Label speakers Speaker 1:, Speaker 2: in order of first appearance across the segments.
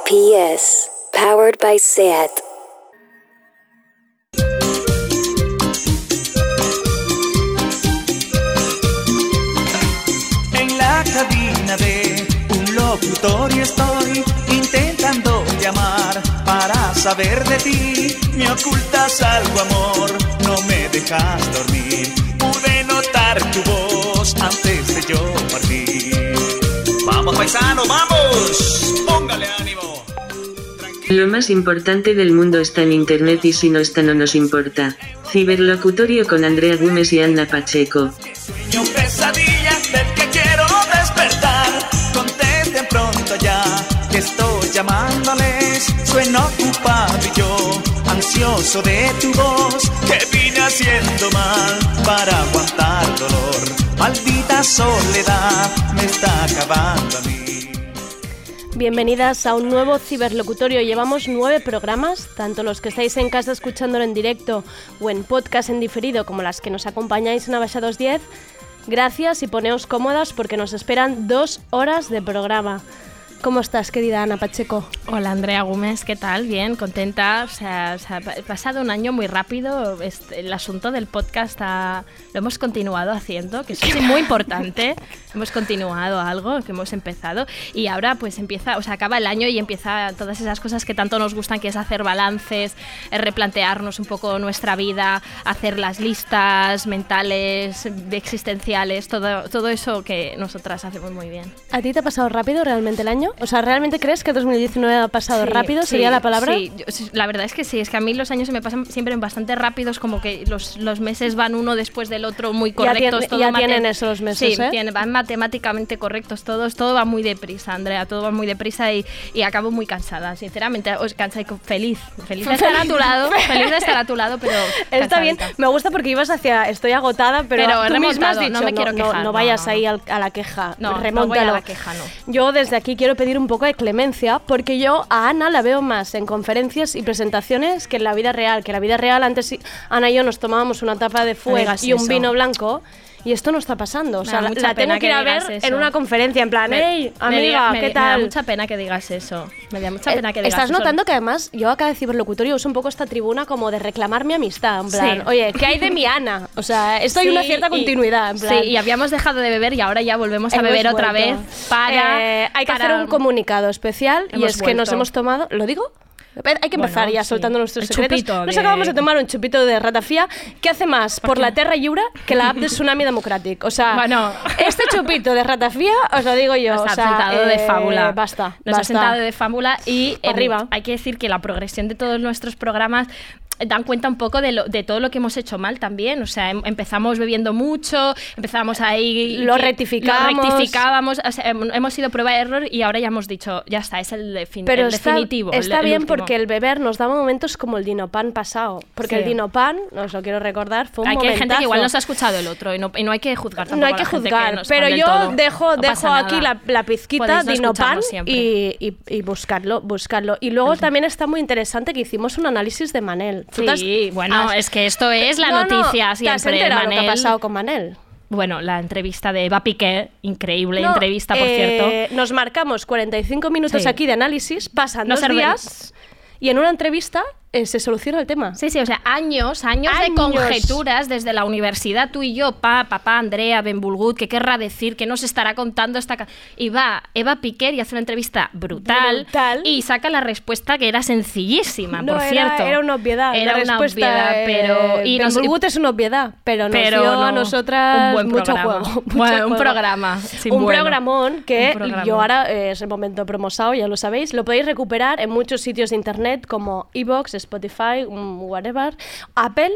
Speaker 1: RPS, powered by SAT.
Speaker 2: En la cabina de un locutorio estoy intentando llamar para saber de ti. Me ocultas algo, amor, no me dejas dormir. Pude notar tu voz antes de yo partir. Vamos, paisano, vamos. Póngale ánimo.
Speaker 3: Lo más importante del mundo está en internet y si no está no nos importa. Ciberlocutorio con Andrea Gómez y Ana Pacheco.
Speaker 2: Sueño pesadilla del que quiero despertar. Contesten pronto ya que estoy llamándoles. Sueno ocupado y yo, ansioso de tu voz. Que vine haciendo mal para aguantar dolor. Maldita soledad me está acabando a mí.
Speaker 4: Bienvenidas a un nuevo ciberlocutorio. Llevamos nueve programas, tanto los que estáis en casa escuchándolo en directo o en podcast en diferido, como las que nos acompañáis en Abasha 210. Gracias y poneos cómodas porque nos esperan dos horas de programa. ¿Cómo estás, querida Ana Pacheco?
Speaker 5: Hola Andrea Gómez, ¿qué tal? Bien, contenta. O sea, se ha pa- pasado un año muy rápido. Este, el asunto del podcast ha- lo hemos continuado haciendo, que eso es muy importante. hemos continuado algo que hemos empezado y ahora pues empieza, o sea, acaba el año y empieza todas esas cosas que tanto nos gustan, que es hacer balances, eh, replantearnos un poco nuestra vida, hacer las listas mentales, de existenciales, todo, todo eso que nosotras hacemos muy bien.
Speaker 4: ¿A ti te ha pasado rápido realmente el año? O sea, ¿realmente crees que 2019 ha pasado
Speaker 5: Sí,
Speaker 4: rápido?
Speaker 5: sí,
Speaker 4: ¿Sería la palabra?
Speaker 5: Sí, yo- sí, la verdad es que sí, es que a mí los años se me pasan siempre bastante rápidos, como que los, los meses van uno después del otro muy correctos.
Speaker 4: tiene-
Speaker 5: todo
Speaker 4: ya
Speaker 5: mate-
Speaker 4: tienen eso los meses,
Speaker 5: Sí,
Speaker 4: ¿eh?
Speaker 5: tiene- van matemáticamente correctos todos, todo va muy deprisa, Andrea, todo va muy deprisa y, y acabo muy cansada, sinceramente, os cansa y co- feliz, feliz de estar a tu lado, feliz de estar a tu lado, pero
Speaker 4: Está bien,
Speaker 5: cansadita.
Speaker 4: me gusta porque ibas hacia estoy agotada, pero,
Speaker 5: Pero he
Speaker 4: tú misma has
Speaker 5: remontado,
Speaker 4: dicho,
Speaker 5: no me quiero quejar,
Speaker 4: no
Speaker 5: no,
Speaker 4: vayas
Speaker 5: no, no.
Speaker 4: ahí al- a la queja,
Speaker 5: No, no voy a
Speaker 4: remóntalo.
Speaker 5: la queja, no.
Speaker 4: Yo desde aquí quiero pedir un poco de clemencia porque yo a Ana la veo más en conferencias y presentaciones que en la vida real, que en la vida real antes sí- Ana y yo nos tomábamos una tapa de fuego
Speaker 5: digas
Speaker 4: y un
Speaker 5: eso.
Speaker 4: vino blanco. Y esto no está pasando. O
Speaker 5: Me
Speaker 4: sea,
Speaker 5: da
Speaker 4: la,
Speaker 5: mucha
Speaker 4: la tengo
Speaker 5: pena
Speaker 4: que ir
Speaker 5: que
Speaker 4: a ver
Speaker 5: digas
Speaker 4: en
Speaker 5: eso.
Speaker 4: una conferencia, en plan,
Speaker 5: Me-
Speaker 4: hey,
Speaker 5: me
Speaker 4: amiga,
Speaker 5: diga- me-
Speaker 4: ¿qué
Speaker 5: Me da
Speaker 4: tal?
Speaker 5: mucha pena que digas eso. Me da mucha pena que
Speaker 4: Eh,
Speaker 5: digas
Speaker 4: Estás
Speaker 5: eso.
Speaker 4: notando que además yo acá de ciberlocutorio uso un poco esta tribuna como de reclamar mi amistad, en plan,
Speaker 5: Sí.
Speaker 4: oye, ¿qué hay de mi Ana? O sea, esto hay
Speaker 5: Sí,
Speaker 4: una cierta
Speaker 5: y-
Speaker 4: continuidad, en plan.
Speaker 5: Sí, y habíamos dejado de beber y ahora ya volvemos a
Speaker 4: hemos
Speaker 5: beber otra vez
Speaker 4: vuelto.
Speaker 5: para...
Speaker 4: Eh, hay que
Speaker 5: para-
Speaker 4: hacer un comunicado especial y
Speaker 5: Hemos
Speaker 4: es que nos
Speaker 5: vuelto.
Speaker 4: hemos tomado, ¿lo digo? Eh, Hay que empezar
Speaker 5: Bueno,
Speaker 4: ya
Speaker 5: sí.
Speaker 4: soltando nuestros
Speaker 5: El
Speaker 4: secretos.
Speaker 5: chupito
Speaker 4: Nos
Speaker 5: de-
Speaker 4: acabamos de tomar un chupito de ratafía que hace más por, la Terra Lliure que la app de Tsunami Democratic. O sea,
Speaker 5: Bueno.
Speaker 4: este chupito de ratafía, os lo digo yo.
Speaker 5: Nos ha
Speaker 4: o sea,
Speaker 5: sentado
Speaker 4: eh,
Speaker 5: de fábula.
Speaker 4: Basta.
Speaker 5: Nos
Speaker 4: basta.
Speaker 5: ha sentado de fábula y eh,
Speaker 4: Arriba.
Speaker 5: hay que decir que la progresión de todos nuestros programas eh, dan cuenta un poco de, lo- de todo lo que hemos hecho mal también. O sea, em- empezamos bebiendo mucho, empezamos ahí...
Speaker 4: Lo
Speaker 5: que-
Speaker 4: rectificamos.
Speaker 5: Lo rectificábamos. O sea, hem- hemos sido prueba de error y ahora ya hemos dicho, ya está, es el, defin-
Speaker 4: Pero
Speaker 5: el
Speaker 4: está,
Speaker 5: definitivo. el-
Speaker 4: está
Speaker 5: el
Speaker 4: bien
Speaker 5: último.
Speaker 4: porque el beber nos daba momentos como el dinopan pasado. Porque
Speaker 5: Sí.
Speaker 4: el dinopan, os lo quiero recordar, fue un
Speaker 5: hay que- hay gente que igual nos
Speaker 4: momentazo.
Speaker 5: ha escuchado el otro y no, y no hay que juzgar tampoco
Speaker 4: no hay
Speaker 5: a
Speaker 4: que
Speaker 5: la gente
Speaker 4: juzgar,
Speaker 5: nos
Speaker 4: pero
Speaker 5: pone el
Speaker 4: yo
Speaker 5: todo.
Speaker 4: dejo,
Speaker 5: No
Speaker 4: dejo
Speaker 5: pasa
Speaker 4: aquí la,
Speaker 5: nada.
Speaker 4: la pizquita
Speaker 5: Podéis no
Speaker 4: dinopan
Speaker 5: escucharnos siempre.
Speaker 4: y, y, y buscarlo, buscarlo. Y luego también está muy interesante que hicimos un análisis de Manel. Tú te has-
Speaker 5: Sí, bueno,
Speaker 4: has-
Speaker 5: es que esto es la
Speaker 4: Ah, No, no,
Speaker 5: noticia
Speaker 4: ¿Te has
Speaker 5: siempre,
Speaker 4: enterado lo que
Speaker 5: Manel.
Speaker 4: ha pasado con Manel?
Speaker 5: Bueno, la entrevista de Eva Piqué, increíble
Speaker 4: No,
Speaker 5: entrevista, por
Speaker 4: eh,
Speaker 5: cierto.
Speaker 4: Nos marcamos 45 minutos
Speaker 5: Sí.
Speaker 4: aquí de análisis, pasan
Speaker 5: No
Speaker 4: dos
Speaker 5: sirve-
Speaker 4: días y en una entrevista eh, se soluciona el tema.
Speaker 5: Sí, sí, o sea, años, años, de
Speaker 4: Años.
Speaker 5: conjeturas desde la universidad, tú y yo, pa, papá, Andrea, Benbulgut, ¿qué querrá decir? ¿Qué nos estará contando esta... ca- Y va Eva Piqué y hace una entrevista brutal,
Speaker 4: Brutal.
Speaker 5: y saca la respuesta que era sencillísima,
Speaker 4: No,
Speaker 5: Ah, por
Speaker 4: era-
Speaker 5: cierto.
Speaker 4: Era, una obviedad.
Speaker 5: Era
Speaker 4: la
Speaker 5: una
Speaker 4: respuesta,
Speaker 5: obviedad,
Speaker 4: eh,
Speaker 5: pero... y nos-
Speaker 4: Benvolgut es una obviedad, pero nos
Speaker 5: pero
Speaker 4: dio a
Speaker 5: no.
Speaker 4: nosotras
Speaker 5: Un buen
Speaker 4: mucho
Speaker 5: programa.
Speaker 4: juego. mucho
Speaker 5: Bueno, un
Speaker 4: juego.
Speaker 5: programa, sí,
Speaker 4: un
Speaker 5: bueno.
Speaker 4: programón que
Speaker 5: Un programón.
Speaker 4: yo ahora eh, es el momento promosado, ya lo sabéis. Lo podéis recuperar en muchos sitios de internet como Evox, Spotify, mm, whatever, Apple.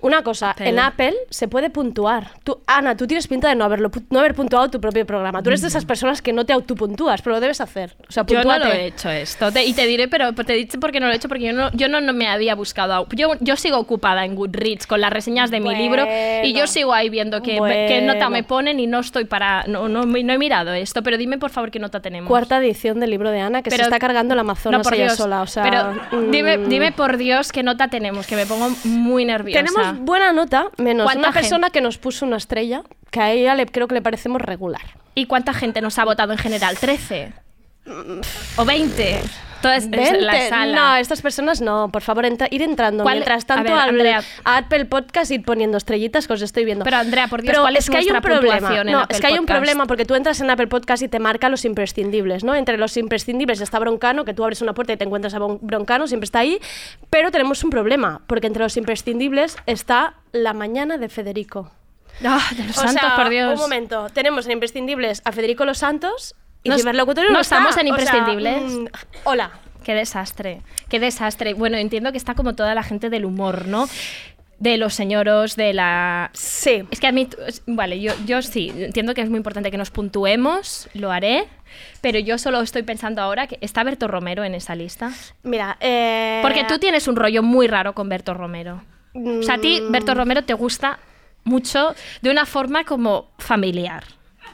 Speaker 4: Una cosa,
Speaker 5: Apple.
Speaker 4: en Apple se puede puntuar. Tú, Ana, tú tienes pinta de no, haberlo, pu- no haber puntuado tu propio programa. Tú eres de esas personas que no te autopuntúas, pero lo debes hacer. O sea,
Speaker 5: Mm. Yo no lo
Speaker 4: puntúate.
Speaker 5: he hecho esto. Te- y te diré, pero te dicho porque no lo he hecho, porque yo no, yo no, no me había buscado. au- Yo, yo sigo ocupada en Goodreads con las reseñas de mi
Speaker 4: Bueno.
Speaker 5: libro y yo sigo ahí viendo qué, qué
Speaker 4: Bueno.
Speaker 5: nota me ponen y no estoy para. No, no, no he mirado esto, pero dime por favor qué nota tenemos.
Speaker 4: Cuarta edición del libro de Ana, que se
Speaker 5: Pero-
Speaker 4: está cargando la Amazonas
Speaker 5: No, por
Speaker 4: ella
Speaker 5: Dios.
Speaker 4: sola. O sea,
Speaker 5: pero
Speaker 4: mm,
Speaker 5: dime, dime por Dios qué nota tenemos, que me pongo muy nerviosa.
Speaker 4: Tenemos buena nota, menos
Speaker 5: ¿Cuánta
Speaker 4: una persona
Speaker 5: gente?
Speaker 4: que nos puso una estrella, que a ella le, creo que le parecemos regular.
Speaker 5: ¿Y cuánta gente nos ha votado en general? 13.
Speaker 4: mm,
Speaker 5: O 20. Todas
Speaker 4: Vente.
Speaker 5: la sala.
Speaker 4: No, estas personas no. Por favor, entra- ir entrando.
Speaker 5: ¿Cuál-
Speaker 4: Mientras
Speaker 5: a ver,
Speaker 4: tanto, al-
Speaker 5: Andrea.
Speaker 4: a Apple Podcast ir poniendo estrellitas que os estoy viendo.
Speaker 5: Pero, Andrea, por Dios, ¿cuál es
Speaker 4: hay un
Speaker 5: nuestra
Speaker 4: problema.
Speaker 5: puntuación en
Speaker 4: No,
Speaker 5: Apple
Speaker 4: es que hay un
Speaker 5: Podcast?
Speaker 4: problema porque tú entras en Apple Podcast y te marca los imprescindibles, ¿no? Entre los imprescindibles está Broncano, que tú abres una puerta y te encuentras a Bon- Broncano, siempre está ahí. Pero tenemos un problema porque entre los imprescindibles está La Mañana de Federico.
Speaker 5: Ah, de los
Speaker 4: O
Speaker 5: santos,
Speaker 4: sea,
Speaker 5: por Dios.
Speaker 4: Un momento, tenemos en imprescindibles a Federico Los Santos y
Speaker 5: No es-
Speaker 4: Ciberlocutorio
Speaker 5: no
Speaker 4: no está.
Speaker 5: estamos en
Speaker 4: O sea,
Speaker 5: imprescindibles.
Speaker 4: mm, hola.
Speaker 5: Qué desastre, qué desastre. Bueno, entiendo que está como toda la gente del humor, ¿no? De los señoros, de la...
Speaker 4: Sí.
Speaker 5: Es que a mí, t- es- vale, yo, yo sí, entiendo que es muy importante que nos puntuemos, lo haré, pero yo solo estoy pensando ahora que está Berto Romero en esa lista.
Speaker 4: Mira, eh,
Speaker 5: Porque tú tienes un rollo muy raro con Berto Romero. O sea, a ti
Speaker 4: mm,
Speaker 5: Berto Romero te gusta mucho de una forma como familiar.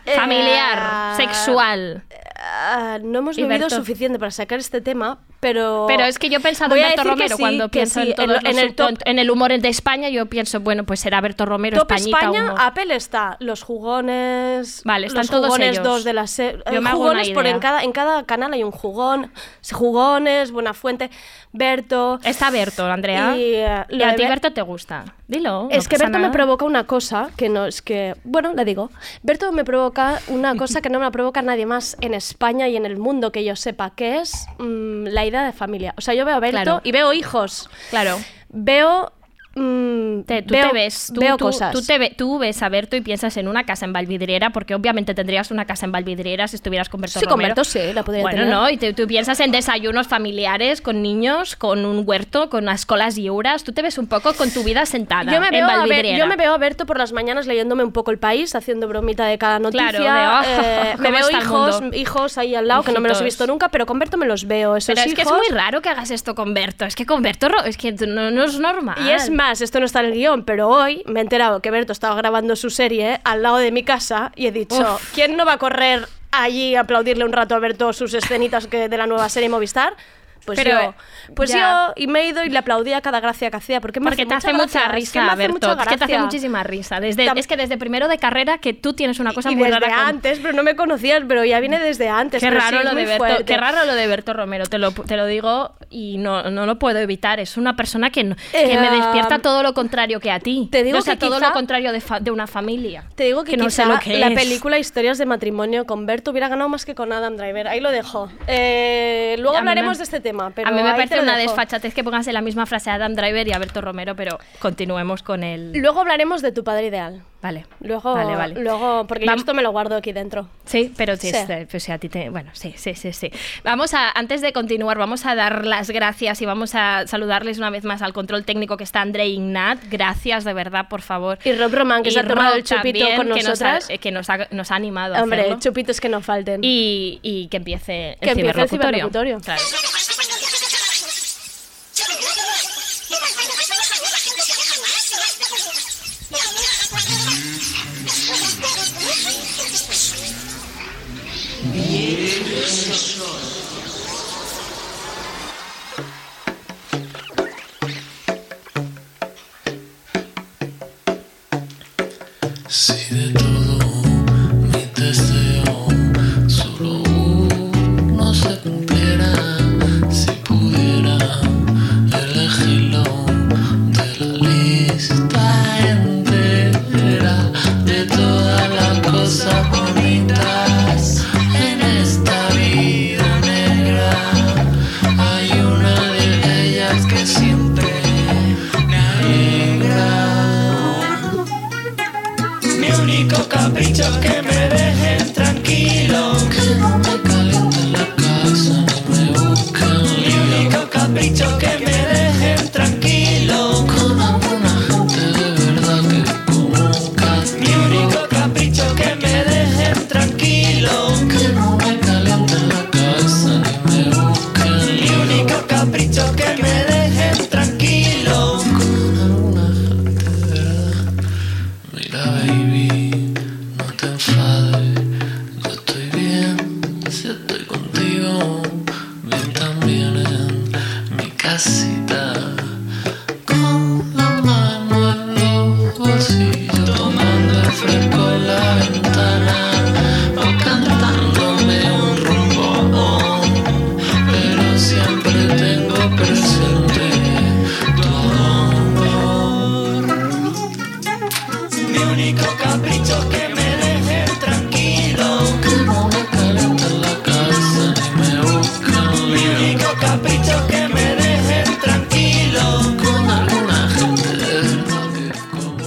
Speaker 4: Eh,
Speaker 5: Familiar, sexual.
Speaker 4: ah, no hemos
Speaker 5: Y
Speaker 4: vivido
Speaker 5: Berto.
Speaker 4: suficiendo para sacar este tema, pero.
Speaker 5: Pero es que yo he pensado
Speaker 4: Voy
Speaker 5: en
Speaker 4: a
Speaker 5: Berto
Speaker 4: decir que
Speaker 5: Romero
Speaker 4: sí,
Speaker 5: cuando
Speaker 4: que
Speaker 5: pienso
Speaker 4: sí,
Speaker 5: en, todos
Speaker 4: lo-
Speaker 5: los
Speaker 4: en el top,
Speaker 5: subcont- en el humor de España, yo pienso, bueno, pues será Berto Romero,
Speaker 4: top
Speaker 5: Españita,
Speaker 4: España,
Speaker 5: humor.
Speaker 4: Apple está. Los jugones.
Speaker 5: Vale, están
Speaker 4: los
Speaker 5: todos
Speaker 4: jugones
Speaker 5: ellos.
Speaker 4: dos de las. se-
Speaker 5: Yo
Speaker 4: eh,
Speaker 5: me hago una
Speaker 4: jugones, por
Speaker 5: idea.
Speaker 4: en cada, en cada canal hay un jugón. Jugones, Buenafuente, Berto.
Speaker 5: Está Berto, Andrea.
Speaker 4: Y,
Speaker 5: Y,
Speaker 4: eh, lo
Speaker 5: a
Speaker 4: de
Speaker 5: ti
Speaker 4: Ber-
Speaker 5: Berto te gusta. Dilo.
Speaker 4: Es
Speaker 5: no
Speaker 4: que
Speaker 5: pasa
Speaker 4: Berto me
Speaker 5: nada.
Speaker 4: provoca una cosa que no es que. Bueno, la digo. Berto me provoca una cosa que no me la provoca nadie más en España y en el mundo que yo sepa, que es mm, la idea de familia. O sea, yo veo a Berto
Speaker 5: Claro.
Speaker 4: y veo hijos.
Speaker 5: Claro.
Speaker 4: Veo. mm,
Speaker 5: Te- tú
Speaker 4: veo,
Speaker 5: te ves, tú,
Speaker 4: veo
Speaker 5: tú-
Speaker 4: cosas.
Speaker 5: tú te ve- tú ves a Berto y piensas en una casa en Valvidriera, porque obviamente tendrías una casa en Valvidriera si estuvieras con Berto
Speaker 4: Sí, con
Speaker 5: Romero.
Speaker 4: Berto sí, la podría
Speaker 5: bueno,
Speaker 4: tener.
Speaker 5: no, y te- tú piensas en desayunos familiares con niños, con un huerto, con las colas y horas. Tú te ves un poco con tu vida sentada
Speaker 4: yo me,
Speaker 5: en
Speaker 4: veo a Ber-
Speaker 5: Valvidriera.
Speaker 4: yo me veo a Berto por las mañanas leyéndome un poco el país, haciendo bromita de cada noticia.
Speaker 5: Claro, de, oh,
Speaker 4: eh, me
Speaker 5: ¿cómo
Speaker 4: veo
Speaker 5: está el
Speaker 4: hijos,
Speaker 5: mundo?
Speaker 4: hijos ahí al lado, que no me los he
Speaker 5: Hijitos.
Speaker 4: visto nunca, pero con Berto me los veo. Esos
Speaker 5: Pero es que es
Speaker 4: hijos.
Speaker 5: muy raro que hagas esto con Berto. Es que con Berto ro- es que no, no es normal.
Speaker 4: Y es más, esto no está en el guión, pero hoy me he enterado que Berto estaba grabando su serie al lado de mi casa y he dicho,
Speaker 5: Uf.
Speaker 4: ¿quién no va a correr allí a aplaudirle un rato a Berto sus escenitas que de la nueva serie Movistar? Pues
Speaker 5: Pero,
Speaker 4: yo, pues
Speaker 5: ya.
Speaker 4: yo, y me he ido y le aplaudía cada gracia que hacía, porque me
Speaker 5: Porque te hace mucha
Speaker 4: gracia, es que me
Speaker 5: risa,
Speaker 4: hace mucha
Speaker 5: Berto. Es que te hace
Speaker 4: gracia.
Speaker 5: muchísima risa. Desde,
Speaker 4: Tam-
Speaker 5: es que desde primero de carrera que tú tienes una cosa
Speaker 4: y
Speaker 5: muy
Speaker 4: desde
Speaker 5: rara con-
Speaker 4: antes, pero no me conocías, pero ya viene desde antes.
Speaker 5: Qué
Speaker 4: pero sí,
Speaker 5: raro,
Speaker 4: es
Speaker 5: lo
Speaker 4: muy
Speaker 5: de Berto,
Speaker 4: fuerte.
Speaker 5: qué raro lo de Berto Romero, te lo, te lo digo y no, no lo puedo evitar. Es una persona que, no- que me
Speaker 4: Eh,
Speaker 5: despierta todo lo contrario que a ti.
Speaker 4: te digo
Speaker 5: o sea,
Speaker 4: que
Speaker 5: todo
Speaker 4: quizá-
Speaker 5: lo contrario de, fa- de una familia.
Speaker 4: Te digo que,
Speaker 5: no
Speaker 4: quizá
Speaker 5: sé lo que
Speaker 4: la
Speaker 5: es.
Speaker 4: película Historias de matrimonio con Bert hubiera ganado más que con Adam Driver. Ahí lo dejo. Eh, luego
Speaker 5: A mí me-
Speaker 4: hablaremos de este tema, pero
Speaker 5: a mí me
Speaker 4: ahí te
Speaker 5: parece
Speaker 4: lo
Speaker 5: una
Speaker 4: dejo.
Speaker 5: desfachatez que pongas en la misma frase a Adam Driver y a Berto Romero, pero continuemos con el...
Speaker 4: Luego hablaremos de tu padre ideal.
Speaker 5: Vale.
Speaker 4: Luego,
Speaker 5: vale, vale.
Speaker 4: luego porque yo
Speaker 5: Vam-
Speaker 4: esto me lo guardo aquí dentro.
Speaker 5: Sí, pero sí,
Speaker 4: Sí.
Speaker 5: este, pues a ti te- bueno, sí, sí, sí, sí. Vamos a, antes de continuar, vamos a dar las gracias y vamos a saludarles una vez más al control técnico que está André Ignat. Gracias de verdad, por favor.
Speaker 4: Y Rob Roman, que
Speaker 5: Y
Speaker 4: se ha tomado
Speaker 5: Rob
Speaker 4: el chupito
Speaker 5: también,
Speaker 4: con
Speaker 5: que nos ha-
Speaker 4: nosotras.
Speaker 5: eh, Que nos ha, nos ha, animado a
Speaker 4: Hombre,
Speaker 5: hacerlo.
Speaker 4: chupitos que no falten.
Speaker 5: Y, y que empiece el
Speaker 4: Que empiece el
Speaker 5: ciberlocutorio.
Speaker 4: ciberlocutorio.
Speaker 5: Claro.
Speaker 6: Si de todo mi deseo solo uno se cumpliera, si pudiera elegirlo de la lista entera de todas las cosas bonitas en esta vida negra, hay una de ellas que siempre me alegra. Mi único capricho es que me dejen tranquilo. Que no me calienten la casa, no me buscan. Mi único capricho es que me dejen tranquilo. Con alguna gente de verdad que conozca. Mi único capricho es que me dejen tranquilo. Que no me calienten la casa, ni me buscan. Mi único capricho es que me dejen tranquilo. Con alguna gente de verdad. Mira, baby, no te enfades. Yo estoy bien si estoy contigo. Bien también en mi casita. Con la mano en los bolsillos, tomando el fresco en la ventana. O cantándome un rumbo.
Speaker 7: capricho que me dejen tranquilo. Con alguna gente de verdad que como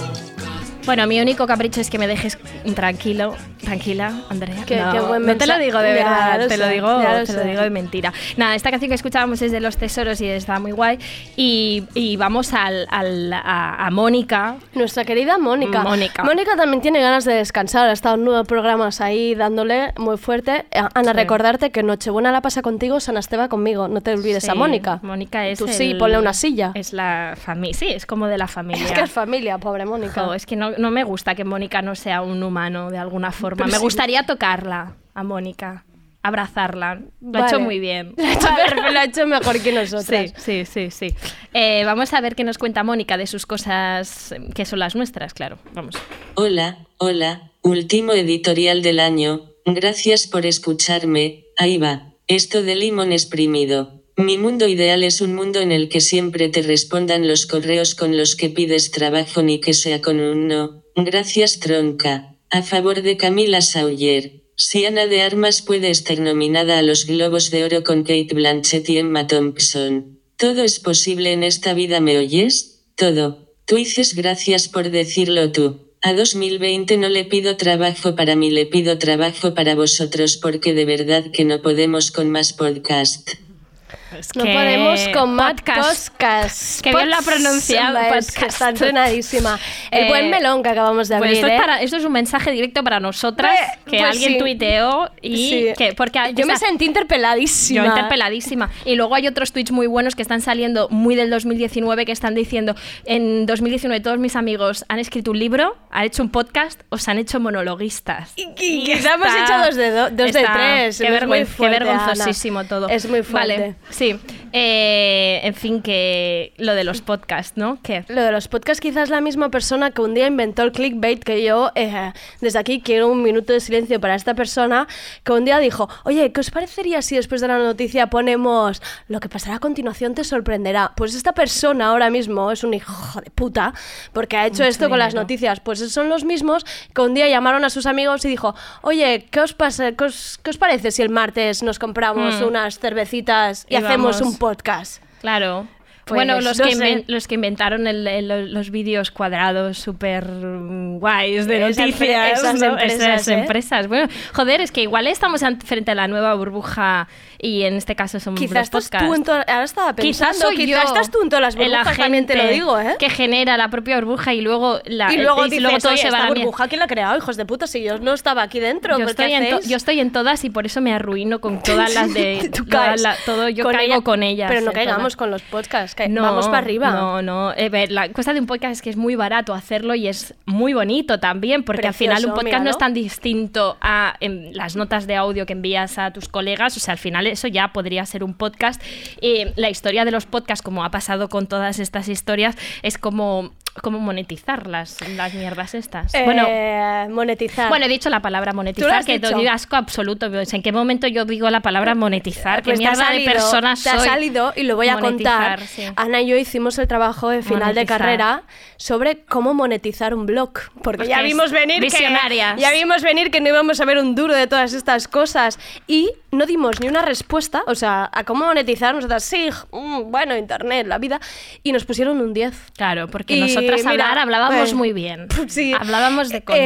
Speaker 5: Bueno, mi único capricho es que me dejes tranquilo, tranquila, Andrea.
Speaker 4: Qué-
Speaker 5: no,
Speaker 4: qué buen
Speaker 5: no te lo
Speaker 4: mensaje.
Speaker 5: digo de
Speaker 4: Ya
Speaker 5: verdad,
Speaker 4: lo
Speaker 5: te lo
Speaker 4: sé,
Speaker 5: digo,
Speaker 4: ya lo
Speaker 5: te lo
Speaker 4: sé.
Speaker 5: digo de mentira. Nada, esta canción que escuchábamos es de Los Tesoros y está muy guay. Y, y vamos al, al- a, a Mónica.
Speaker 4: Nuestra querida Mónica.
Speaker 5: Mónica.
Speaker 4: también tiene ganas de descansar. Ha estado en nueve programas ahí dándole muy fuerte. Eh, Ana,
Speaker 5: Sí.
Speaker 4: recordarte que Nochebuena la pasa contigo, San Esteba conmigo. No te olvides a
Speaker 5: Sí,
Speaker 4: Mónica.
Speaker 5: Mónica es.
Speaker 4: Tú sí,
Speaker 5: el-
Speaker 4: ponle una silla. Es,
Speaker 5: Es la familia. Sí, es como de la familia.
Speaker 4: que es familia, pobre Mónica.
Speaker 5: Jo, es que no, no me gusta que Mónica no sea un humano de alguna forma.
Speaker 4: Pero
Speaker 5: me
Speaker 4: sí.
Speaker 5: gustaría tocarla a Mónica, abrazarla. Lo ha hecho
Speaker 4: Vale.
Speaker 5: muy bien.
Speaker 4: Lo ha hecho, pero lo ha hecho mejor que nosotras.
Speaker 5: Sí, sí, sí. sí. Eh, vamos a ver qué nos cuenta Mónica de sus cosas eh, que son las nuestras, claro. Vamos.
Speaker 3: Hola, hola, último editorial del año. Gracias por escucharme. Ahí va, esto de limón exprimido. Mi mundo ideal es un mundo en el que siempre te respondan los correos con los que pides trabajo ni que sea con un no. Gracias Tronca. A favor de Camila Sawyer. Si Ana de Armas puede estar nominada a los Globos de Oro con Kate Blanchett y Emma Thompson. Todo es posible en esta vida, ¿me oyes? Todo. Tú dices gracias por decirlo tú. A 2020 no le pido trabajo para mí, le pido trabajo para vosotros porque de verdad que no podemos con más podcast.
Speaker 5: Es
Speaker 4: No
Speaker 5: pues que-
Speaker 4: podemos con Matt
Speaker 5: Podcast.
Speaker 4: Podcast.
Speaker 5: Que bien lo ha pronunciado,
Speaker 4: Hombre, es Pues que
Speaker 5: podcast.
Speaker 4: Está entrenadísima. El
Speaker 5: Eh,
Speaker 4: buen melón que acabamos de
Speaker 5: Bueno,
Speaker 4: abrir.
Speaker 5: esto, es
Speaker 4: ¿eh?
Speaker 5: para- esto es un mensaje directo para nosotras
Speaker 4: Eh,
Speaker 5: que
Speaker 4: pues
Speaker 5: alguien
Speaker 4: sí.
Speaker 5: tuiteó y
Speaker 4: Sí.
Speaker 5: que porque
Speaker 4: yo me
Speaker 5: esta-
Speaker 4: sentí interpeladísima.
Speaker 5: Yo interpeladísima. Y luego hay otros tweets muy buenos que están saliendo muy del 2019 que están diciendo, en 2019 todos mis amigos han escrito un libro, han hecho un podcast o se han hecho monologuistas.
Speaker 4: Y- y- quizá hemos hecho dos de do- dos de tres.
Speaker 5: Qué,
Speaker 4: Es muy
Speaker 5: vergüen- qué
Speaker 4: fuerte,
Speaker 5: vergonzosísimo
Speaker 4: Ana.
Speaker 5: todo.
Speaker 4: Es muy fuerte.
Speaker 5: Vale, sí. Eh, en fin, que lo de los podcasts, ¿no? Que
Speaker 4: Lo de los podcasts quizás la misma persona que un día inventó el clickbait, que yo eh, desde aquí quiero un minuto de silencio para esta persona, que un día dijo, oye, ¿qué os parecería si después de la noticia ponemos lo que pasará a continuación te sorprenderá? Pues esta persona ahora mismo es un hijo de puta, porque ha hecho esto con las
Speaker 5: dinero.
Speaker 4: noticias, pues son los mismos que un día llamaron a sus amigos y dijo, oye, ¿qué os, pasa, qué os, qué os parece si el martes nos compramos
Speaker 5: Hmm.
Speaker 4: unas cervecitas y,
Speaker 5: Y
Speaker 4: hacemos
Speaker 5: vamos.
Speaker 4: un podcast?
Speaker 5: Claro.
Speaker 4: Pues,
Speaker 5: bueno, los,
Speaker 4: no
Speaker 5: que
Speaker 4: sé.
Speaker 5: inven- los que inventaron el- el- los vídeos cuadrados súper mm, guays de
Speaker 4: Esas empre-
Speaker 5: noticias,
Speaker 4: esas
Speaker 5: ¿no?
Speaker 4: empresas,
Speaker 5: Esas
Speaker 4: ¿eh?
Speaker 5: empresas. Bueno, joder, es que igual estamos an- frente a la nueva burbuja y en este caso son
Speaker 4: Quizás
Speaker 5: los
Speaker 4: estás
Speaker 5: podcasts.
Speaker 4: tú en todas. Ahora estaba pensando.
Speaker 5: Quizás soy yo.
Speaker 4: estás tú en todas las
Speaker 5: el
Speaker 4: burbujas. también te lo
Speaker 5: agente
Speaker 4: digo, ¿eh?
Speaker 5: Que genera la propia burbuja y luego, la,
Speaker 4: y luego,
Speaker 5: y
Speaker 4: dices,
Speaker 5: luego todo
Speaker 4: "Oye,
Speaker 5: se va
Speaker 4: esta
Speaker 5: a la mierda.
Speaker 4: burbuja, ¿quién la ha creado, hijos de puta? Si yo no estaba aquí dentro,
Speaker 5: Yo
Speaker 4: ¿por qué
Speaker 5: estoy, en to-
Speaker 4: hacéis?
Speaker 5: yo estoy en todas y por eso me arruino con todas las de
Speaker 4: Tú
Speaker 5: todas
Speaker 4: caes
Speaker 5: la- todo yo
Speaker 4: con
Speaker 5: caigo
Speaker 4: ella-
Speaker 5: con ellas
Speaker 4: Pero no
Speaker 5: en todas.
Speaker 4: caigamos con los podcasts. que vamos para arriba.
Speaker 5: No, no. Eh, ver, la cosa de un podcast es que es muy barato hacerlo y es muy bonito también, porque al final
Speaker 4: Precioso,
Speaker 5: un podcast
Speaker 4: míralo.
Speaker 5: no es tan distinto a em, las notas de audio que envías a tus colegas. O sea, al final eso ya podría ser un podcast. Eh, la historia de los podcasts, como ha pasado con todas estas historias, es como, como monetizar las, las mierdas estas.
Speaker 4: Eh,
Speaker 5: bueno.
Speaker 4: monetizar.
Speaker 5: Bueno, he dicho la palabra
Speaker 4: Tú lo
Speaker 5: monetizar,
Speaker 4: has
Speaker 5: que
Speaker 4: dicho.
Speaker 5: doy asco absoluto. O sea, ¿En qué momento yo digo la palabra monetizar? ¿Qué
Speaker 4: Pues te ha
Speaker 5: mierda de
Speaker 4: salido-
Speaker 5: personas
Speaker 4: te ha
Speaker 5: soy?
Speaker 4: salido y lo voy a
Speaker 5: Monetizar,
Speaker 4: contar.
Speaker 5: sí.
Speaker 4: Ana y yo hicimos el trabajo de final de
Speaker 5: Monetizar.
Speaker 4: carrera sobre cómo monetizar un blog, porque
Speaker 5: Pues
Speaker 4: ya
Speaker 5: que es
Speaker 4: vimos venir
Speaker 5: visionarias.
Speaker 4: que ya vimos venir que no íbamos a ver un duro de todas estas cosas y no dimos ni una respuesta, o sea, a cómo monetizar nosotras sí, mm, bueno, internet, la vida y nos pusieron un 10.
Speaker 5: Claro, porque
Speaker 4: Y
Speaker 5: nosotras
Speaker 4: mira,
Speaker 5: hablar hablábamos
Speaker 4: eh,
Speaker 5: muy bien.
Speaker 4: Sí.
Speaker 5: Hablábamos de coña.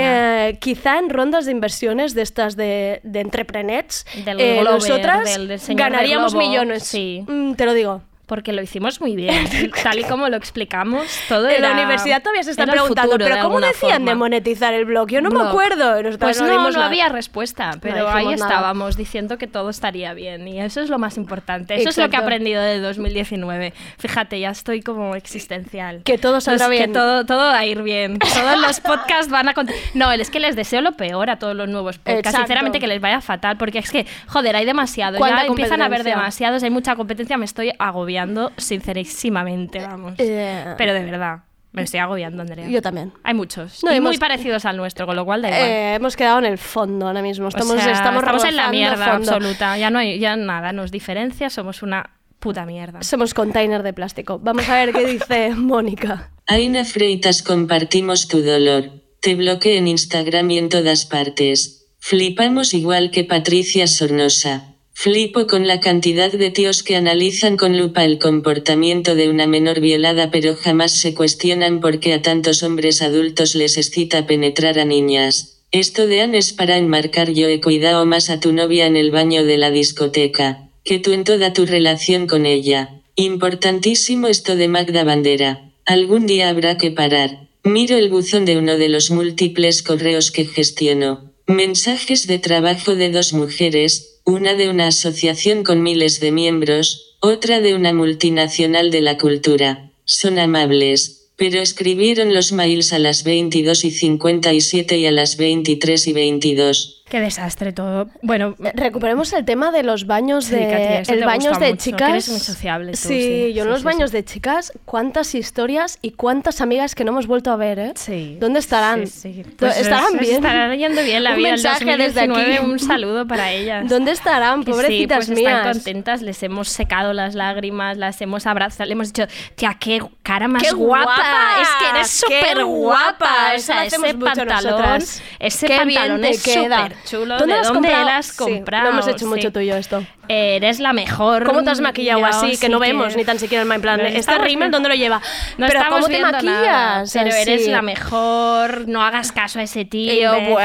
Speaker 4: Eh, quizá en rondas de inversiones de estas de, de entrepreneurs,
Speaker 5: Del
Speaker 4: eh,
Speaker 5: Glover,
Speaker 4: nosotras
Speaker 5: del- del señor del
Speaker 4: ganaríamos
Speaker 5: globo,
Speaker 4: millones.
Speaker 5: sí.
Speaker 4: Mm, te lo digo.
Speaker 5: porque lo hicimos muy bien. Tal y como lo explicamos, todo
Speaker 4: en la
Speaker 5: era-
Speaker 4: universidad todavía se están
Speaker 5: era el
Speaker 4: preguntando,
Speaker 5: futuro,
Speaker 4: pero ¿cómo
Speaker 5: alguna
Speaker 4: decían de
Speaker 5: forma.
Speaker 4: monetizar el blog? Yo no
Speaker 5: Blog.
Speaker 4: me acuerdo. Y nosotras
Speaker 5: Pues no,
Speaker 4: dimos
Speaker 5: no
Speaker 4: nada.
Speaker 5: había respuesta, pero
Speaker 4: dijimos
Speaker 5: ahí
Speaker 4: nada.
Speaker 5: estábamos diciendo que todo estaría bien y eso es lo más importante. Eso es lo que he
Speaker 4: Exacto.
Speaker 5: aprendido de 2019. Fíjate, ya estoy como existencial.
Speaker 4: Que todo saldrá
Speaker 5: Pues
Speaker 4: bien.
Speaker 5: Que todo, todo va a ir bien. Todos los podcasts van a... cont- No, es que les deseo lo peor a todos los nuevos podcasts.
Speaker 4: Exacto.
Speaker 5: Sinceramente que les vaya fatal porque es que, joder, hay demasiados.
Speaker 4: ¿Cuánta
Speaker 5: Ya empiezan a haber
Speaker 4: competencia?
Speaker 5: demasiados, hay mucha competencia, me estoy agobiando sincerísimamente, vamos.
Speaker 4: Eh.
Speaker 5: Pero de verdad, me estoy agobiando, Andrea.
Speaker 4: Yo también.
Speaker 5: Hay muchos.
Speaker 4: No,
Speaker 5: y
Speaker 4: hemos-
Speaker 5: muy parecidos al nuestro, con lo cual da igual.
Speaker 4: Eh, hemos quedado en el fondo ahora mismo. Estamos,
Speaker 5: O sea,
Speaker 4: estamos,
Speaker 5: estamos en la
Speaker 4: rozando
Speaker 5: mierda
Speaker 4: fondo.
Speaker 5: absoluta. Ya no hay ya nada nos diferencia, somos una puta mierda.
Speaker 4: Somos container de plástico. Vamos a ver qué dice Mónica.
Speaker 3: Aina Freitas compartimos tu dolor. Te bloqueé en Instagram y en todas partes. Flipamos igual que Patricia Sornosa. Flipo con la cantidad de tíos que analizan con lupa el comportamiento de una menor violada pero jamás se cuestionan por qué a tantos hombres adultos les excita penetrar a niñas. Esto de Anne es para enmarcar yo he cuidado más a tu novia en el baño de la discoteca, que tú en toda tu relación con ella. Importantísimo esto de Magda Bandera. Algún día habrá que parar. Miro el buzón de uno de los múltiples correos que gestiono. Mensajes de trabajo de dos mujeres, una de una asociación con miles de miembros, otra de una multinacional de la cultura. Son amables, pero escribieron los mails a las 22 y 57 y a las 23 y 22.
Speaker 5: Qué desastre todo. Bueno,
Speaker 4: Eh, Recuperemos el tema de los baños
Speaker 5: Sí,
Speaker 4: de,
Speaker 5: Katy, eso
Speaker 4: el
Speaker 5: te
Speaker 4: baños
Speaker 5: gusta
Speaker 4: de
Speaker 5: mucho, que
Speaker 4: chicas.
Speaker 5: eres muy sociable tú,
Speaker 4: sí,
Speaker 5: sí,
Speaker 4: yo en
Speaker 5: sí,
Speaker 4: los
Speaker 5: sí,
Speaker 4: baños
Speaker 5: sí.
Speaker 4: de chicas, cuántas historias y cuántas amigas que no hemos vuelto a ver, ¿eh?
Speaker 5: Sí.
Speaker 4: ¿Dónde estarán?
Speaker 5: Sí, sí.
Speaker 4: Do-
Speaker 5: Pues
Speaker 4: estarán
Speaker 5: les- les
Speaker 4: bien.
Speaker 5: Estarán yendo bien la
Speaker 4: Un
Speaker 5: vida. El
Speaker 4: mensaje desde aquí.
Speaker 5: 2019, Un saludo para ellas.
Speaker 4: ¿Dónde estarán,
Speaker 5: Que sí,
Speaker 4: pobrecitas
Speaker 5: pues
Speaker 4: mías?
Speaker 5: Están contentas, les hemos secado las lágrimas, las hemos abrazado, le hemos dicho, tía, qué cara más
Speaker 4: ¡Qué
Speaker 5: guapa!
Speaker 4: guapa!
Speaker 5: Es que eres
Speaker 4: ¡Qué
Speaker 5: súper
Speaker 4: guapa!
Speaker 5: guapa. O
Speaker 4: Eso
Speaker 5: sea,
Speaker 4: lo hacemos
Speaker 5: ese
Speaker 4: mucho
Speaker 5: pantalón,
Speaker 4: nosotras.
Speaker 5: ese
Speaker 4: Qué bien
Speaker 5: pantalón
Speaker 4: te
Speaker 5: es
Speaker 4: queda.
Speaker 5: súper chulo.
Speaker 4: ¿Dónde
Speaker 5: ¿De
Speaker 4: lo has
Speaker 5: dónde
Speaker 4: comprado?
Speaker 5: las has
Speaker 4: Sí, lo hemos
Speaker 5: comprado?
Speaker 4: hecho mucho tú y yo esto.
Speaker 5: Eres la mejor.
Speaker 4: ¿Cómo te has maquillado
Speaker 5: Yo
Speaker 4: así?
Speaker 5: sí
Speaker 4: Que no vemos ni tan siquiera el en plan.
Speaker 5: No
Speaker 4: ¿Este
Speaker 5: estamos
Speaker 4: rímel
Speaker 5: viendo-
Speaker 4: dónde lo lleva?
Speaker 5: No
Speaker 4: Pero
Speaker 5: estamos
Speaker 4: ¿cómo te
Speaker 5: viendo
Speaker 4: maquillas?
Speaker 5: nada, pero
Speaker 4: Así.
Speaker 5: eres la mejor, no hagas caso a ese tío,
Speaker 4: Imbécil.
Speaker 5: buah,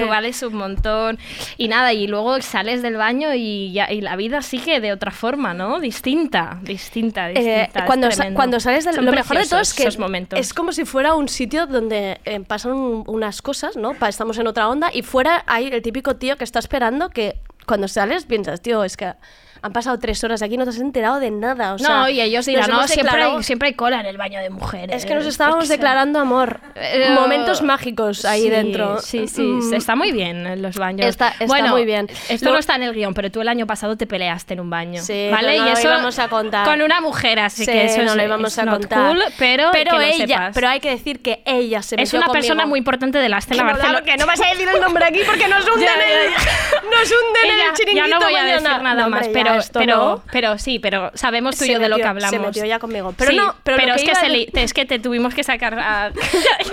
Speaker 5: tú vales un montón. Y nada, y luego sales del baño y, ya- y la vida sigue de otra forma, ¿no? Distinta, distinta,
Speaker 4: Eh,
Speaker 5: distinta. es
Speaker 4: cuando, sa-
Speaker 5: tremendo.
Speaker 4: cuando sales del
Speaker 5: Son
Speaker 4: lo mejor de todo es
Speaker 5: preciosos
Speaker 4: que
Speaker 5: esos momentos.
Speaker 4: es como si fuera un sitio donde eh, pasan un- unas cosas, ¿no? Pa- Estamos en otra onda y fuera hay el típico tío que está esperando que cuando sales piensas, tío, es que han pasado tres horas aquí no te has enterado de nada. O sea,
Speaker 5: no, y ellos dirán,
Speaker 4: nos
Speaker 5: no,
Speaker 4: hemos
Speaker 5: siempre
Speaker 4: declarado-
Speaker 5: hay, siempre hay cola en el baño de mujeres.
Speaker 4: Es que nos estábamos
Speaker 5: porque se-
Speaker 4: declarando amor.
Speaker 5: Eh,
Speaker 4: Momentos mágicos ahí
Speaker 5: sí,
Speaker 4: dentro.
Speaker 5: Sí, sí,
Speaker 4: Mm.
Speaker 5: está muy bien en los baños.
Speaker 4: Está- está
Speaker 5: bueno,
Speaker 4: muy bien.
Speaker 5: Esto
Speaker 4: Lo-
Speaker 5: no está en el guión, pero tú el año pasado te peleaste en un baño.
Speaker 4: Sí,
Speaker 5: ¿Vale?
Speaker 4: no, no
Speaker 5: y
Speaker 4: lo
Speaker 5: eso
Speaker 4: íbamos a contar.
Speaker 5: Con una mujer, así
Speaker 4: Sí,
Speaker 5: que eso
Speaker 4: no
Speaker 5: es,
Speaker 4: lo íbamos
Speaker 5: it's
Speaker 4: a
Speaker 5: not
Speaker 4: contar.
Speaker 5: cool, pero, que lo
Speaker 4: ella,
Speaker 5: sepas.
Speaker 4: pero hay que decir que ella se
Speaker 5: es
Speaker 4: metió
Speaker 5: una
Speaker 4: conmigo.
Speaker 5: persona muy importante de la
Speaker 4: que
Speaker 5: escena
Speaker 4: no, la-
Speaker 5: Barcelona.
Speaker 4: que no vas a decir el nombre aquí porque nos hunden,
Speaker 5: Ya, ya,
Speaker 4: el-
Speaker 5: ya.
Speaker 4: nos hunden
Speaker 5: Ella-
Speaker 4: el chiringuito
Speaker 5: ya no voy a
Speaker 4: mañana.
Speaker 5: decir nada
Speaker 4: No, hombre,
Speaker 5: más,
Speaker 4: ya,
Speaker 5: pero,
Speaker 4: esto
Speaker 5: pero,
Speaker 4: no.
Speaker 5: pero sí, pero sabemos tú y
Speaker 4: Se
Speaker 5: yo de lo que
Speaker 4: metió-
Speaker 5: hablamos.
Speaker 4: se metió ya conmigo. Pero no, pero lo que
Speaker 5: es, que
Speaker 4: iba
Speaker 5: se
Speaker 4: a
Speaker 5: li-
Speaker 4: de-
Speaker 5: es que te tuvimos que sacar a-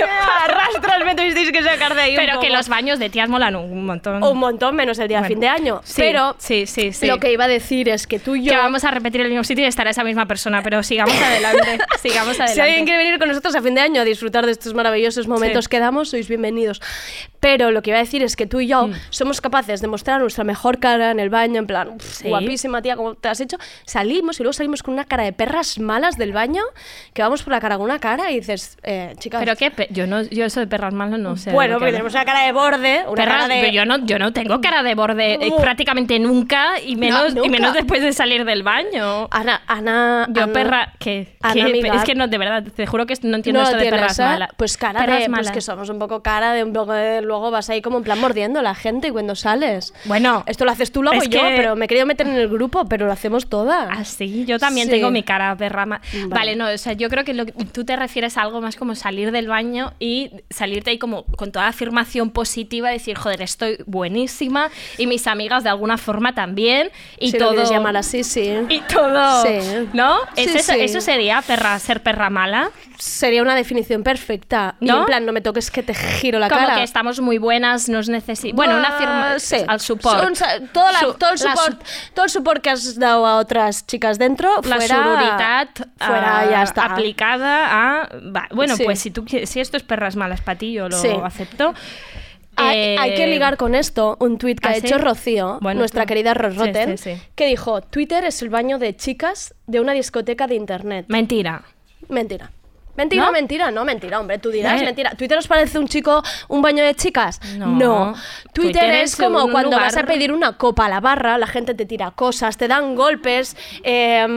Speaker 4: A rastras me tuvisteis que sacar de ahí un
Speaker 5: pero que
Speaker 4: poco.
Speaker 5: los baños de tías molan un montón.
Speaker 4: un montón menos el día de
Speaker 5: Bueno,
Speaker 4: fin de año.
Speaker 5: sí,
Speaker 4: pero
Speaker 5: sí, sí, sí.
Speaker 4: lo que iba a decir es que tú y yo
Speaker 5: que vamos a repetir el mismo sitio y estará esa misma persona, pero sigamos adelante, sigamos adelante.
Speaker 4: Si alguien quiere venir con nosotros a fin de año a disfrutar de estos maravillosos momentos
Speaker 5: Sí.
Speaker 4: que damos, sois bienvenidos. Pero lo que iba a decir es que tú y yo
Speaker 5: Mm.
Speaker 4: somos capaces de mostrar nuestra mejor cara en el baño, en plan, "Uf,
Speaker 5: Sí.
Speaker 4: guapísima tía, como te has hecho. Salimos y luego salimos con una cara de perras malas del baño, que vamos por la cara con una cara y dices, eh, chicas,
Speaker 5: Pero qué, pe- yo no, yo eso de perras malas no sé. de
Speaker 4: bueno,
Speaker 5: lo que
Speaker 4: porque
Speaker 5: hablas.
Speaker 4: tenemos una cara de borde, una
Speaker 5: Perras,
Speaker 4: cara de...
Speaker 5: pero yo no, yo no tengo cara de borde eh,
Speaker 4: No.
Speaker 5: prácticamente nunca y menos
Speaker 4: nunca.
Speaker 5: y menos después de salir del baño.
Speaker 4: Ana, Ana,
Speaker 5: Yo
Speaker 4: Ana-
Speaker 5: perra que
Speaker 4: Ana, amiga.
Speaker 5: es que no de verdad te juro que no entiendo
Speaker 4: No
Speaker 5: esto de
Speaker 4: tienes,
Speaker 5: perras
Speaker 4: ¿eh?
Speaker 5: malas.
Speaker 4: Pues cara
Speaker 5: Perras
Speaker 4: de, pues
Speaker 5: malas.
Speaker 4: que somos un poco cara de un poco de- luego vas ahí como en plan mordiendo a la gente y cuando sales.
Speaker 5: Bueno,
Speaker 4: Esto lo haces tú, lo hago
Speaker 5: es
Speaker 4: yo,
Speaker 5: que-
Speaker 4: pero me he querido meter en el grupo, pero lo hacemos todas.
Speaker 5: Así, yo también
Speaker 4: Sí.
Speaker 5: tengo mi cara perra ma-
Speaker 4: Vale.
Speaker 5: Vale. no, o sea, yo creo que, lo que- tú te refieres a algo más como salir del baño y salirte ahí como con toda afirmación positiva, decir, joder, estoy buenísima y mis amigas de alguna forma también y
Speaker 4: si lo
Speaker 5: todo.
Speaker 4: quieres llamar así, sí.
Speaker 5: y todo,
Speaker 4: Sí.
Speaker 5: ¿no?
Speaker 4: Sí,
Speaker 5: ¿Es eso,
Speaker 4: sí.
Speaker 5: eso sería perra, ser perra mala.
Speaker 4: Sería una definición perfecta. Y
Speaker 5: ¿No?
Speaker 4: en plan, no me toques que te giro la
Speaker 5: Como
Speaker 4: cara.
Speaker 5: que estamos muy buenas, nos necesitamos. Bueno, una firma
Speaker 4: Ah, sí.
Speaker 5: al support.
Speaker 4: Un sa- toda la-
Speaker 5: Su-
Speaker 4: todo, el
Speaker 5: la
Speaker 4: support, todo el support que has dado a otras chicas dentro,
Speaker 5: la
Speaker 4: fuera,
Speaker 5: sororidad
Speaker 4: fuera
Speaker 5: ah,
Speaker 4: ya está.
Speaker 5: aplicada a va, bueno
Speaker 4: Sí.
Speaker 5: pues si tú qui- si esto es perras malas para ti yo lo
Speaker 4: Sí.
Speaker 5: acepto
Speaker 4: Hay,
Speaker 5: Eh,
Speaker 4: hay que ligar con esto un tuit que
Speaker 5: ¿Ah,
Speaker 4: ha
Speaker 5: sí?
Speaker 4: hecho Rocío,
Speaker 5: Bueno,
Speaker 4: nuestra
Speaker 5: tú-
Speaker 4: querida
Speaker 5: sí,
Speaker 4: Rosroten,
Speaker 5: sí, sí.
Speaker 4: que dijo, Twitter es el baño de chicas de una discoteca de internet.
Speaker 5: mentira
Speaker 4: Mentira. Mentira,
Speaker 5: ¿No?
Speaker 4: mentira, no, mentira, hombre, tú dirás,
Speaker 5: Eh.
Speaker 4: mentira. ¿Twitter os parece un chico, un baño de chicas?
Speaker 5: No.
Speaker 4: Twitter,
Speaker 5: Twitter
Speaker 4: es
Speaker 5: es
Speaker 4: como
Speaker 5: un
Speaker 4: cuando
Speaker 5: lugar-
Speaker 4: vas a pedir una copa a la barra, la gente te tira cosas, te dan golpes, eh,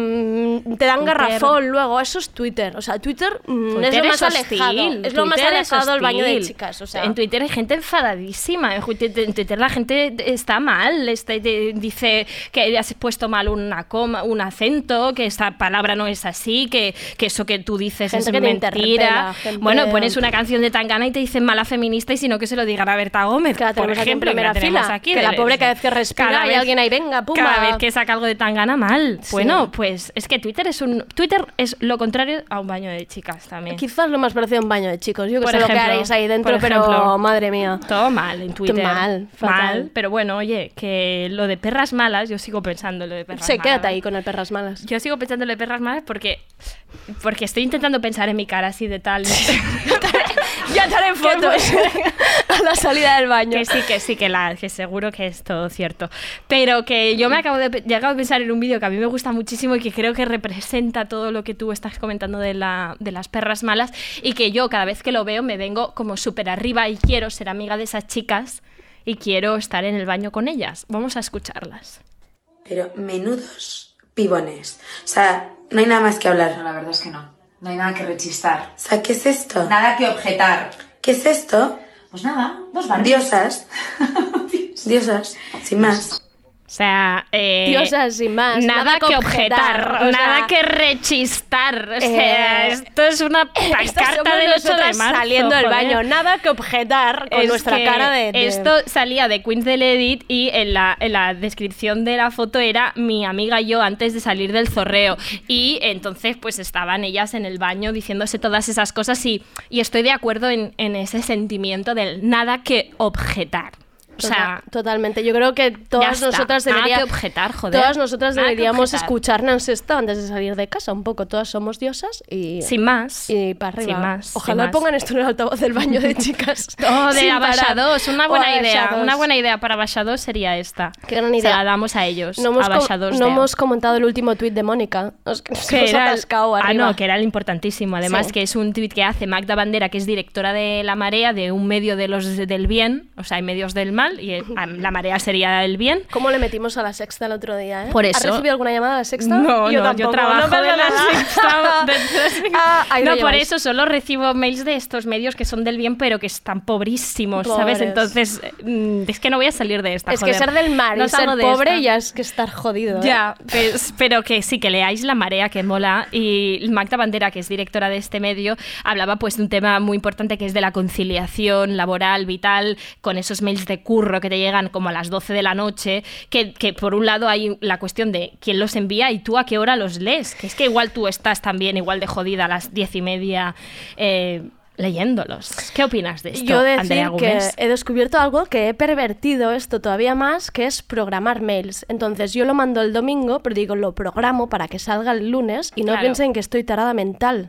Speaker 4: te dan
Speaker 5: Twitter.
Speaker 4: garrafón luego, eso es Twitter. O sea, Twitter, mm, es lo
Speaker 5: Twitter
Speaker 4: más
Speaker 5: hostil,
Speaker 4: alejado. Es lo más
Speaker 5: Twitter es
Speaker 4: alejado del baño de
Speaker 5: hostil.
Speaker 4: chicas, o sea.
Speaker 5: En Twitter hay gente enfadadísima. En Twitter, en Twitter la gente está mal. está- te- dice que has puesto mal una coma, un acento, que esta palabra no es así, que, que eso que tú dices
Speaker 4: Gente
Speaker 5: es
Speaker 4: que
Speaker 5: mentira.
Speaker 4: interpela, gente-
Speaker 5: Bueno, pones una canción de Tangana y te dicen mala feminista y sino que se lo digan a Berta Gómez,
Speaker 4: Que la
Speaker 5: por
Speaker 4: tenemos aquí en
Speaker 5: ejemplo, que la
Speaker 4: primera
Speaker 5: tenemos
Speaker 4: fila,
Speaker 5: aquí.
Speaker 4: que la
Speaker 5: de-
Speaker 4: pobre cada vez que respira
Speaker 5: cada
Speaker 4: hay
Speaker 5: vez-
Speaker 4: alguien ahí, venga, pumba.
Speaker 5: Cada vez que saca algo de Tangana mal.
Speaker 4: Sí.
Speaker 5: Bueno, pues es que Twitter es un Twitter es lo contrario a un baño de chicas también.
Speaker 4: Eh, Quizás lo más parecido a un baño de chicos. Yo que
Speaker 5: Por
Speaker 4: sé lo que
Speaker 5: ejemplo,
Speaker 4: haréis ahí dentro,
Speaker 5: por
Speaker 4: pero
Speaker 5: ejemplo.
Speaker 4: madre mía.
Speaker 5: Todo mal en Twitter.
Speaker 4: mal, fatal.
Speaker 5: Mal, pero bueno, oye, que lo de perras malas, yo sigo pensando lo de perras
Speaker 4: Se
Speaker 5: malas.
Speaker 4: quédate ahí con el perras malas.
Speaker 5: Yo sigo pensando lo de perras malas porque, porque estoy intentando pensar en mi cara así de tal.
Speaker 4: Ya te haré fotos a la salida del baño.
Speaker 5: que sí, que sí, que, la, que seguro que es todo cierto. Pero que yo me acabo de, pe- yo acabo de pensar en un vídeo que a mí me gusta muchísimo y que creo que representa todo lo que tú estás comentando de, la, de las perras malas y que yo cada vez que lo veo me vengo como súper arriba y quiero ser amiga de esas chicas y quiero estar en el baño con ellas. Vamos a escucharlas.
Speaker 8: Pero menudos pibones. O sea, no hay nada más que
Speaker 9: No,
Speaker 8: hablar.
Speaker 9: la verdad es que no. No hay nada que rechistar.
Speaker 8: O sea, ¿qué es esto?
Speaker 9: Nada que objetar.
Speaker 8: ¿Qué es esto?
Speaker 9: Pues nada, dos bandidos.
Speaker 8: Diosas. Diosas. Sin más.
Speaker 5: O sea, eh,
Speaker 4: Diosas sin más,
Speaker 5: Nada, que objetar,
Speaker 4: o
Speaker 5: nada
Speaker 4: sea,
Speaker 5: que rechistar. O sea,
Speaker 4: eh,
Speaker 5: esto es una carta
Speaker 4: somos
Speaker 5: del 8 de
Speaker 4: nosotras
Speaker 5: marzo.
Speaker 4: saliendo del
Speaker 5: joder.
Speaker 4: baño. Nada que objetar con
Speaker 5: Es
Speaker 4: nuestra
Speaker 5: que
Speaker 4: cara de, de-
Speaker 5: Esto salía de Queens del Edit y en la, en la descripción de la foto era mi amiga y yo antes de salir del zorreo. Y entonces pues estaban ellas en el baño diciéndose todas esas cosas y, y estoy de acuerdo en, en ese sentimiento del nada que objetar. O sea,
Speaker 4: Tota- totalmente. Yo creo que todas
Speaker 5: está.
Speaker 4: nosotras
Speaker 5: Nada
Speaker 4: deberíamos
Speaker 5: que objetar, joder.
Speaker 4: Todas nosotras
Speaker 5: Nada que
Speaker 4: deberíamos
Speaker 5: objetar.
Speaker 4: escucharnos esto antes de salir de casa un poco. Todas somos diosas y
Speaker 5: sin más.
Speaker 4: y para arriba.
Speaker 5: Sin más. sin
Speaker 4: Ojalá
Speaker 5: más.
Speaker 4: pongan esto en el altavoz del baño Oh, de chicas.
Speaker 5: O de
Speaker 4: Sin
Speaker 5: la Basha
Speaker 4: parar.
Speaker 5: 2, una
Speaker 4: O
Speaker 5: buena
Speaker 4: Basha
Speaker 5: idea.
Speaker 4: 2.
Speaker 5: Una buena idea para Basha 2 sería esta.
Speaker 4: Qué gran
Speaker 5: Se
Speaker 4: idea.
Speaker 5: la damos a ellos.
Speaker 4: No hemos,
Speaker 5: a
Speaker 4: com-
Speaker 5: Basha 2
Speaker 4: no
Speaker 5: de-
Speaker 4: hemos comentado el último tuit de Mónica. Nos, nos
Speaker 5: que
Speaker 4: hemos
Speaker 5: era el-
Speaker 4: atascado
Speaker 5: ah,
Speaker 4: arriba.
Speaker 5: no, que era el importantísimo. Además,
Speaker 4: Sí.
Speaker 5: que es un tuit que hace Magda Bandera, que es directora de La Marea, de un medio de los del bien, o sea, hay medios del mal, y eh, a- La Marea sería el bien.
Speaker 4: ¿Cómo le metimos a la sexta el otro día? eh?
Speaker 5: Por eso-
Speaker 4: ¿Has recibido alguna llamada de la sexta?
Speaker 5: No,
Speaker 4: yo
Speaker 5: no,
Speaker 4: tampoco.
Speaker 5: yo trabajo
Speaker 4: no pasa
Speaker 5: de la
Speaker 4: nada.
Speaker 5: sexta- de- de la sexta.
Speaker 4: Ah, ahí lo
Speaker 5: no, por
Speaker 4: lleváis.
Speaker 5: eso solo recibo mails de estos medios que son del bien, pero que están pobrísimos,
Speaker 4: Pobres.
Speaker 5: ¿sabes? Entonces, mm, es que no voy a salir de esta.
Speaker 4: Es que
Speaker 5: joder.
Speaker 4: ser del mar
Speaker 5: No
Speaker 4: y ser
Speaker 5: salgo de
Speaker 4: pobre
Speaker 5: esta.
Speaker 4: ya es que estar jodido. ¿eh?
Speaker 5: Ya, pues, pero que sí, que leáis La Marea, que mola. Y Magda Bandera, que es directora de este medio, hablaba pues de un tema muy importante que es de la conciliación laboral, vital, con esos mails de curro que te llegan como a las 12 de la noche, que, que por un lado hay la cuestión de quién los envía y tú a qué hora los lees, que es que igual tú estás también igual de jodida a las diez y media eh, leyéndolos. ¿Qué opinas de esto,
Speaker 4: Yo decir
Speaker 5: Andrea
Speaker 4: que
Speaker 5: Gómez?
Speaker 4: he descubierto algo que he pervertido esto todavía más, que es programar mails. Entonces yo lo mando el domingo, pero digo, lo programo para que salga el lunes y no
Speaker 5: Claro.
Speaker 4: piensen que estoy tarada mental.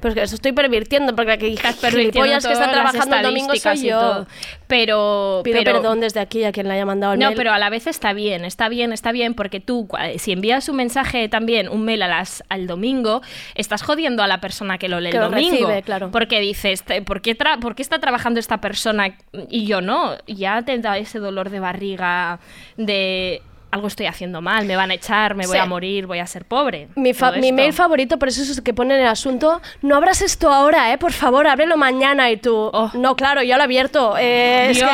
Speaker 4: Pues que eso estoy pervirtiendo, porque aquí
Speaker 5: Hmm. Estás pervirtiendo
Speaker 4: gilipollas que están
Speaker 5: todas las
Speaker 4: trabajando el domingo soy
Speaker 5: estadísticas y
Speaker 4: yo.
Speaker 5: todo. Pero,
Speaker 4: Pido
Speaker 5: pero-
Speaker 4: perdón desde aquí a quien le haya mandado el
Speaker 5: No,
Speaker 4: mail.
Speaker 5: pero a la vez está bien, está bien, está bien, porque tú, cua- si envías un mensaje también, un mail a las, al domingo, estás jodiendo a la persona que lo lee
Speaker 4: Que
Speaker 5: el
Speaker 4: lo
Speaker 5: domingo.
Speaker 4: recibe, claro.
Speaker 5: Porque dices, "Te- ¿por qué, tra- por qué está trabajando esta persona y yo no? Ya te da ese dolor de barriga de algo estoy haciendo mal, me van a echar, me voy
Speaker 4: Sí.
Speaker 5: a morir, voy a ser pobre.
Speaker 4: Mi, fa-
Speaker 5: Todo
Speaker 4: mi
Speaker 5: esto.
Speaker 4: mail favorito, por eso es el que pone en el asunto, no abras esto ahora, ¿eh? Por favor, ábrelo mañana y tú.
Speaker 5: Oh.
Speaker 4: No, claro, ya lo he abierto. eh, es
Speaker 5: Dios,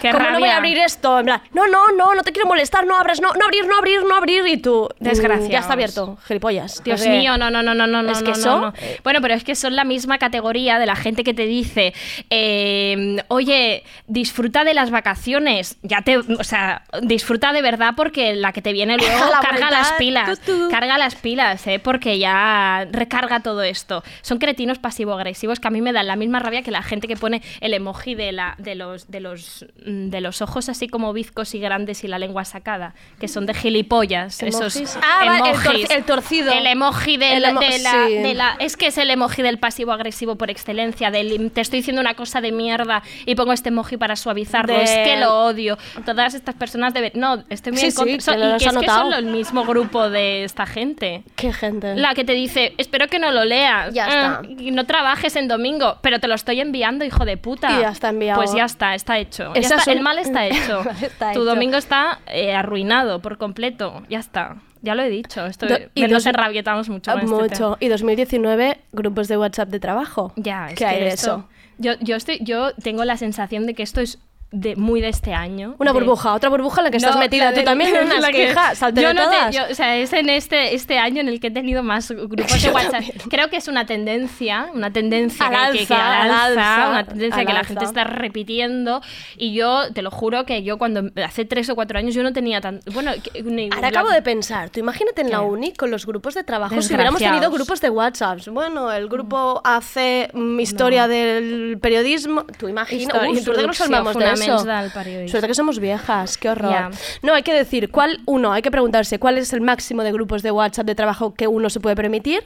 Speaker 4: que,
Speaker 5: qué
Speaker 4: ¿Cómo no voy
Speaker 5: rabia.
Speaker 4: a abrir esto? En plan, no, no, no, no te quiero molestar, no abras, no, no abrir, no abrir, no abrir y tú. mm,
Speaker 5: Desgraciaos.
Speaker 4: Ya está abierto, gilipollas.
Speaker 5: Dios
Speaker 4: O sea,
Speaker 5: mío, no, no, no, no, no, no,
Speaker 4: es que
Speaker 5: no, no,
Speaker 4: son-
Speaker 5: no. Bueno, pero es que son la misma categoría de la gente que te dice, eh, oye, disfruta de las vacaciones, ya te, o sea, disfruta de verdad porque la que te viene luego
Speaker 4: A la
Speaker 5: carga
Speaker 4: vuelta,
Speaker 5: las pilas,
Speaker 4: tú, tú.
Speaker 5: carga las pilas, eh, porque ya recarga todo esto. Son cretinos pasivo-agresivos que a mí me dan la misma rabia que la gente que pone el emoji de la, de los, de los, mm, de los ojos así como bizcos y grandes y la lengua sacada, que son de gilipollas,
Speaker 4: Emojis.
Speaker 5: esos
Speaker 4: Ah, vale, el
Speaker 5: emojis.
Speaker 4: torci- el torcido.
Speaker 5: El emoji del-
Speaker 4: El emo-
Speaker 5: de, la,
Speaker 4: sí.
Speaker 5: de la- Es que es el emoji del pasivo agresivo por excelencia. Del, te estoy diciendo una cosa de mierda y pongo este emoji para suavizarlo.
Speaker 4: Del-
Speaker 5: Es que lo odio. Todas estas personas deben. No, estoy muy
Speaker 4: Sí,
Speaker 5: en contra.
Speaker 4: sí,
Speaker 5: son-
Speaker 4: que lo
Speaker 5: y
Speaker 4: has
Speaker 5: que es que
Speaker 4: anotado.
Speaker 5: son el mismo grupo de esta gente.
Speaker 4: Qué gente.
Speaker 5: La que te dice, espero que no lo leas.
Speaker 4: Ya está.
Speaker 5: Ah, y no trabajes en domingo, pero te lo estoy enviando, hijo de puta.
Speaker 4: Y ya está enviado.
Speaker 5: Pues ya está, está hecho. Ya
Speaker 4: Esa
Speaker 5: está,
Speaker 4: es un-
Speaker 5: El mal está hecho.
Speaker 4: Está
Speaker 5: tu
Speaker 4: hecho.
Speaker 5: domingo está eh, arruinado por completo. Ya está. Ya lo he dicho. Esto,
Speaker 4: Do-
Speaker 5: y nos
Speaker 4: dos-
Speaker 5: enrabietamos mucho. con este tema.
Speaker 4: Ah, mucho. Y 2019, grupos de WhatsApp de trabajo.
Speaker 5: Ya, es
Speaker 4: ¿Qué hay
Speaker 5: que
Speaker 4: de
Speaker 5: esto-
Speaker 4: eso?
Speaker 5: Yo, yo, estoy, yo tengo la sensación de que esto es de, muy de este año.
Speaker 4: Una
Speaker 5: de-
Speaker 4: burbuja, otra burbuja en la que estás
Speaker 5: No,
Speaker 4: metida.
Speaker 5: la
Speaker 4: Tú
Speaker 5: de-
Speaker 4: también en
Speaker 5: la
Speaker 4: las
Speaker 5: que-
Speaker 4: quejas, salte
Speaker 5: yo
Speaker 4: de
Speaker 5: no te-
Speaker 4: todas.
Speaker 5: yo- o sea, es en este, este año en el que he tenido más grupos de
Speaker 4: Yo
Speaker 5: WhatsApp.
Speaker 4: también.
Speaker 5: Creo que es una tendencia, una tendencia
Speaker 4: Al
Speaker 5: que, que- que
Speaker 4: alza,
Speaker 5: al
Speaker 4: al
Speaker 5: alza,
Speaker 4: alza,
Speaker 5: una tendencia
Speaker 4: al
Speaker 5: que la
Speaker 4: alza.
Speaker 5: gente está repitiendo. Y yo te lo juro que yo cuando hace tres o cuatro años yo no tenía tan bueno. que- ni-
Speaker 4: Ahora
Speaker 5: la-
Speaker 4: acabo de pensar, tú imagínate en la
Speaker 5: ¿Qué?
Speaker 4: uni con los grupos de trabajo, si hubiéramos
Speaker 5: Desgraciados.
Speaker 4: tenido grupos de WhatsApps. Bueno, el grupo hace mm, historia del periodismo. Tú imaginas,
Speaker 5: Histori-
Speaker 4: Uy, suerte que nos
Speaker 5: introducción,
Speaker 4: salvamos de eso.
Speaker 5: fonaments del periodismo.
Speaker 4: Suerte que somos viejas, qué horror.
Speaker 5: Ya.
Speaker 4: No, hay que decir, ¿cuál uno? Hay que preguntarse cuál es el máximo de grupos de WhatsApp de trabajo que uno se puede permitir.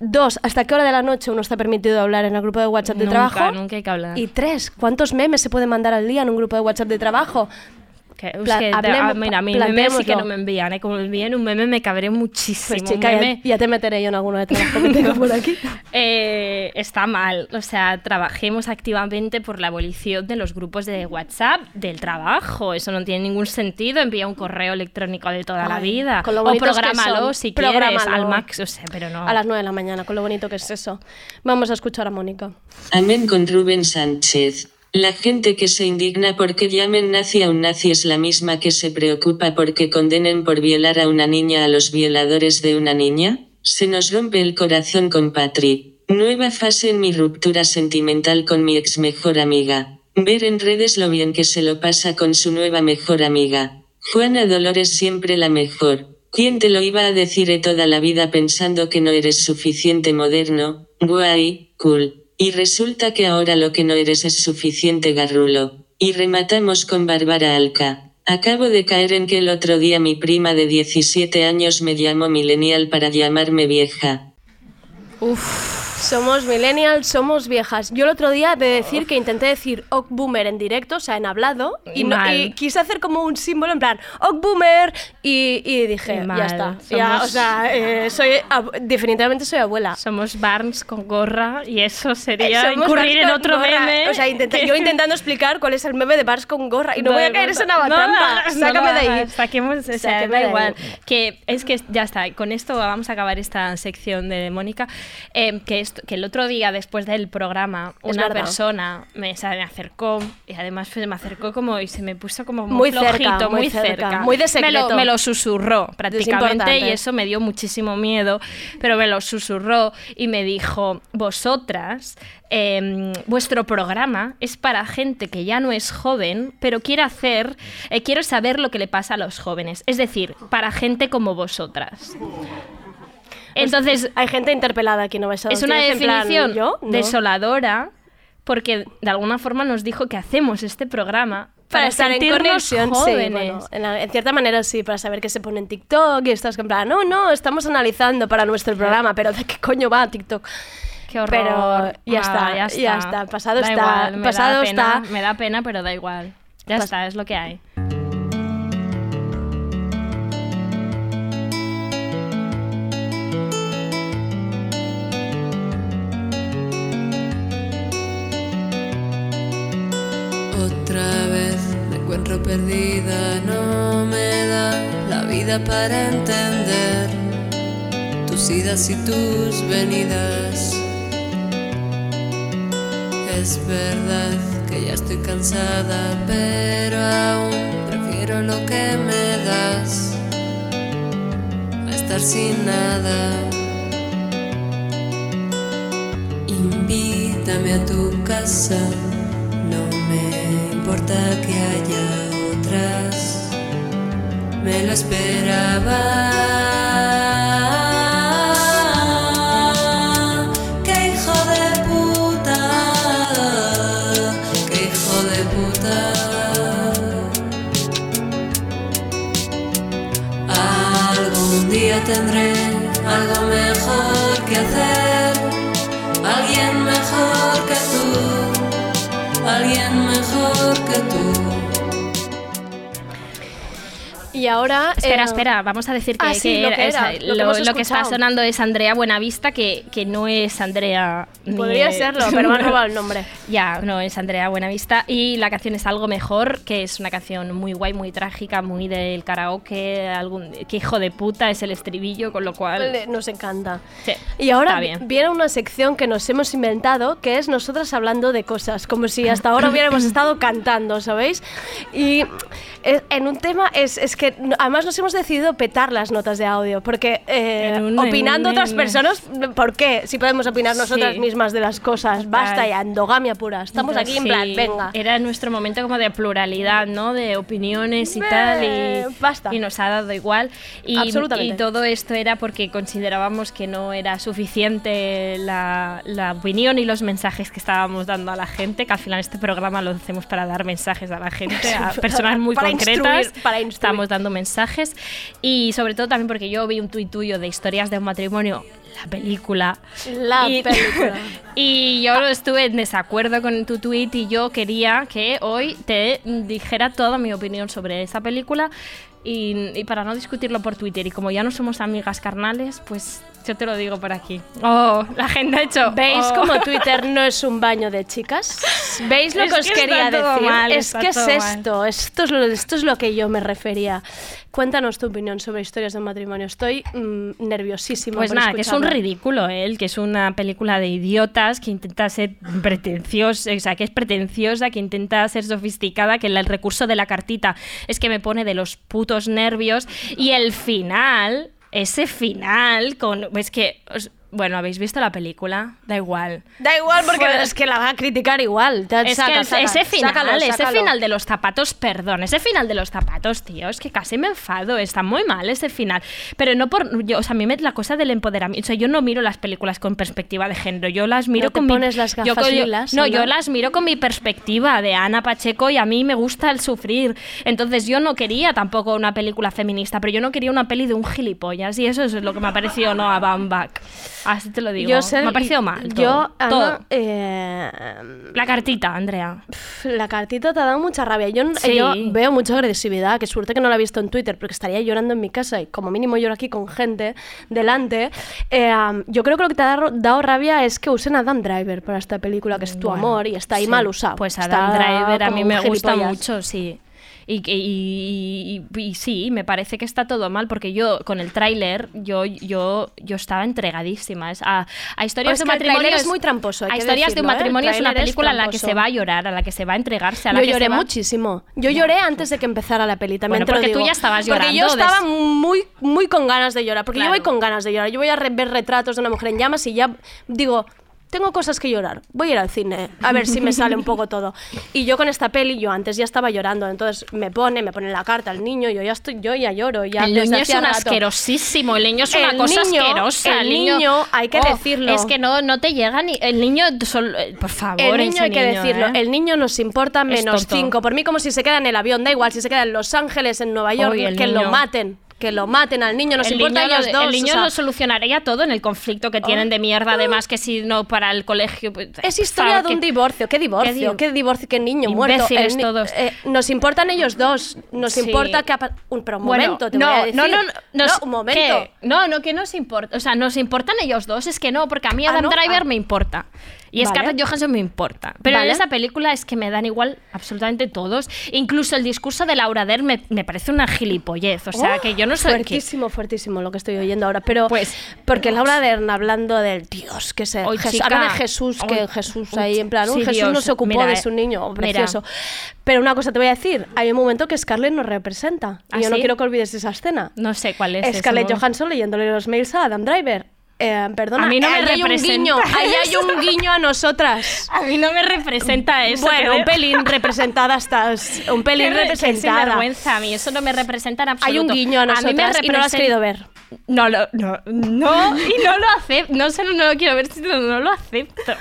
Speaker 4: Dos, ¿hasta qué hora de la noche uno está permitido hablar en el grupo de WhatsApp de
Speaker 5: Nunca,
Speaker 4: trabajo?
Speaker 5: nunca hay que hablar.
Speaker 4: Y tres, ¿cuántos memes se puede mandar al día en un grupo de WhatsApp de trabajo?
Speaker 5: Que, es
Speaker 4: Pla-
Speaker 5: que da-
Speaker 4: hablemos-
Speaker 5: ah, mira, a mí
Speaker 4: pla-
Speaker 5: memes sí que
Speaker 4: planteémoslo.
Speaker 5: no me envían. ¿eh? Como me envíen un meme me cabré muchísimo.
Speaker 4: Pues
Speaker 5: un
Speaker 4: chica, ya,
Speaker 5: meme-
Speaker 4: ya te meteré yo en alguno de trabajo que tengo por aquí.
Speaker 5: Eh, está mal. O sea, trabajemos activamente por la abolición de los grupos de WhatsApp del trabajo. Eso no tiene ningún sentido. Envía un correo electrónico de toda la
Speaker 4: Ay,
Speaker 5: vida.
Speaker 4: con lo
Speaker 5: o
Speaker 4: bonitos que
Speaker 5: prográmalo
Speaker 4: son.
Speaker 5: si quieres
Speaker 4: Prográmalo.
Speaker 5: al max. O sea, pero no.
Speaker 4: A las 9 de la mañana, con lo bonito que es eso. Vamos a escuchar a Mónica.
Speaker 3: Amén con Rubén Sánchez. La gente que se indigna porque llamen nazi a un nazi es la misma que se preocupa porque condenen por violar a una niña a los violadores de una niña. Se nos rompe el corazón con Patri. Nueva fase en mi ruptura sentimental con mi ex mejor amiga. Ver en redes lo bien que se lo pasa con su nueva mejor amiga. Juana Dolores siempre la mejor. ¿Quién te lo iba a decir eh, toda la vida pensando que no eres suficiente moderno, guay, cool? Y resulta que ahora lo que no eres es suficiente garrulo. Y rematamos con Bárbara Alca. Acabo de caer en que el otro día mi prima de 17 años me llamó millennial para llamarme vieja.
Speaker 4: Somos millennials, somos viejas. Yo el otro día he de decir que intenté decir ok boomer en directo, o sea, en hablado, y,
Speaker 5: Y
Speaker 4: no-
Speaker 5: mal.
Speaker 4: y quise hacer como un símbolo en plan ok boomer, y, y dije,
Speaker 5: Y mal.
Speaker 4: ya está. Ya,
Speaker 5: Somos-
Speaker 4: o sea, eh, soy, ab- definitivamente soy abuela. Eh,
Speaker 5: Somos Barnes con gorra y eso sería
Speaker 4: Somos
Speaker 5: incurrir en
Speaker 4: Bars con
Speaker 5: otro
Speaker 4: gorra.
Speaker 5: meme.
Speaker 4: O sea, intenta-
Speaker 5: que-
Speaker 4: yo intentando explicar cuál es el meme de Bars con gorra. Y no,
Speaker 5: No,
Speaker 4: voy a
Speaker 5: no,
Speaker 4: caer en
Speaker 5: no,
Speaker 4: esa navatampa.
Speaker 5: no, no,
Speaker 4: Sácame
Speaker 5: no,
Speaker 4: de
Speaker 5: no,
Speaker 4: ahí.
Speaker 5: Saquemos, o sea,
Speaker 4: Sácame de
Speaker 5: da
Speaker 4: ahí.
Speaker 5: igual. Que es que ya está, con esto vamos a acabar esta sección de Mónica. Eh, que, esto- que el otro día, después del programa,
Speaker 4: Es
Speaker 5: una
Speaker 4: verdad.
Speaker 5: persona me, se me acercó y además se me acercó como y se me puso como muy,
Speaker 4: Muy cerca,
Speaker 5: flojito,
Speaker 4: muy
Speaker 5: muy cerca.
Speaker 4: cerca, muy
Speaker 5: Me
Speaker 4: de
Speaker 5: lo-
Speaker 4: secreto.
Speaker 5: me lo susurró prácticamente y
Speaker 4: importante.
Speaker 5: eso me dio muchísimo miedo, pero me lo susurró y me dijo, vosotras, eh, vuestro programa es para gente que ya no es joven, pero quiere hacer, eh, quiero saber lo que le pasa a los jóvenes, es decir, para gente como vosotras. Entonces,
Speaker 4: Pues Hay gente interpelada aquí, no vais a
Speaker 5: es una
Speaker 4: decir, en plan,
Speaker 5: definición
Speaker 4: ¿yo? No.
Speaker 5: desoladora porque de alguna forma nos dijo que hacemos este programa para, sentirnos
Speaker 4: sí,
Speaker 5: jóvenes.
Speaker 4: bueno, en, la- en cierta manera sí, para saber qué se pone en TikTok y estás en plan, no, no, estamos analizando para nuestro programa, pero ¿de qué coño va TikTok?
Speaker 5: Qué horror.
Speaker 4: Pero ya
Speaker 5: Ah,
Speaker 4: está, ya está, pasado
Speaker 5: Da
Speaker 4: está,
Speaker 5: igual, me da
Speaker 4: pasado
Speaker 5: pena,
Speaker 4: está.
Speaker 5: Me da pena, pero da igual. Ya
Speaker 4: Pas-
Speaker 5: está, es lo que hay.
Speaker 10: Otra vez me encuentro perdida, no me da la vida para entender tus idas y tus venidas. Es verdad que ya estoy cansada, pero aún prefiero lo que me das a estar sin nada. Invítame a tu casa, no me importa que haya otras, me lo esperaba. ¡Qué hijo de puta! ¡Qué hijo de puta! Algún día tendré algo mejor que hacer, alguien mejor que tú, alguien mejor que tú.
Speaker 4: Y ahora...
Speaker 5: Espera,
Speaker 4: eh,
Speaker 5: espera, vamos a decir que,
Speaker 4: ah, sí,
Speaker 5: que
Speaker 4: lo que
Speaker 5: esa-
Speaker 4: era, lo que
Speaker 5: lo,
Speaker 4: hemos
Speaker 5: lo que está
Speaker 4: escuchado.
Speaker 5: sonando es Andrea Buenavista, que, que no es Andrea ni-
Speaker 4: Podría serlo, pero me han robado el nombre.
Speaker 5: Ya, no, es Andrea Buenavista. Y la canción es Algo Mejor, que es una canción muy guay, muy trágica, muy del karaoke. Algún, que hijo de puta es el estribillo, con lo cual.
Speaker 4: Le- Nos encanta.
Speaker 5: Sí,
Speaker 4: Y ahora
Speaker 5: está bien.
Speaker 4: viene una sección que nos hemos inventado, que es nosotras hablando de cosas, como si hasta ahora hubiéramos estado cantando, ¿sabéis? Y eh, en un tema es, es que no- además nos hemos decidido petar las notas de audio, porque eh,
Speaker 5: En una, en
Speaker 4: opinando
Speaker 5: una,
Speaker 4: otras
Speaker 5: en una.
Speaker 4: personas, ¿por qué? Si podemos opinar nosotras
Speaker 5: Sí.
Speaker 4: mismas de las cosas, basta
Speaker 5: Total.
Speaker 4: ya, endogamia pura. Estamos aquí en
Speaker 5: Sí,
Speaker 4: plan, venga.
Speaker 5: Era nuestro momento como de pluralidad, ¿no? De opiniones y
Speaker 4: Beh,
Speaker 5: tal. Y,
Speaker 4: basta.
Speaker 5: y nos ha dado igual. Y,
Speaker 4: Absolutamente.
Speaker 5: y todo esto era porque considerábamos que no era suficiente la, la opinión y los mensajes que estábamos dando a la gente, que al final este programa lo hacemos para dar mensajes a la gente, a personas muy
Speaker 4: Para
Speaker 5: concretas.
Speaker 4: instruir, para instruir.
Speaker 5: Estamos dando mensajes. Y sobre todo también porque yo vi un tuit tuyo de historias de un matrimonio. La película.
Speaker 4: La película.
Speaker 5: Y yo estuve en desacuerdo con tu tweet y yo quería que hoy te dijera toda mi opinión sobre esa película y, y para no discutirlo por Twitter. Y como ya no somos amigas carnales, pues yo te lo digo por aquí. Oh, la gente ha hecho.
Speaker 4: ¿Veis
Speaker 5: oh.
Speaker 4: cómo Twitter no es un baño de chicas? ¿Veis lo
Speaker 5: Es
Speaker 4: que os
Speaker 5: que está
Speaker 4: quería
Speaker 5: todo
Speaker 4: decir?
Speaker 5: mal,
Speaker 4: es
Speaker 5: está
Speaker 4: que es
Speaker 5: todo mal.
Speaker 4: esto, esto es, lo, esto es lo que yo me refería. Cuéntanos tu opinión sobre historias de matrimonio. Estoy mm, nerviosísima.
Speaker 5: Pues
Speaker 4: por
Speaker 5: nada, que es un
Speaker 4: escucharlo.
Speaker 5: ridículo él, que es una película de idiotas que intenta ser pretenciosa, o sea, que es pretenciosa, que intenta ser sofisticada, que el recurso de la cartita es que me pone de los putos nervios y el final, ese final con es que os- bueno, habéis visto la película, da igual.
Speaker 4: Da igual porque
Speaker 5: Fuera.
Speaker 4: es que la va a criticar igual. Ta-
Speaker 5: Es
Speaker 4: saca,
Speaker 5: que el-
Speaker 4: saca,
Speaker 5: ese final,
Speaker 4: sácalo,
Speaker 5: ese
Speaker 4: sácalo.
Speaker 5: final de los zapatos, perdón, ese final de los zapatos, tío, es que casi me enfado, está muy mal ese final. Pero no por, yo, o sea, a mí me, la cosa del empoderamiento, o sea, yo no miro las películas con perspectiva de género, yo las miro
Speaker 4: No te
Speaker 5: con
Speaker 4: pones
Speaker 5: mi,
Speaker 4: las
Speaker 5: yo
Speaker 4: gafas
Speaker 5: con- yo-
Speaker 4: lilas,
Speaker 5: no,
Speaker 4: ¿o no?
Speaker 5: yo las miro con mi perspectiva de Ana Pacheco y a mí me gusta el sufrir. Entonces yo no quería tampoco una película feminista, pero yo no quería una peli de un gilipollas y eso es lo que me ha parecido no a Baumbach. Así te lo digo.
Speaker 4: Yo sé-
Speaker 5: me ha parecido mal.
Speaker 4: Yo,
Speaker 5: todo,
Speaker 4: Ana,
Speaker 5: todo.
Speaker 4: eh,
Speaker 5: La cartita, Andrea.
Speaker 4: La cartita te ha dado mucha rabia. Yo,
Speaker 5: Sí.
Speaker 4: yo veo mucha agresividad. Qué suerte que no la he visto en Twitter, porque estaría llorando en mi casa y como mínimo lloro aquí con gente delante. Eh, um, yo creo que lo que te ha dado- dado rabia es que usen a Dan Driver para esta película, que es tu
Speaker 5: Bueno,
Speaker 4: amor, y está ahí
Speaker 5: sí.
Speaker 4: mal usado.
Speaker 5: Pues a
Speaker 4: Está
Speaker 5: Dan Driver a
Speaker 4: como
Speaker 5: mí
Speaker 4: un
Speaker 5: me gusta
Speaker 4: gilipollas.
Speaker 5: mucho, sí. Y, que- y- y- y sí, me parece que está todo mal porque yo con el tráiler yo yo yo estaba entregadísima es a, a historias
Speaker 4: Es
Speaker 5: de
Speaker 4: Pues que el
Speaker 5: matrimonio
Speaker 4: tráiler es muy tramposo, hay
Speaker 5: a
Speaker 4: que
Speaker 5: historias de
Speaker 4: decirlo,
Speaker 5: un
Speaker 4: ¿eh? El
Speaker 5: matrimonio es una
Speaker 4: tráiler es
Speaker 5: película a la que
Speaker 4: tramposo.
Speaker 5: se va a llorar, a la que se va a entregarse, a la
Speaker 4: Yo
Speaker 5: que se
Speaker 4: lloré
Speaker 5: va-
Speaker 4: muchísimo. Yo lloré antes de que empezara la peli, también
Speaker 5: Bueno,
Speaker 4: te lo
Speaker 5: porque tú
Speaker 4: digo.
Speaker 5: ya estabas
Speaker 4: Porque yo
Speaker 5: llorando
Speaker 4: estaba
Speaker 5: des-
Speaker 4: muy, muy con ganas de llorar. Porque yo
Speaker 5: Claro.
Speaker 4: voy con ganas de llorar. Yo voy a re- ver retratos de una mujer en llamas y ya digo, tengo cosas que llorar. Voy a ir al cine a ver si me sale un poco todo. Y yo con esta peli, yo antes ya estaba llorando. Entonces me pone, me pone la carta al niño. Yo ya estoy, yo ya lloro. Ya
Speaker 5: el
Speaker 4: desde
Speaker 5: niño es
Speaker 4: hacía
Speaker 5: un
Speaker 4: rato.
Speaker 5: asquerosísimo, el niño es una
Speaker 4: El
Speaker 5: cosa
Speaker 4: niño-
Speaker 5: asquerosa. Oh,
Speaker 4: el niño, hay que decirlo.
Speaker 5: Es que no, no te llega ni. El niño, sol- eh, por favor,
Speaker 4: El niño
Speaker 5: ese
Speaker 4: hay que
Speaker 5: niño,
Speaker 4: decirlo,
Speaker 5: ¿eh?
Speaker 4: el niño nos importa menos
Speaker 5: tonto.
Speaker 4: 5. Por mí como si se queda en el avión, da igual, si se queda en Los Ángeles, en Nueva York,
Speaker 5: Uy, el
Speaker 4: que lo
Speaker 5: niño.
Speaker 4: maten, que lo maten al niño, nos
Speaker 5: el
Speaker 4: importa
Speaker 5: niño,
Speaker 4: a ellos
Speaker 5: lo,
Speaker 4: dos.
Speaker 5: el niño
Speaker 4: o sea, Ah.
Speaker 5: lo solucionaría todo en el conflicto que tienen de mierda, además que si no para el colegio. pues,
Speaker 4: es
Speaker 5: por
Speaker 4: historia
Speaker 5: favor,
Speaker 4: de un
Speaker 5: que-
Speaker 4: divorcio, qué divorcio,
Speaker 5: di-
Speaker 4: qué divorcio, qué niño muerto.
Speaker 5: Imbéciles
Speaker 4: ni-
Speaker 5: todos.
Speaker 4: eh, nos importan ellos dos, nos
Speaker 5: Sí.
Speaker 4: importa que... ha pa- Un, pero un
Speaker 5: Bueno,
Speaker 4: momento, te
Speaker 5: no,
Speaker 4: voy a decir.
Speaker 5: no, no, no, nos-
Speaker 4: un momento.
Speaker 5: ¿qué? No, no, que nos importa. O sea, nos importan ellos dos, es que no, porque a mí
Speaker 4: Ah,
Speaker 5: Adam
Speaker 4: no,
Speaker 5: Driver
Speaker 4: ah.
Speaker 5: me importa. Y
Speaker 4: Vale.
Speaker 5: Scarlett Johansson me importa. Pero
Speaker 4: Vale.
Speaker 5: en esa película es que me dan igual absolutamente todos. Incluso el discurso de Laura Dern me, me parece una gilipollez. O sea,
Speaker 4: Oh,
Speaker 5: que yo no soy. que-
Speaker 4: Fuertísimo, fuertísimo lo que estoy oyendo ahora. Pero.
Speaker 5: Pues-
Speaker 4: Porque Laura Dern hablando del Dios, que se.
Speaker 5: Hoy,
Speaker 4: Jes-
Speaker 5: chica,
Speaker 4: habla de Jesús, que
Speaker 5: hoy-
Speaker 4: Jesús
Speaker 5: hoy,
Speaker 4: ahí en plan. un
Speaker 5: sí,
Speaker 4: Jesús
Speaker 5: Dios,
Speaker 4: no se ocupó
Speaker 5: mira, eh,
Speaker 4: de su niño, oh,
Speaker 5: mira.
Speaker 4: precioso. Pero una cosa te voy a decir: hay un momento que Scarlett nos representa.
Speaker 5: ¿Ah,
Speaker 4: y yo no
Speaker 5: sí?
Speaker 4: quiero que olvides esa escena.
Speaker 5: No sé cuál es. ese
Speaker 4: Scarlett
Speaker 5: momento.
Speaker 4: Johansson leyéndole los mails a Adam Driver. Eh, perdona,
Speaker 5: A mí no me
Speaker 4: ahí hay un
Speaker 5: representa
Speaker 4: guiño, ahí hay
Speaker 5: eso.
Speaker 4: un guiño a nosotras.
Speaker 5: A mí no me representa eso.
Speaker 4: Mm, bueno,
Speaker 5: que-
Speaker 4: un pelín representada estás, un pelín
Speaker 5: Qué
Speaker 4: representada.
Speaker 5: vergüenza, a mí eso no me representa en absoluto.
Speaker 4: Hay un guiño a
Speaker 5: mí me
Speaker 4: nosotras y no lo has
Speaker 5: representa-
Speaker 4: querido ver.
Speaker 5: No, lo- no, no, y no lo acepto. No solo no lo quiero ver, sino no lo acepto.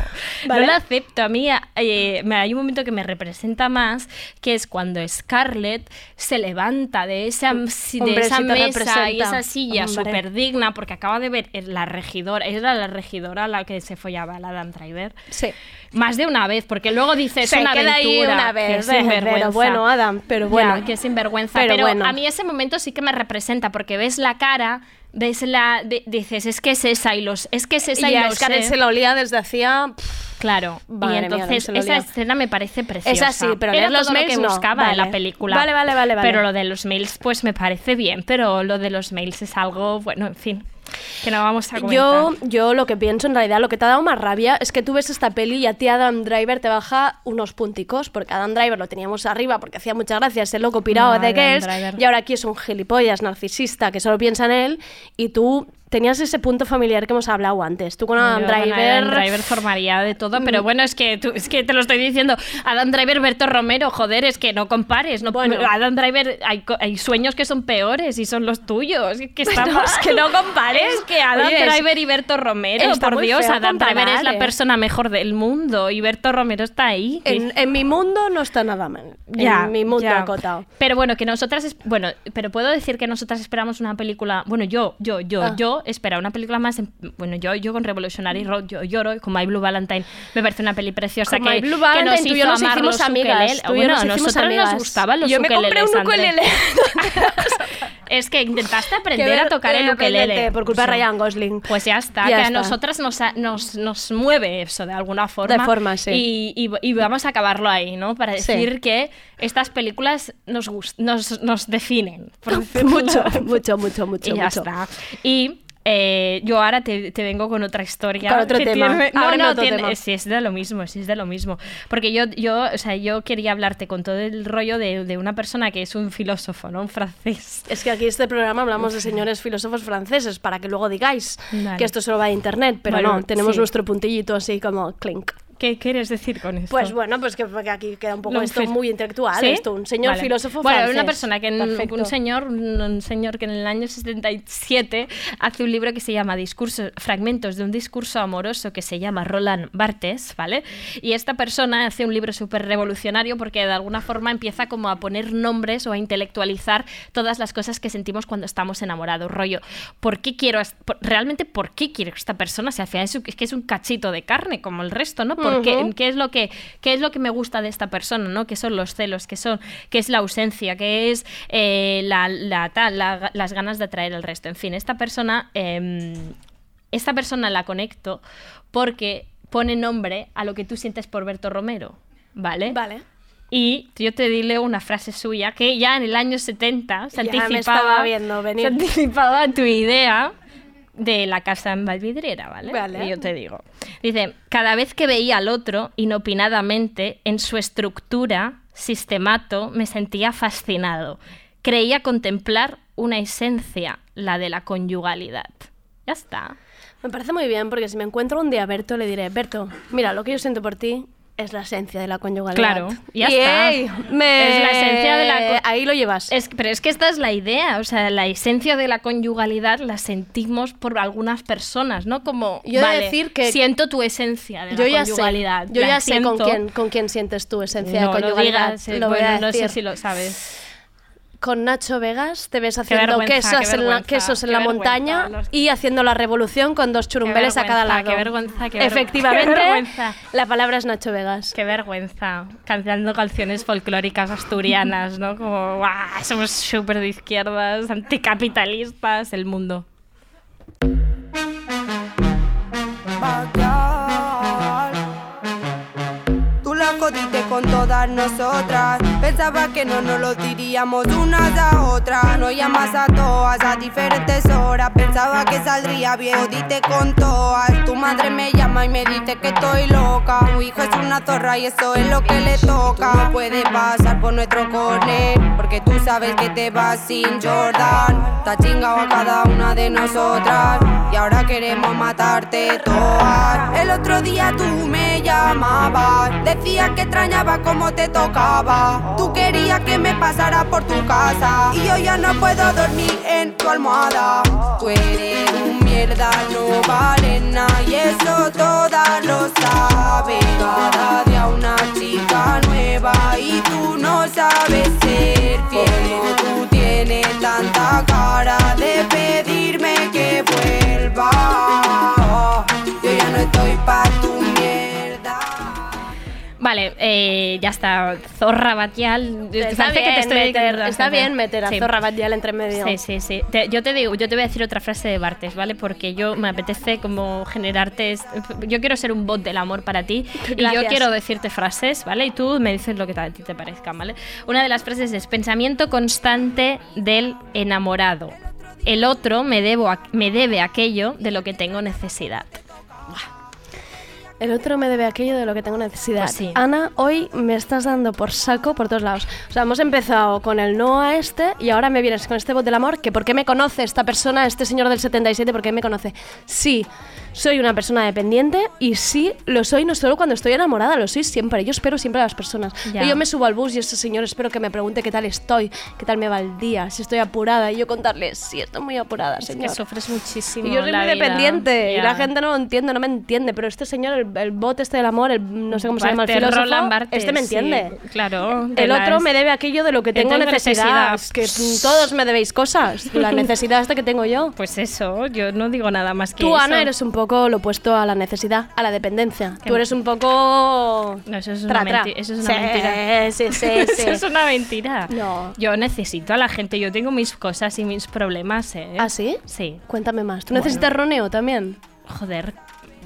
Speaker 4: Vale.
Speaker 5: No lo acepto. A mí eh, me- hay un momento que me representa más, que es cuando Scarlett se levanta de esa, de
Speaker 4: Hombre,
Speaker 5: esa
Speaker 4: sí te
Speaker 5: mesa y
Speaker 4: representa.
Speaker 5: esa silla
Speaker 4: Hombre.
Speaker 5: súper digna, porque acaba de ver eh, la regidora, era la regidora la que se follaba, la Dan Driver.
Speaker 4: Sí.
Speaker 5: Más de una vez, porque luego dices
Speaker 4: Se
Speaker 5: una
Speaker 4: queda ahí
Speaker 5: aventura.
Speaker 4: una
Speaker 5: que
Speaker 4: vez, eh,
Speaker 5: sinvergüenza.
Speaker 4: pero bueno, Adam, pero
Speaker 5: Ya,
Speaker 4: bueno.
Speaker 5: que sinvergüenza.
Speaker 4: Pero
Speaker 5: Pero,
Speaker 4: bueno.
Speaker 5: a mí ese momento sí que me representa, porque ves la cara Ves la, di- dices, es que es esa y los, es que es esa y,
Speaker 11: y a
Speaker 5: lo
Speaker 11: Scarlett
Speaker 5: sé.
Speaker 11: se la olía desde hacía...
Speaker 5: Claro,
Speaker 11: Madre
Speaker 5: y
Speaker 11: mía,
Speaker 5: entonces
Speaker 11: no se lo
Speaker 5: esa
Speaker 11: leo.
Speaker 5: escena me parece preciosa.
Speaker 11: sí, pero
Speaker 5: Era
Speaker 11: leer los
Speaker 5: todo lo
Speaker 11: mails
Speaker 5: que
Speaker 11: no.
Speaker 5: buscaba en la
Speaker 11: Vale.
Speaker 5: película.
Speaker 11: Vale, vale, vale, vale.
Speaker 5: Pero lo de los mails pues me parece bien, pero lo de los mails es algo, bueno, en fin, que no vamos a comentar.
Speaker 4: Yo, yo lo que pienso en realidad, lo que te ha dado más rabia es que tú ves esta peli y a ti Adam Driver te baja unos punticos, porque Adam Driver lo teníamos arriba porque hacía muchas gracias, el loco pirado
Speaker 5: No,
Speaker 4: de
Speaker 5: Adam
Speaker 4: que es,
Speaker 5: Driver.
Speaker 4: y ahora aquí es un gilipollas narcisista que solo piensa en él, y tú tenías ese punto familiar que hemos hablado antes. Tú con Adam
Speaker 5: Yo con
Speaker 4: Driver...
Speaker 5: Adam Driver formaría de todo, pero bueno, es que tú, es que te lo estoy diciendo. Adam Driver, Berto Romero, joder, es que no compares. No, Adam Driver, hay, co- hay sueños que son peores y son los tuyos. Que está
Speaker 11: Bueno,
Speaker 5: mal.
Speaker 11: es que no compares.
Speaker 5: Es que Adam
Speaker 11: Oye, es-
Speaker 5: Driver y Berto Romero,
Speaker 4: está
Speaker 5: por
Speaker 4: muy
Speaker 5: Dios,
Speaker 4: feo
Speaker 5: Adam Driver es
Speaker 4: comparar,
Speaker 5: la
Speaker 4: ¿eh?
Speaker 5: persona mejor del mundo y Berto Romero está ahí.
Speaker 4: En, en mi mundo no está nada mal.
Speaker 5: Ya,
Speaker 4: en mi mundo
Speaker 5: ya.
Speaker 4: acotado.
Speaker 5: Pero bueno, que nosotras. es- Bueno, pero puedo decir que nosotras esperamos una película. Bueno, yo, yo, yo,
Speaker 4: Ah.
Speaker 5: yo espero una película más. en- bueno, yo, yo con Revolutionary Road, yo lloro. Con My Blue Valentine me parece una peli preciosa
Speaker 4: Con
Speaker 5: que,
Speaker 4: My Blue
Speaker 5: que
Speaker 4: Valentine,
Speaker 5: nos
Speaker 4: tú y
Speaker 5: hizo
Speaker 4: yo nos
Speaker 5: amar
Speaker 4: hicimos
Speaker 5: los
Speaker 4: amigas,
Speaker 5: ukelele.
Speaker 4: tú y yo
Speaker 5: Bueno,
Speaker 4: nos
Speaker 5: a
Speaker 4: hicimos
Speaker 5: nosotras
Speaker 4: amigas.
Speaker 5: nos gustaban los
Speaker 11: Yo me compré
Speaker 5: ukeleles,
Speaker 11: un
Speaker 5: Andrés.
Speaker 11: ukelele.
Speaker 5: es que intentaste aprender
Speaker 11: Que ver-
Speaker 5: a tocar el
Speaker 11: eh,
Speaker 5: ukelele.
Speaker 11: aprendete,
Speaker 4: Por culpa
Speaker 5: Sí.
Speaker 4: de Ryan Gosling.
Speaker 5: Pues ya está, que
Speaker 4: Ya
Speaker 5: a
Speaker 4: está.
Speaker 5: nosotras nos, ha- nos, nos mueve eso de alguna forma.
Speaker 4: De forma, sí.
Speaker 5: Y, y- y vamos a acabarlo ahí, ¿no? Para
Speaker 4: Sí.
Speaker 5: decir que estas películas nos, gust- nos, nos definen. por decirlo.
Speaker 4: mucho, mucho, mucho, mucho.
Speaker 5: Y ya
Speaker 4: mucho.
Speaker 5: está. Y eh, yo ahora te, te vengo con otra historia.
Speaker 4: Con otro
Speaker 5: que
Speaker 4: tema.
Speaker 5: tiene- No,
Speaker 4: Ábreme
Speaker 5: no,
Speaker 4: otro
Speaker 5: tiene-
Speaker 4: tema.
Speaker 5: sí, es de lo mismo, sí, es de lo mismo. Porque yo, yo, o sea, yo quería hablarte con todo el rollo de, de una persona que es un filósofo, ¿no? Un francés.
Speaker 4: Es que aquí este programa hablamos de señores filósofos franceses para que luego digáis
Speaker 5: Vale.
Speaker 4: que esto solo va de internet, pero
Speaker 5: Bueno,
Speaker 4: no, tenemos
Speaker 5: sí.
Speaker 4: nuestro puntillito así como clink.
Speaker 5: ¿Qué quieres decir con esto?
Speaker 4: Pues bueno, pues que, que aquí queda un poco
Speaker 5: Lo
Speaker 4: esto
Speaker 5: fil-
Speaker 4: muy intelectual,
Speaker 5: ¿Sí?
Speaker 4: esto, un señor
Speaker 5: Vale.
Speaker 4: filósofo
Speaker 5: bueno,
Speaker 4: francés.
Speaker 5: una persona que en-
Speaker 4: Perfecto.
Speaker 5: un señor, un, un señor que en el año 77 hace un libro que se llama Discursos, fragmentos de un discurso amoroso que se llama Roland Barthes, ¿vale? Y esta persona hace un libro súper revolucionario porque de alguna forma empieza como a poner nombres o a intelectualizar todas las cosas que sentimos cuando estamos enamorados, rollo. ¿Por qué quiero a- por- realmente por qué quiero que esta persona? Si al final es, un- es que es un cachito de carne como el resto, ¿no? ¿Por qué-
Speaker 4: Ujú.
Speaker 5: qué es lo que qué es lo que me gusta de esta persona no que son los celos que son que es la ausencia que es eh, la, la tal la- las ganas de atraer al resto en fin esta persona em, esta persona la conecto porque pone nombre a lo que tú sientes por Berto Romero vale
Speaker 4: Vale.
Speaker 5: y yo te dile una frase suya que ya en el año 70 se
Speaker 4: Ya me
Speaker 5: anticipaba
Speaker 4: estaba viendo venir.
Speaker 5: se anticipaba tu idea de la casa en Valvidriera, ¿vale?
Speaker 4: Vale.
Speaker 5: Y yo te digo. Dice, cada vez que veía al otro, inopinadamente, en su estructura, sistemato, me sentía fascinado. Creía contemplar una esencia, la de la conyugalidad. Ya está.
Speaker 4: Me parece muy bien porque si me encuentro un día a Berto le diré, Berto, mira, lo que yo siento por ti es la esencia de la conyugalidad.
Speaker 5: Claro, ya está.
Speaker 4: Yay, me-
Speaker 5: Es la esencia de la co-
Speaker 4: Ahí lo llevas.
Speaker 5: Es, pero es que esta es la idea, o sea, la esencia de la conyugalidad la sentimos por algunas personas, ¿no? Como,
Speaker 4: Yo he de
Speaker 5: vale,
Speaker 4: decir que-
Speaker 5: siento tu esencia de
Speaker 4: yo
Speaker 5: la
Speaker 4: ya
Speaker 5: conyugalidad.
Speaker 4: sé, yo
Speaker 5: la
Speaker 4: ya sé con
Speaker 5: siento.
Speaker 4: quién, con quién sientes tu esencia
Speaker 5: no,
Speaker 4: de
Speaker 5: lo
Speaker 4: conyugalidad.
Speaker 5: digas, eh,
Speaker 4: Lo voy
Speaker 5: bueno,
Speaker 4: a
Speaker 5: no sé
Speaker 4: decir.
Speaker 5: si lo sabes.
Speaker 4: con Nacho Vegas te ves
Speaker 5: Qué
Speaker 4: haciendo
Speaker 5: vergüenza,
Speaker 4: quesos
Speaker 5: qué
Speaker 4: en la,
Speaker 5: vergüenza,
Speaker 4: quesos en
Speaker 5: qué
Speaker 4: la
Speaker 5: vergüenza,
Speaker 4: montaña
Speaker 5: los-
Speaker 4: y haciendo la revolución con dos churumbeles a cada
Speaker 5: vergüenza,
Speaker 4: lado.
Speaker 5: qué vergüenza, qué vergüenza,
Speaker 4: Efectivamente,
Speaker 5: qué vergüenza.
Speaker 4: la palabra es Nacho Vegas.
Speaker 5: Qué vergüenza, cantando canciones folclóricas asturianas, ¿no? Como, "Buah, somos súper de izquierdas, anticapitalistas, el mundo.
Speaker 12: Bacal. Tú la jodiste con todas nosotras. Pensaba que no nos lo diríamos unas a otras. Nos llamas a todas a diferentes horas. Pensaba que saldría bien. Jodiste con todas. Tu madre me llama y me dice que estoy loca. Tu hijo es una zorra y eso es lo que le toca. Tú no puedes pasar por nuestro corner. Porque tú sabes que te vas sin Jordan. Te has chingado a cada una de nosotras. Y ahora queremos matarte todas. El otro día tú me llamabas. Decías que extrañaba cómo te tocaba. Tú querías que me pasara por tu casa. Y yo ya no puedo dormir en tu almohada. Tú eres un mierda, no vale nada. Y eso todas lo saben. Cada día una chica nueva. Y tú no sabes ser fiel. Tú tienes tanta cara de pedirme que vuelva. Yo ya no estoy pa' tu mierda.
Speaker 5: Vale, Vale, eh, ya está. Zorra batial.
Speaker 4: Está
Speaker 5: Parece que te
Speaker 4: bien
Speaker 5: estoy
Speaker 4: meter,
Speaker 5: diciendo-
Speaker 4: está bien meter a
Speaker 5: Sí.
Speaker 4: Zorra Batial entre medio.
Speaker 5: Sí, sí, sí. Te- yo te digo, yo te voy a decir otra frase de Bartes, ¿vale? Porque yo me apetece como generarte. es- Yo quiero ser un bot del amor para ti y yo
Speaker 4: Gracias.
Speaker 5: quiero decirte frases, ¿vale? Y tú me dices lo que a ti te parezca, ¿vale? Una de las frases es pensamiento constante del enamorado. El otro me, debo a- me debe aquello de lo que tengo necesidad.
Speaker 4: El otro me debe aquello de lo que tengo necesidad.
Speaker 5: Pues sí.
Speaker 4: Ana, hoy me estás dando por saco por todos lados. O sea, hemos empezado con el no a este y ahora me vienes con este bot del amor, que ¿por qué me conoce esta persona, este señor del 77? ¿Por qué me conoce? Sí, soy una persona dependiente y sí, lo soy no solo cuando estoy enamorada, lo soy siempre. Yo espero siempre a las personas.
Speaker 5: Ya.
Speaker 4: Y Yo me subo al bus y este señor espero que me pregunte qué tal estoy, qué tal me va el día, si estoy apurada y yo contarle, sí, estoy muy apurada,
Speaker 5: Es
Speaker 4: señor.
Speaker 5: que sufres muchísimo.
Speaker 4: Y yo soy
Speaker 5: la
Speaker 4: muy
Speaker 5: vida.
Speaker 4: dependiente y
Speaker 5: Ya.
Speaker 4: la gente no lo entiende, no me entiende, pero este señor, el, el bot este del amor, el, no sé cómo se llama, el
Speaker 5: Bartes,
Speaker 4: filósofo,
Speaker 5: Este Roland Bartes,
Speaker 4: este me entiende.
Speaker 5: sí, claro. de
Speaker 4: El otro
Speaker 5: las-
Speaker 4: me debe aquello de lo que
Speaker 5: Yo
Speaker 4: tengo,
Speaker 5: tengo
Speaker 4: necesidad,
Speaker 5: necesidad.
Speaker 4: que mm, todos me debéis cosas, la necesidad esta que tengo yo.
Speaker 5: Pues eso, yo no digo nada más que
Speaker 4: Tú,
Speaker 5: eso.
Speaker 4: Ana, eres un poco lo opuesto a la necesidad, a la dependencia.
Speaker 5: Que
Speaker 4: Tú eres un poco...
Speaker 5: No, eso es una,
Speaker 4: Tra, tra.
Speaker 5: menti- eso es una
Speaker 4: Sí,
Speaker 5: mentira.
Speaker 4: sí, sí, sí.
Speaker 5: eso es una mentira.
Speaker 4: No.
Speaker 5: Yo necesito a la gente, yo tengo mis cosas y mis problemas, ¿eh?
Speaker 4: ¿Ah, sí?
Speaker 5: Sí.
Speaker 4: Cuéntame más. ¿Tú
Speaker 5: Bueno.
Speaker 4: necesitas roneo también?
Speaker 5: Joder.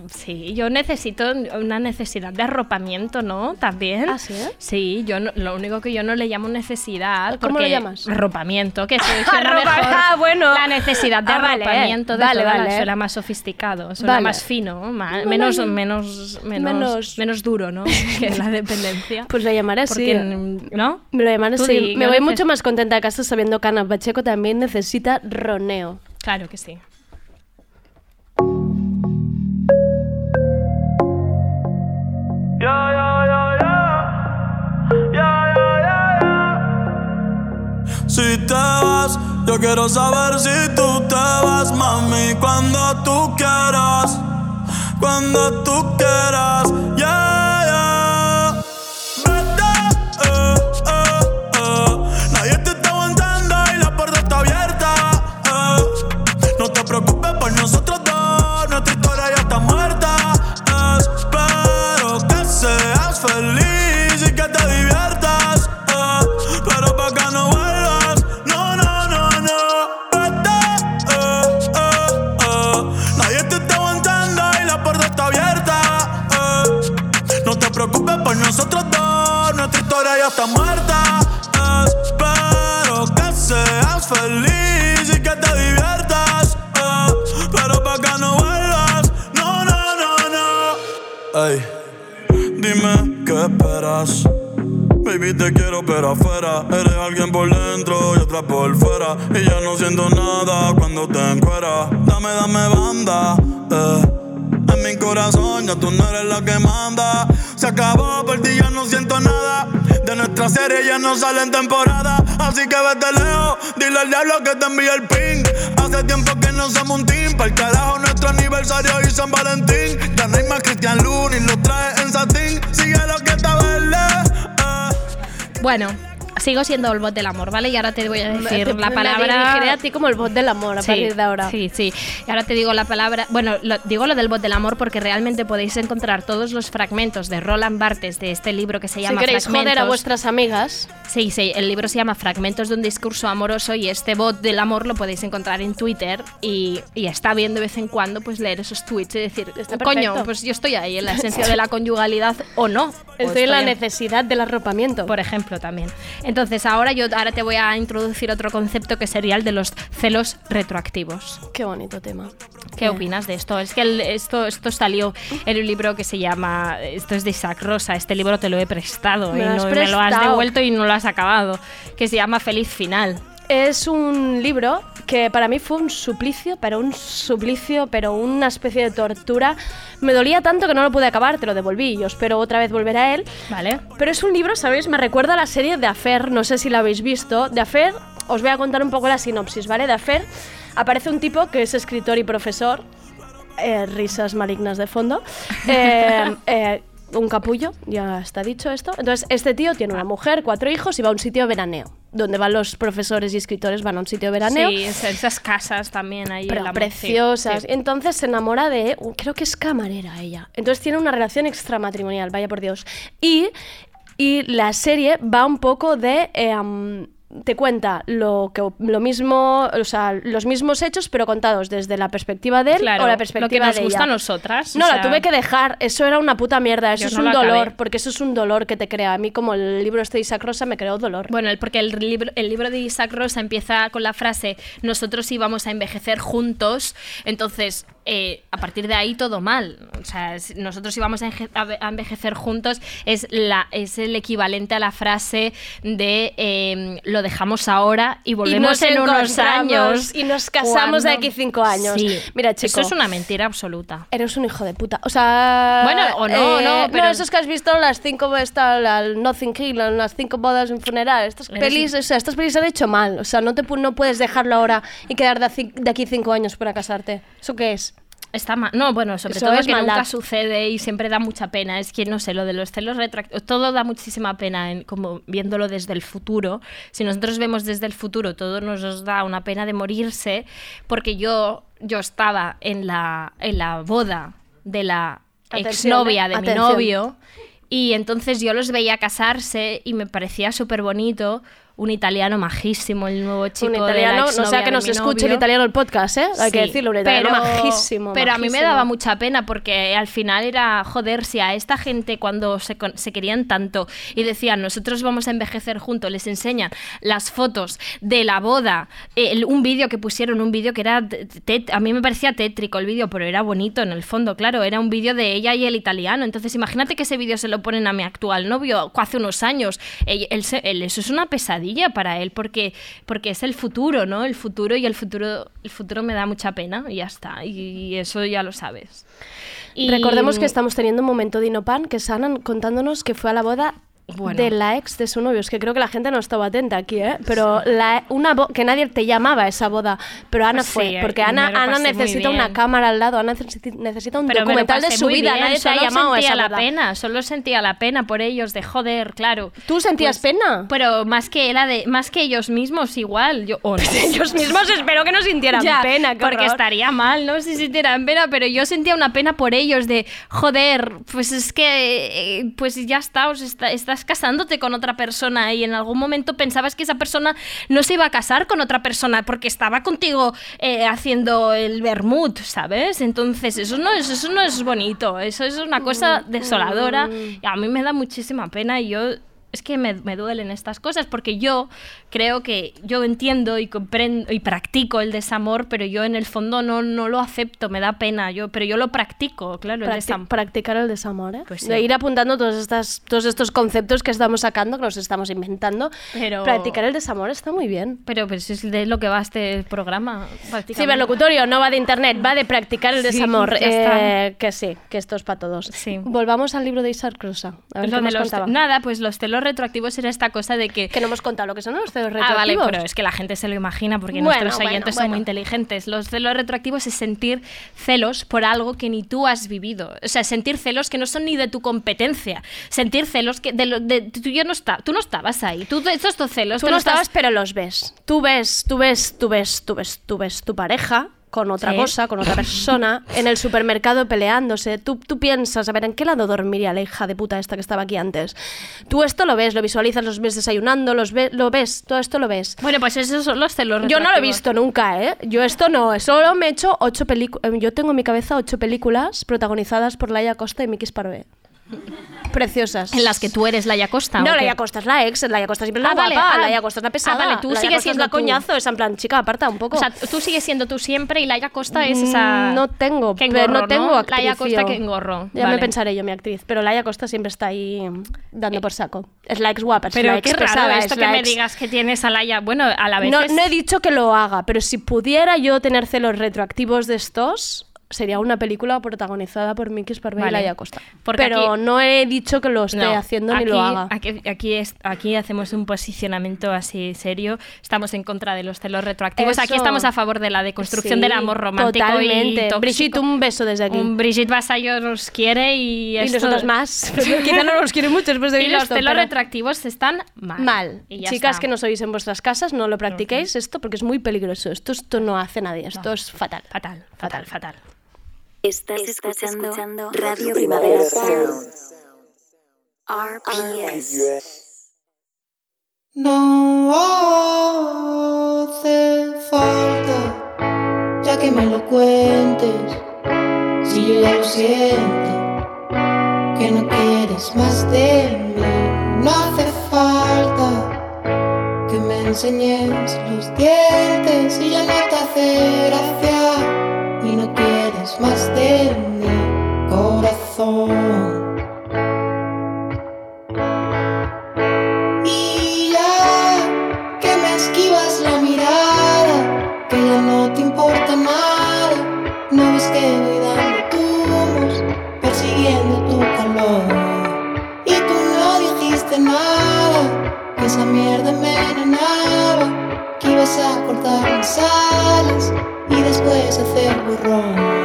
Speaker 5: Sí, yo necesito una necesidad de arropamiento, ¿no? También.
Speaker 4: ¿Ah, sí?
Speaker 5: Sí, yo no- lo único que yo no le llamo necesidad.
Speaker 4: ¿Cómo lo
Speaker 5: porque-
Speaker 4: llamas?
Speaker 5: Arropamiento, que se suena
Speaker 4: Arropa-
Speaker 5: mejor.
Speaker 4: ah, bueno.
Speaker 5: La necesidad de
Speaker 4: Ah, vale,
Speaker 5: arropamiento de
Speaker 4: vale,
Speaker 5: toda la-
Speaker 4: vale.
Speaker 5: suena más sofisticado, pues suena
Speaker 4: Vale.
Speaker 5: más fino, ma-
Speaker 4: Vale.
Speaker 5: menos, menos, menos,
Speaker 4: Menos.
Speaker 5: menos, duro, ¿no? que la dependencia.
Speaker 4: Pues lo llamaré así.
Speaker 5: Porque, mm, ¿no?
Speaker 4: Me lo llamaré
Speaker 5: Tú
Speaker 4: así.
Speaker 5: di,
Speaker 4: Me
Speaker 5: yo
Speaker 4: voy
Speaker 5: neces-
Speaker 4: mucho más contenta de casa sabiendo que Ana Pacheco también necesita roneo.
Speaker 5: Claro que sí.
Speaker 13: Si te vas, yo quiero saber si tú te vas, mami, cuando tú quieras, cuando tú quieras, yeah, yeah. Vete, eh, eh, eh. nadie te está aguantando y la puerta está abierta. eh. No te preocupes por nosotros dos, nuestra historia ya está muerta. eh. Espero que seas feliz y que te diviertas. eh. Pero pa' que no vuelvas, no, no, no, no. Vete, eh, eh, eh. Nadie te está aguantando y la puerta está abierta. eh. No te preocupes por nosotros dos, nuestra historia ya está muerta. Espero que seas feliz y que te diviertas. eh. Pero pa' que no vuelvas, no, no, no, no. Ey, dime qué esperas. Baby, te quiero, pero afuera. Eres alguien por dentro y otra por fuera. Y ya no siento nada cuando te encueras. Dame, dame banda. eh. En mi corazón ya tú no eres la que manda. Se acabó, por ti ya no siento nada. De nuestra serie ya no salen temporada. Así que vete lejos, dile al diablo que te envía el ping. Hace tiempo que no somos un team. Para carajo, nuestro aniversario y San Valentín. Ya no hay más Cristian Luna y lo trae en satín. Sigue lo que está verde.
Speaker 5: Bueno, sigo siendo el bot del amor, ¿vale? Y ahora te voy a decir
Speaker 4: Te-
Speaker 5: la
Speaker 4: me
Speaker 5: palabra.
Speaker 4: dirigiré a ti como el voz del amor a
Speaker 5: Sí,
Speaker 4: partir de ahora.
Speaker 5: Sí, sí. Y ahora te digo la palabra. Bueno, lo- digo lo del bot del amor porque realmente podéis encontrar todos los fragmentos de Roland Barthes de este libro que se
Speaker 4: Si
Speaker 5: llama
Speaker 4: queréis
Speaker 5: Fragmentos.
Speaker 4: joder a vuestras amigas,
Speaker 5: Sí, sí, el libro se llama Fragmentos de un discurso amoroso y este bot del amor lo podéis encontrar en Twitter y, y está bien de vez en cuando pues leer esos tweets y decir,
Speaker 4: Está
Speaker 5: coño,
Speaker 4: perfecto.
Speaker 5: pues yo estoy ahí en la esencia de la conyugalidad o no. O
Speaker 4: estoy en la
Speaker 5: en-
Speaker 4: necesidad del arropamiento.
Speaker 5: por ejemplo, también. Entonces, ahora yo ahora te voy a introducir otro concepto que sería el de los celos retroactivos.
Speaker 4: Qué bonito tema.
Speaker 5: ¿Qué opinas de esto? Es que el- esto, esto salió en un libro que se llama Esto es de Isaac Rosa. Este libro te lo he prestado
Speaker 4: Me
Speaker 5: y
Speaker 4: lo has
Speaker 5: no- me lo has
Speaker 4: prestado.
Speaker 5: devuelto y no lo has acabado. Que se llama Feliz Final.
Speaker 4: Es un libro que para mí fue un suplicio, pero un suplicio, pero una especie de tortura. Me dolía tanto que no lo pude acabar, te lo devolví. Yo espero otra vez volver a él.
Speaker 5: ¿Vale?
Speaker 4: Pero es un libro, ¿sabéis? Me recuerda a la serie de Affair, no sé si la habéis visto. De Affair, os voy a contar un poco la sinopsis, ¿vale? De Affair aparece un tipo que es escritor y profesor, eh, risas malignas de fondo, eh, eh, un capullo, ya está dicho esto. Entonces, este tío tiene una mujer, cuatro hijos y va a un sitio de veraneo. donde van los profesores y escritores, van a un sitio de veraneo.
Speaker 5: Sí, es- esas casas también ahí. en
Speaker 4: pero
Speaker 5: la-
Speaker 4: preciosas.
Speaker 5: sí, sí.
Speaker 4: Entonces se enamora de, uh, creo que es camarera ella. Entonces tiene una relación extramatrimonial, vaya por Dios. Y, y la serie va un poco de... eh, am, te cuenta lo que lo mismo, o sea, los mismos hechos pero contados desde la perspectiva de él
Speaker 5: Claro,
Speaker 4: o la
Speaker 5: lo que
Speaker 4: perspectiva
Speaker 5: nos
Speaker 4: de
Speaker 5: gusta
Speaker 4: ella.
Speaker 5: a nosotras, o
Speaker 4: No, la
Speaker 5: sea-
Speaker 4: tuve que dejar, eso era una puta mierda, eso
Speaker 5: Yo
Speaker 4: es
Speaker 5: no
Speaker 4: un
Speaker 5: lo acabé.
Speaker 4: dolor, porque eso es un dolor que te crea. A mí como el libro este de Isaac Rosa me creó dolor.
Speaker 5: Bueno, el- porque el libro, el libro de Isaac Rosa empieza con la frase nosotros íbamos a envejecer juntos, entonces eh, a partir de ahí todo mal. O sea, es- nosotros íbamos a, enje- a ve- a envejecer juntos es, la, es el equivalente a la frase de eh, lo dejamos ahora y volvemos
Speaker 4: nos
Speaker 5: en unos
Speaker 4: encontramos
Speaker 5: años.
Speaker 4: y nos casamos de aquí cinco años.
Speaker 5: Sí.
Speaker 4: Mira, chico.
Speaker 5: Eso es una mentira absoluta.
Speaker 4: Eres un hijo de puta. O sea.
Speaker 5: Bueno, o no, no, pero-
Speaker 4: Ah, eh, No, esos que has visto, las cinco. Está la el Nothing Hill, las cinco bodas en funeral. Estas
Speaker 5: Eres
Speaker 4: pelis, o sea, estas pelis se han hecho mal. O sea, no, te, pu- no puedes dejarlo ahora y quedar de, aci- de aquí cinco años para casarte. ¿Eso qué es?
Speaker 5: Está mal. No, bueno, sobre
Speaker 4: Eso
Speaker 5: todo
Speaker 4: es
Speaker 5: que
Speaker 4: maldad.
Speaker 5: nunca sucede y siempre da mucha pena. Es que, no sé, lo de los celos retractados, todo da muchísima pena, en- como viéndolo desde el futuro. Si nosotros vemos desde el futuro, todo nos da una pena de morirse, porque yo, yo estaba en la, en la boda de la
Speaker 4: Atención,
Speaker 5: exnovia
Speaker 4: eh.
Speaker 5: de mi
Speaker 4: Atención.
Speaker 5: novio. Y entonces yo los veía casarse y me parecía súper bonito. Un italiano majísimo, el nuevo chico.
Speaker 4: un
Speaker 5: de la
Speaker 4: italiano, no sea
Speaker 5: exnovia
Speaker 4: que
Speaker 5: de
Speaker 4: nos
Speaker 5: mi
Speaker 4: escuche el
Speaker 5: novio.
Speaker 4: italiano el podcast, ¿eh? Hay que
Speaker 5: Sí,
Speaker 4: decirlo, un italiano
Speaker 5: pero-
Speaker 4: majísimo.
Speaker 5: Pero a mí me
Speaker 4: majísimo.
Speaker 5: daba mucha pena porque al final era, joder, si a esta gente cuando se, con- se querían tanto y decían, nosotros vamos a envejecer juntos, les enseñan las fotos de la boda, el- un vídeo que pusieron, un vídeo que era, te- te- a mí me parecía tétrico el vídeo, pero era bonito en el fondo, claro, era un vídeo de ella y el italiano. Entonces imagínate que ese vídeo se lo ponen a mi actual novio hace unos años. Ell- él se- él- eso es una pesadilla para él porque, porque es el futuro, ¿no? El futuro y el futuro, el futuro me da mucha pena y ya está. Y, y eso ya lo sabes. Y-
Speaker 4: Recordemos que estamos teniendo un momento de Inopan, que es Ana contándonos que fue a la boda
Speaker 5: Bueno.
Speaker 4: de la ex de su novio. Es que creo que la gente no estaba atenta aquí, ¿eh? Pero la- una bo- que nadie te llamaba a esa boda, pero Ana
Speaker 5: Pues sí,
Speaker 4: fue,
Speaker 5: eh,
Speaker 4: porque
Speaker 5: me
Speaker 4: Ana,
Speaker 5: lo
Speaker 4: Ana
Speaker 5: pasé muy
Speaker 4: necesita una
Speaker 5: bien.
Speaker 4: cámara al lado, Ana necesi- necesita un
Speaker 5: Pero me lo
Speaker 4: documental de
Speaker 5: pasé
Speaker 4: su
Speaker 5: muy
Speaker 4: vida,
Speaker 5: bien,
Speaker 4: nadie te ha
Speaker 5: solo
Speaker 4: llamado a
Speaker 5: sentía
Speaker 4: esa
Speaker 5: la
Speaker 4: boda.
Speaker 5: pena, solo sentía la pena por ellos de joder, claro. Pues,
Speaker 4: ¿Tú sentías pena?
Speaker 5: Pero más que era de más que ellos mismos igual, yo o no.
Speaker 4: Pues Ellos mismos espero que no sintieran
Speaker 5: Ya,
Speaker 4: pena, qué
Speaker 5: porque
Speaker 4: horror.
Speaker 5: estaría mal, ¿no? Si sintieran pena, pero yo sentía una pena por ellos de joder, pues es que eh, pues ya está, os está- estás casándote con otra persona y en algún momento pensabas que esa persona no se iba a casar con otra persona porque estaba contigo eh, haciendo el vermut, ¿sabes? Entonces, eso no es eso no es bonito, eso es una cosa desoladora
Speaker 4: Mm.
Speaker 5: y a mí me da muchísima pena y yo es que me, me duelen estas cosas porque yo creo que yo entiendo y comprendo y practico el desamor, pero yo en el fondo no, no lo acepto, me da pena, yo, pero yo lo practico, claro, el
Speaker 4: Practi-
Speaker 5: desamor.
Speaker 4: practicar el desamor, ¿eh?
Speaker 5: Pues sí.
Speaker 4: De ir apuntando todas estas, todos estos conceptos que estamos sacando, que nos estamos inventando.
Speaker 5: Pero-
Speaker 4: Practicar el desamor está muy bien.
Speaker 5: Pero, pero eso es de lo que va este programa. prácticamente.
Speaker 4: Ciberlocutorio no va de internet, va de practicar el
Speaker 5: Sí,
Speaker 4: desamor.
Speaker 5: ya está.
Speaker 4: Eh, que sí, que esto es para todos.
Speaker 5: Sí.
Speaker 4: Volvamos al libro de Isaac Rosa. A ver
Speaker 5: Lo
Speaker 4: qué
Speaker 5: de
Speaker 4: nos
Speaker 5: los-
Speaker 4: contaba.
Speaker 5: nada, pues los telos retroactivos era esta cosa de que...
Speaker 4: Que no hemos contado lo que son los celos
Speaker 5: Ah, vale,
Speaker 4: retroactivos.
Speaker 5: pero es que la gente se lo imagina porque
Speaker 4: Bueno,
Speaker 5: nuestros
Speaker 4: bueno,
Speaker 5: oyentes son
Speaker 4: bueno.
Speaker 5: muy inteligentes. Los celos retroactivos es sentir celos por algo que ni tú has vivido. O sea, sentir celos que no son ni de tu competencia. Sentir celos que de lo- de- tú, yo no esta- tú no estabas ahí. Tú, estos dos celos.
Speaker 4: Tú
Speaker 5: te
Speaker 4: no
Speaker 5: los has-
Speaker 4: estabas, pero los ves. Tú ves, tú ves, tú ves, tú ves, tú ves tu pareja con otra
Speaker 5: Sí.
Speaker 4: cosa, con otra persona, en el supermercado peleándose. Tú, tú piensas, a ver, ¿en qué lado dormiría la hija de puta esta que estaba aquí antes? Tú esto lo ves, lo visualizas, los ves desayunando, los ve- lo ves, todo esto lo ves.
Speaker 5: Bueno, pues esos son los celos
Speaker 4: Yo no lo he
Speaker 5: retroactivos.
Speaker 4: visto nunca, ¿eh? Yo esto no, solo me he hecho ocho películas. Yo tengo en mi cabeza ocho películas protagonizadas por Laia Costa y Miki Sparrowe. Preciosas.
Speaker 5: En las que tú eres la Yacosta.
Speaker 4: No, Laia Costa es la ex, Laia Costa siempre es la
Speaker 5: Ah, vale,
Speaker 4: guapa,
Speaker 5: ah.
Speaker 4: Laia Costa es la pesada.
Speaker 5: Ah, vale, tú
Speaker 4: Laia
Speaker 5: sigues
Speaker 4: Costa
Speaker 5: siendo
Speaker 4: es la
Speaker 5: tú.
Speaker 4: coñazo, es en plan, chica, aparta un poco.
Speaker 5: O sea, tú sigues siendo tú siempre y la Yacosta es esa.
Speaker 4: Mm, No tengo,
Speaker 5: que
Speaker 4: pero
Speaker 5: engorro,
Speaker 4: no tengo
Speaker 5: ¿no?
Speaker 4: actriz.
Speaker 5: Laia Costa
Speaker 4: yo.
Speaker 5: que engorro,
Speaker 4: Ya me
Speaker 5: vale.
Speaker 4: pensaré yo mi actriz, pero Laia Costa siempre está ahí dando por saco. Es la ex guapa, es la
Speaker 5: Eh, Pero
Speaker 4: ex
Speaker 5: qué raro
Speaker 4: pesada,
Speaker 5: esto
Speaker 4: es
Speaker 5: que
Speaker 4: la
Speaker 5: me
Speaker 4: ex-
Speaker 5: digas que tienes a Laia. Bueno, a la vez.
Speaker 4: No, no he dicho que lo haga, pero si pudiera yo tener celos retroactivos de estos, sería una película protagonizada por Mickey Sparvey
Speaker 5: Vale.
Speaker 4: y Laia Costa.
Speaker 5: Porque
Speaker 4: Pero
Speaker 5: aquí-
Speaker 4: no he dicho que lo esté
Speaker 5: No,
Speaker 4: haciendo
Speaker 5: aquí-
Speaker 4: ni lo haga.
Speaker 5: Aquí, aquí, es- aquí hacemos un posicionamiento así serio. Estamos en contra de los celos retroactivos. Aquí
Speaker 4: Eso.
Speaker 5: estamos a favor de la deconstrucción
Speaker 4: Sí,
Speaker 5: del amor romántico. Y
Speaker 4: Totalmente.
Speaker 5: tóxico.
Speaker 4: Brigitte, un beso desde aquí.
Speaker 5: Un Brigitte Vasallo nos quiere y...
Speaker 4: y
Speaker 5: esto-
Speaker 4: nosotros más. Quizá no nos quiere mucho después de
Speaker 5: Y
Speaker 4: oír
Speaker 5: los
Speaker 4: esto,
Speaker 5: celos
Speaker 4: pero-
Speaker 5: retroactivos están mal.
Speaker 4: Mal.
Speaker 5: Y ya
Speaker 4: Chicas
Speaker 5: está.
Speaker 4: que nos oís en vuestras casas, no lo practiquéis esto porque es muy peligroso. Esto, esto no hace nadie. Esto es fatal.
Speaker 5: Fatal, fatal, fatal.
Speaker 1: Estás, escuchando, Radio Primavera Sound. RPS.
Speaker 6: No hace falta ya que me lo cuentes, si yo ya lo siento, que no quieres más de mí. No hace falta que me enseñes los dientes, si ya no te hace gracia y no quieres más de mi corazón. Y ya que me esquivas la mirada, que ya no te importa nada, no ves que voy dando tumbos, persiguiendo tu calor. Y tú no dijiste nada, que esa mierda me envenenaba, que ibas a cortar mis alas y después hacer borrón.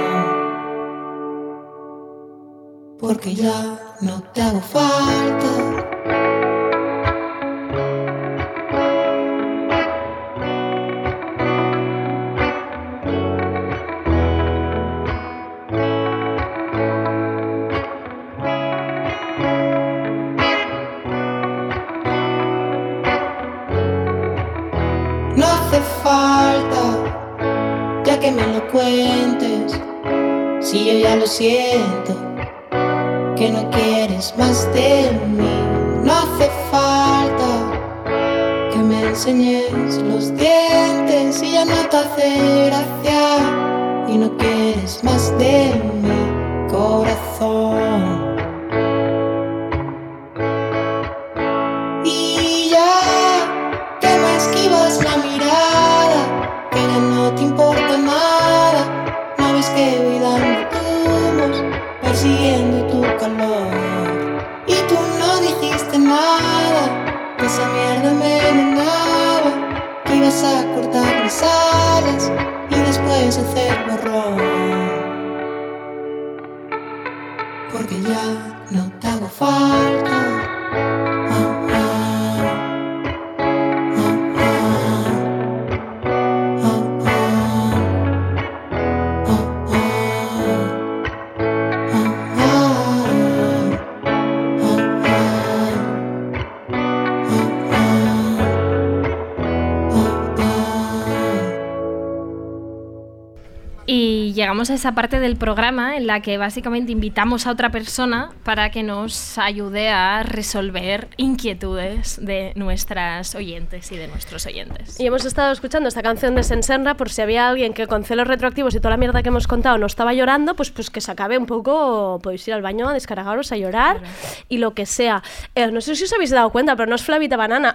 Speaker 6: Porque ya no te hago falta. No hace falta ya que me lo cuentes, si yo ya lo siento, que no quieres más de mí. No hace falta que me enseñes los dientes, si ya no te hace gracia y no quieres más de mi corazón. Y ya que me esquivas la mirada, que ya no te importa nada, no ves que voy dando tumbos, persiguiendo tu calor. Y tú no dijiste nada, que esa mierda me engañaba, que ibas a cortar mis alas y después hacer borrón. Porque ya no te hago falta.
Speaker 5: Y llegamos a esa parte del programa en la que básicamente invitamos a otra persona para que nos ayude a resolver inquietudes de nuestras oyentes y de nuestros oyentes.
Speaker 4: Y hemos estado escuchando esta canción de Sensenra por si había alguien que con celos retroactivos y toda la mierda que hemos contado no estaba llorando, pues, pues que se acabe un poco, podéis ir al baño a descargaros, a llorar y lo que sea. Eh, no sé si os habéis dado cuenta, pero no es Flavita Banana.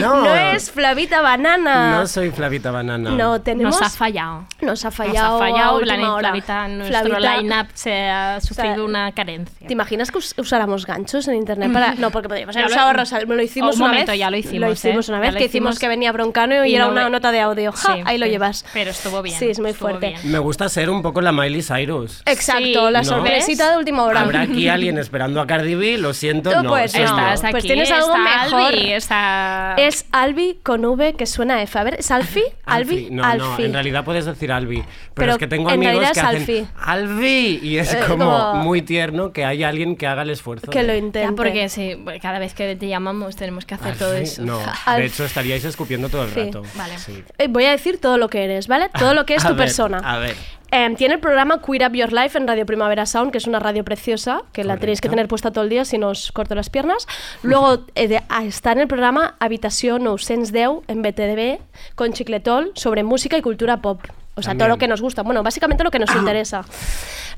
Speaker 14: No.
Speaker 4: es Flavita Banana.
Speaker 14: No soy Flavita Banana.
Speaker 4: No, tenemos...
Speaker 5: Nos ha fallado.
Speaker 4: Nos ha
Speaker 5: Nos ha
Speaker 4: fallado. a
Speaker 5: fallado,
Speaker 4: última
Speaker 5: Planet
Speaker 4: hora.
Speaker 5: Flavita, nuestro
Speaker 4: Flavita-
Speaker 5: line-up se ha sufrido
Speaker 4: sea,
Speaker 5: una carencia.
Speaker 4: ¿Te imaginas que us- usáramos ganchos en internet para.? No, porque podríamos haber
Speaker 5: Ya lo- Oh,
Speaker 4: usado Rosal. Lo hicimos
Speaker 5: Un
Speaker 4: una
Speaker 5: momento,
Speaker 4: vez.
Speaker 5: ya lo hicimos, ¿eh?
Speaker 4: una
Speaker 5: Ya
Speaker 4: vez.
Speaker 5: lo
Speaker 4: que hicimos,
Speaker 5: hicimos
Speaker 4: que venía Broncano y,
Speaker 5: y
Speaker 4: era
Speaker 5: no
Speaker 4: una
Speaker 5: le-
Speaker 4: nota de audio. ¡Ja!
Speaker 5: Sí,
Speaker 4: ahí lo
Speaker 5: pero-
Speaker 4: llevas.
Speaker 5: Pero estuvo bien.
Speaker 4: Sí, es muy
Speaker 5: estuvo
Speaker 4: fuerte.
Speaker 5: bien.
Speaker 14: Me gusta ser un poco la Miley Cyrus.
Speaker 4: Exacto, la
Speaker 14: ¿No?
Speaker 4: sorpresita de última hora.
Speaker 14: Habrá aquí alguien esperando a Cardi B, lo siento,
Speaker 4: No,
Speaker 14: no.
Speaker 4: pues
Speaker 14: soy
Speaker 4: no.
Speaker 14: yo.
Speaker 4: Estás Pues aquí, tienes algo está mejor. Albi, Es Albi con V que suena a F. A ver, ¿es Alfi? Albi,
Speaker 14: Alfie. No,
Speaker 4: Alfi.
Speaker 14: no, en realidad puedes decir Albi. Pero,
Speaker 4: Pero
Speaker 14: es que tengo
Speaker 4: en
Speaker 14: amigos
Speaker 4: realidad
Speaker 14: que
Speaker 4: es
Speaker 14: hacen
Speaker 4: Alfie.
Speaker 14: Albi y es
Speaker 5: Eh,
Speaker 14: como
Speaker 5: como-
Speaker 14: muy tierno que haya alguien que haga el esfuerzo.
Speaker 5: Que lo
Speaker 14: de-
Speaker 5: intente. porque sí, bueno, cada vez que te llamamos tenemos que hacer todo
Speaker 14: Ah, Sí,
Speaker 5: eso.
Speaker 14: No,
Speaker 4: Alfie.
Speaker 14: de hecho estaríais escupiendo todo el
Speaker 4: Sí.
Speaker 14: rato.
Speaker 4: Vale.
Speaker 14: Sí.
Speaker 4: Eh, Voy a decir todo lo que eres, ¿vale? Todo lo que es
Speaker 14: A
Speaker 4: tu
Speaker 14: ver,
Speaker 4: persona.
Speaker 14: A ver.
Speaker 4: Em, tiene el programa Queer Up Your Life en Radio Primavera Sound, que es una radio preciosa, que la tenéis que tener puesta todo el día si no os corto las piernas. Luego eh, de- ah, está en el programa Habitación 910 en BTV con Chicletol sobre música y cultura pop. O sea, todo
Speaker 14: También. Ah.
Speaker 4: lo que nos gusta. Bueno, básicamente lo que nos interesa.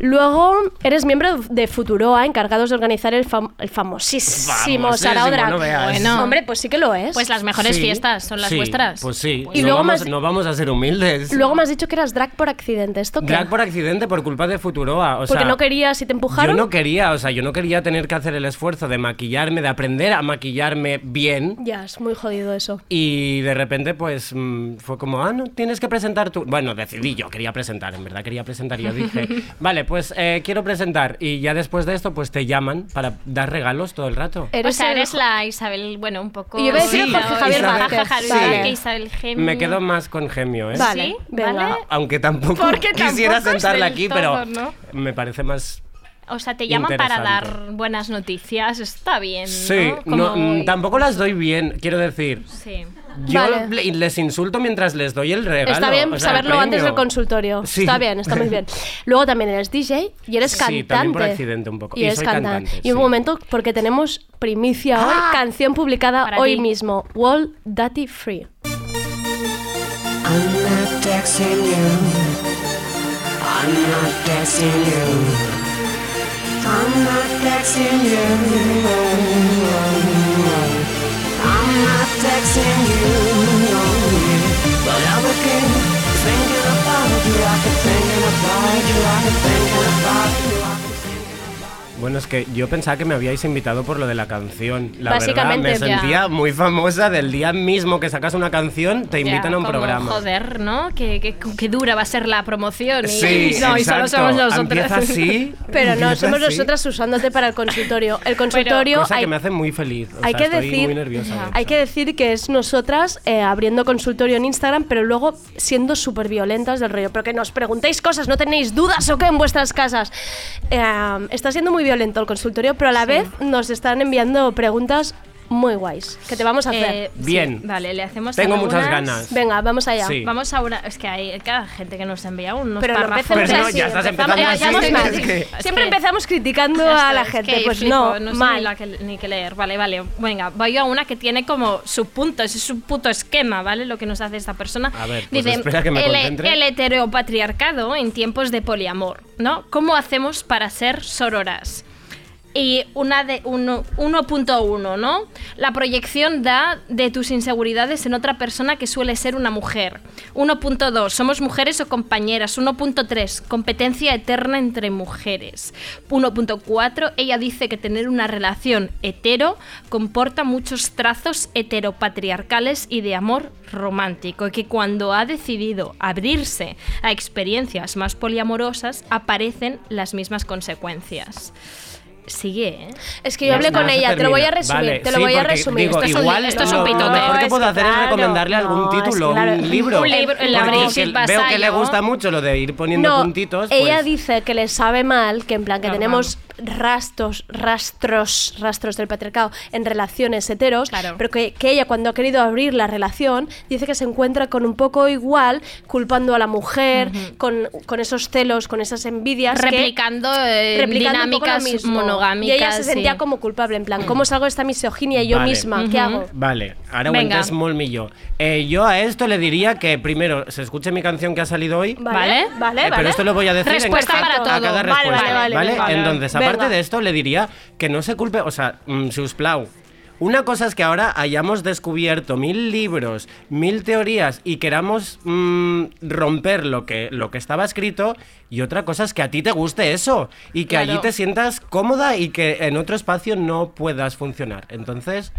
Speaker 4: Luego eres miembro de Futuroa, encargados de organizar el, fam- el famosísimo
Speaker 14: Famosísimo,
Speaker 4: Sarao Drag.
Speaker 14: no veas.
Speaker 5: Bueno.
Speaker 4: Hombre, pues sí que lo es.
Speaker 5: Pues las mejores
Speaker 14: Sí,
Speaker 5: fiestas son las
Speaker 14: sí,
Speaker 5: vuestras.
Speaker 14: Pues sí.
Speaker 4: Y
Speaker 14: no,
Speaker 4: luego
Speaker 14: vamos,
Speaker 4: más-
Speaker 14: no vamos a ser humildes.
Speaker 4: Luego me has dicho que eras drag por accidente. ¿Esto qué?
Speaker 14: Drag por accidente, por culpa de Futuroa. O
Speaker 4: Porque
Speaker 14: sea,
Speaker 4: no querías y te
Speaker 14: yo
Speaker 4: empujaron.
Speaker 14: no quería, o sea, yo no quería tener que hacer el esfuerzo de maquillarme, de aprender a maquillarme bien.
Speaker 4: Ya, es muy jodido eso.
Speaker 14: Y de repente, pues mm, fue como, ah, no, tienes que presentar tú. Bueno, decidí yo, quería presentar, en verdad quería presentar. y Yo dije, vale, pues eh, quiero presentar. Y ya después de esto, pues te llaman para dar regalos todo el rato.
Speaker 5: o sea, eres la Isabel, bueno, un poco...
Speaker 4: Y yo iba a decir
Speaker 5: Sí,
Speaker 4: Jorge Javier
Speaker 5: Isabel-
Speaker 4: Vázquez.
Speaker 5: Jorge Javier
Speaker 4: Vale.
Speaker 5: Vázquez, Isabel Gemio.
Speaker 14: Me quedo más con gemio, ¿eh?
Speaker 5: Vale, ¿Sí? venga. ¿Vale?
Speaker 14: Aunque tampoco
Speaker 5: Porque tampoco
Speaker 14: quisiera
Speaker 5: es
Speaker 14: sentarla
Speaker 5: del
Speaker 14: aquí,
Speaker 5: todo,
Speaker 14: pero
Speaker 5: ¿no?
Speaker 14: me parece más.
Speaker 5: O sea, te llaman para
Speaker 14: Interesante.
Speaker 5: dar buenas noticias, está bien, ¿no?
Speaker 14: Sí, no,
Speaker 5: Como-
Speaker 14: mm, tampoco las doy bien, quiero decir.
Speaker 5: Sí.
Speaker 14: Yo
Speaker 4: Vale.
Speaker 14: le- les insulto mientras les doy el regalo.
Speaker 4: Está bien
Speaker 14: o sea, el
Speaker 4: saberlo antes
Speaker 14: premio.
Speaker 4: del consultorio.
Speaker 14: Sí.
Speaker 4: Está bien, está muy bien. Luego también eres DJ y eres
Speaker 14: Sí,
Speaker 4: cantante.
Speaker 14: también por accidente un poco.
Speaker 4: Y,
Speaker 14: Y
Speaker 4: eres
Speaker 14: soy
Speaker 4: cantante.
Speaker 14: cantante,
Speaker 4: Y un
Speaker 14: sí. Ah,
Speaker 4: momento, porque tenemos primicia hoy, canción publicada
Speaker 5: Para
Speaker 4: hoy
Speaker 5: ti.
Speaker 4: mismo: Wall Daddy Free.
Speaker 15: I'm not texting you. I'm not texting you. I'm not texting you. I'm not texting you. But I'm okay. Thinking about you. I've been thinking about you. I've been thinking about you.
Speaker 14: Bueno, es que yo pensaba que me habíais invitado por lo de la canción. La
Speaker 5: Básicamente,
Speaker 14: verdad, me
Speaker 5: ya.
Speaker 14: sentía muy famosa del día mismo que sacas una canción, te invitan
Speaker 5: Ya,
Speaker 14: a un
Speaker 5: como,
Speaker 14: programa.
Speaker 5: Joder, ¿no? Que, que, que dura va a ser la promoción. y-
Speaker 14: Sí,
Speaker 5: no, y solo
Speaker 14: exacto.
Speaker 5: somos nosotros.
Speaker 14: Empieza así,
Speaker 4: Pero no,
Speaker 14: empieza
Speaker 4: somos
Speaker 14: así.
Speaker 4: nosotras usándote para el consultorio. El consultorio
Speaker 14: Cosa
Speaker 4: hay,
Speaker 14: que me hace muy feliz. O
Speaker 4: hay
Speaker 14: sea,
Speaker 4: que
Speaker 14: estoy
Speaker 4: decir,
Speaker 14: muy nerviosa. de
Speaker 4: hay que decir que es nosotras eh, abriendo consultorio en Instagram, pero luego siendo súper violentas del rollo. Pero que nos preguntéis cosas, no tenéis dudas o qué en vuestras casas. Eh, está siendo muy violento el consultorio, pero a la vez nos están enviando preguntas muy guays que te vamos a hacer.
Speaker 5: Eh,
Speaker 14: Bien.
Speaker 5: sí, vale, le hacemos
Speaker 14: Tengo
Speaker 5: algunas.
Speaker 14: muchas ganas.
Speaker 4: Venga, vamos allá.
Speaker 14: Sí.
Speaker 5: Vamos ahora. Es que hay cada gente que nos envía unos
Speaker 4: Pero no
Speaker 5: párrafos.
Speaker 4: empecemos Pero no,
Speaker 14: así, ya estás empezamos- empezando
Speaker 5: ya
Speaker 14: así,
Speaker 5: estoy
Speaker 14: es
Speaker 5: mal.
Speaker 14: que-
Speaker 4: Siempre empezamos criticando
Speaker 5: Ya está,
Speaker 4: a la
Speaker 5: es
Speaker 4: gente,
Speaker 5: que
Speaker 4: pues
Speaker 5: flipo,
Speaker 4: no,
Speaker 5: no sé
Speaker 4: mal.
Speaker 5: Ni, la que, ni que leer. Vale, vale. Venga, voy a una que tiene como su punto, es su puto esquema, ¿vale? Lo que nos hace esta persona.
Speaker 14: A ver, pues espera que me
Speaker 5: el,
Speaker 14: concentre".
Speaker 5: el heteropatriarcado en tiempos de poliamor, ¿no? ¿Cómo hacemos para ser sororas? Y una de uno- 1.1, ¿no? La proyección da de tus inseguridades en otra persona que suele ser una mujer. 1.2, somos mujeres o compañeras. 1.3, competencia eterna entre mujeres. 1.4, ella dice que tener una relación hetero comporta muchos trazos heteropatriarcales y de amor romántico, y que cuando ha decidido abrirse a experiencias más poliamorosas aparecen las mismas consecuencias. Sigue, ¿eh?
Speaker 4: Es que yo hablé con ella, te lo voy a resumir, te lo voy a resumir.
Speaker 14: Digo,
Speaker 4: Esto es un-
Speaker 14: igual,
Speaker 4: esto es un ¿eh?
Speaker 14: lo-
Speaker 4: pitote.
Speaker 14: Lo mejor que puedo hacer es
Speaker 4: Claro,
Speaker 14: recomendarle algún
Speaker 4: no, es
Speaker 14: título,
Speaker 4: claro.
Speaker 14: un libro.
Speaker 4: Un libro, el
Speaker 14: Porque
Speaker 4: abril
Speaker 14: que
Speaker 4: sin
Speaker 14: Veo que le
Speaker 4: vasallo.
Speaker 14: gusta mucho lo de ir poniendo
Speaker 4: no,
Speaker 14: puntitos.
Speaker 4: ella
Speaker 14: pues-
Speaker 4: dice que le sabe mal, que en plan que tenemos rastros, rastros, rastros del patriarcado en relaciones heteros, pero que, que ella cuando ha querido abrir la relación dice que se encuentra con un poco igual, culpando a la mujer, con, con esos celos, con esas envidias. que-
Speaker 5: Replicando, eh,
Speaker 4: replicando un poco lo
Speaker 5: dinámicas
Speaker 4: mismo.
Speaker 5: monogámicas.
Speaker 4: Y ella se sentía
Speaker 5: sí. Mm.
Speaker 4: como culpable, en plan, ¿cómo salgo de esta misoginia yo
Speaker 14: Vale.
Speaker 4: misma? ¿Qué hago?
Speaker 14: Vale, ahora
Speaker 5: Venga.
Speaker 14: aguantas Molmillo. Eh, yo a esto le diría que primero se escuche mi canción que ha salido hoy.
Speaker 5: Vale,
Speaker 14: Eh,
Speaker 5: vale,
Speaker 14: Pero
Speaker 5: vale.
Speaker 14: esto lo voy a decir en
Speaker 5: Respuesta
Speaker 14: cada-
Speaker 5: para
Speaker 14: a
Speaker 5: todo.
Speaker 14: cada
Speaker 5: Vale,
Speaker 14: respuesta.
Speaker 5: vale, vale, vale.
Speaker 14: Entonces,
Speaker 5: Venga.
Speaker 14: aparte de esto, le diría que no se culpe, o sea, mm, si os plau. Una cosa es que ahora hayamos descubierto mil libros, mil teorías y queramos mm, romper lo que, lo que estaba escrito. Y otra cosa es que a ti te guste eso y que
Speaker 5: Claro.
Speaker 14: allí te sientas cómoda y que en otro espacio no puedas funcionar. Entonces,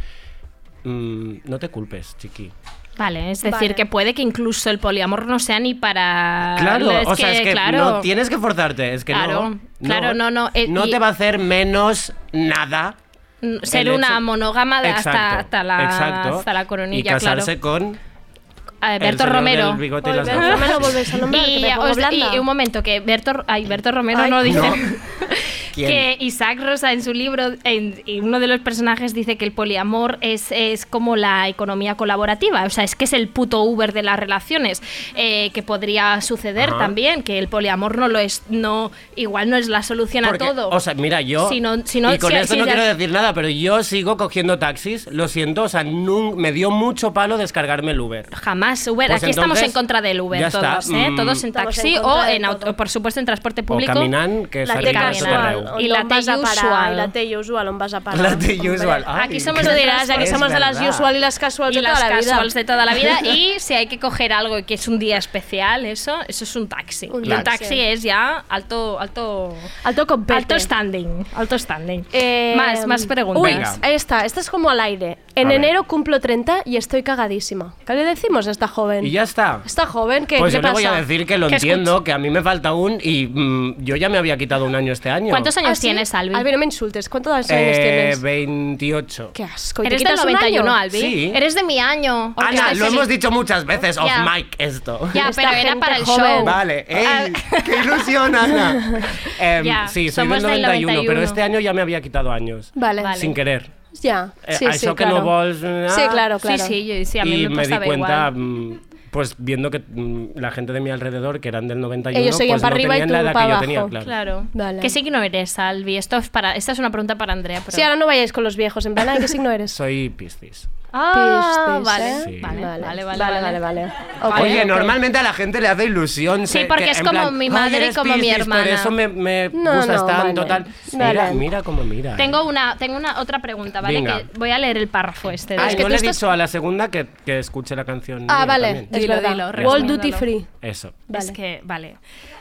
Speaker 14: mm, no te culpes, chiqui.
Speaker 5: Vale, es decir, que puede que incluso el poliamor no sea ni para.
Speaker 14: Claro,
Speaker 5: es
Speaker 14: o sea,
Speaker 5: que,
Speaker 14: es que
Speaker 5: claro.
Speaker 14: no tienes que forzarte, es que
Speaker 5: Claro,
Speaker 14: no.
Speaker 5: claro, no, no, eh,
Speaker 14: no
Speaker 5: y-
Speaker 14: te va a hacer menos nada.
Speaker 5: Mm, Ser
Speaker 14: el
Speaker 5: una
Speaker 14: hecho-
Speaker 5: monógama de- hasta,
Speaker 14: Exacto,
Speaker 5: hasta la,
Speaker 14: exacto.
Speaker 5: hasta la coronilla,
Speaker 14: Y casarse
Speaker 5: claro.
Speaker 14: con
Speaker 5: Eh, Berto
Speaker 14: el señor
Speaker 5: Romero.
Speaker 14: del bigote y las
Speaker 5: Volver-
Speaker 14: gafas.
Speaker 4: Romero, volvéis al nombre, que
Speaker 5: y,
Speaker 4: me pongo
Speaker 5: os- y-
Speaker 4: blanda.
Speaker 5: y un momento, que Berto, ay, Berto Romero no dice.
Speaker 14: ¿Quién?
Speaker 5: Que Isaac Rosa en su libro, en, y uno de los personajes dice que el poliamor es, es como la economía colaborativa, o sea, es que es el puto Uber de las relaciones, eh, que podría suceder
Speaker 14: Ajá.
Speaker 5: también, que el poliamor no lo es, no, igual no es la solución
Speaker 14: Porque,
Speaker 5: a todo.
Speaker 14: O sea, mira, yo.
Speaker 5: Si no- si no-
Speaker 14: y con
Speaker 5: si-
Speaker 14: esto
Speaker 5: si
Speaker 14: no
Speaker 5: ya-
Speaker 14: quiero decir nada, pero yo sigo cogiendo taxis. Lo siento, o sea, nun- me dio mucho palo descargarme el Uber.
Speaker 5: Más Uber.
Speaker 14: Pues
Speaker 5: Aquí estamos
Speaker 14: entonces,
Speaker 5: en contra del Uber,
Speaker 14: ya está,
Speaker 5: todos, ¿eh?
Speaker 14: mm.
Speaker 5: todos en
Speaker 4: Estamos en
Speaker 5: taxi o
Speaker 4: contra
Speaker 5: en auto, por supuesto en transporte público.
Speaker 14: caminant, que La té s'arriba a
Speaker 4: Ah,
Speaker 14: casual, Soterreu. on
Speaker 5: I la
Speaker 4: on
Speaker 5: T
Speaker 4: vas a parar, i
Speaker 5: usual.
Speaker 4: la T usual, on vas a parar.
Speaker 14: La de usual. Ay,
Speaker 5: Aquí somos
Speaker 4: Lo
Speaker 5: de
Speaker 4: dirás, aquí somos de las usual y las casual
Speaker 5: y
Speaker 4: de
Speaker 5: las
Speaker 4: toda la vida.
Speaker 5: casuals de toda la vida. Y si hay que coger algo que es un día especial, eso, eso es un taxi.
Speaker 4: Un
Speaker 5: Y un
Speaker 4: taxi.
Speaker 5: taxi es ya alto, alto,
Speaker 4: alto
Speaker 5: Ah. alto standing, alto standing.
Speaker 4: Eh,
Speaker 5: más, más preguntas.
Speaker 4: Uy, esta, esta es como al aire. En
Speaker 5: A ver.
Speaker 4: enero cumplo 30 y estoy cagadísima. ¿Qué le decimos a esta joven?
Speaker 14: Y ya está.
Speaker 4: Esta joven, ¿qué,
Speaker 14: Pues
Speaker 4: qué
Speaker 14: yo
Speaker 4: pasa?
Speaker 14: le voy a decir que lo entiendo, que a mí me falta un y mm, yo ya me había quitado un año este año.
Speaker 4: ¿Ah, sí? Albi? no me insultes. ¿Cuántos años
Speaker 14: Eh,
Speaker 4: tienes?
Speaker 14: 28.
Speaker 4: Qué asco. ¿y te
Speaker 5: Eres del
Speaker 4: quitas un año?
Speaker 5: 91, Albi.
Speaker 14: Sí.
Speaker 5: Eres de mi año.
Speaker 14: Ana,
Speaker 5: Estás
Speaker 14: lo
Speaker 5: en-
Speaker 14: hemos dicho muchas veces off
Speaker 5: Ya.
Speaker 14: mic esto.
Speaker 5: Ya, pero era para el show. Ah,
Speaker 14: Vale, ey, qué ilusión, Ana. Em,
Speaker 4: Ya,
Speaker 14: sí, soy
Speaker 4: somos
Speaker 14: del 91,
Speaker 4: del 91.
Speaker 14: pero este año ya me había quitado años.
Speaker 4: Vale. Vale.
Speaker 14: Sin querer.
Speaker 4: Ya.
Speaker 14: Eh,
Speaker 4: sí,
Speaker 14: a
Speaker 4: sí,
Speaker 14: eso que
Speaker 4: claro.
Speaker 14: no vols, eh,
Speaker 4: Sí, claro, claro.
Speaker 5: Sí, sí, yo, sí, a mí
Speaker 14: y
Speaker 5: me,
Speaker 14: me di
Speaker 5: pasaba
Speaker 14: cuenta,
Speaker 5: igual.
Speaker 14: mm, pues viendo que mm, la gente de mi alrededor, que eran del 91,
Speaker 5: Ellos seguían
Speaker 14: pues
Speaker 5: para
Speaker 14: no
Speaker 5: arriba y
Speaker 14: tenían
Speaker 5: tú
Speaker 14: la edad
Speaker 5: para
Speaker 14: que yo
Speaker 5: abajo.
Speaker 14: tenía,
Speaker 5: claro.
Speaker 14: claro.
Speaker 5: ¿Qué signo eres, Albi? Esto es para, esta es una pregunta para Andrea. Pero...
Speaker 4: Sí, ahora no vayáis con los viejos. En plan, ¿ay, ¿qué signo eres?
Speaker 14: Soy Piscis.
Speaker 5: Ah,
Speaker 4: Piscis,
Speaker 5: vale,
Speaker 4: ¿eh?
Speaker 5: vale,
Speaker 4: Vale,
Speaker 5: vale, vale,
Speaker 4: vale,
Speaker 5: vale.
Speaker 4: Ok,
Speaker 14: Oye,
Speaker 4: ok.
Speaker 14: normalmente a la gente le hace ilusión.
Speaker 5: Sí,
Speaker 14: se-
Speaker 5: porque
Speaker 14: que
Speaker 5: es
Speaker 14: en
Speaker 5: como
Speaker 14: plan,
Speaker 5: mi madre y
Speaker 14: "Ay, eres
Speaker 5: como mi
Speaker 14: Piscis,
Speaker 5: hermana".
Speaker 14: Por eso me, me
Speaker 5: No,
Speaker 14: gustas
Speaker 5: no,
Speaker 14: tanto,
Speaker 5: vale.
Speaker 14: tal. Mira,
Speaker 5: Vale.
Speaker 14: mira cómo mira. eh.
Speaker 5: Tengo una, tengo una otra pregunta, ¿vale?
Speaker 14: Venga.
Speaker 5: Que voy a leer el párrafo este.
Speaker 14: Ay,
Speaker 5: Es que
Speaker 14: no
Speaker 5: tú
Speaker 14: Ah, le he
Speaker 5: estás-
Speaker 14: dicho a la segunda que, que escuche la canción.
Speaker 5: Ah,
Speaker 14: mía
Speaker 5: vale,
Speaker 14: también.
Speaker 5: es Dilo, verdad. dilo,
Speaker 14: Ya
Speaker 5: World
Speaker 14: está.
Speaker 5: Duty Free.
Speaker 14: Eso.
Speaker 5: Es que, vale.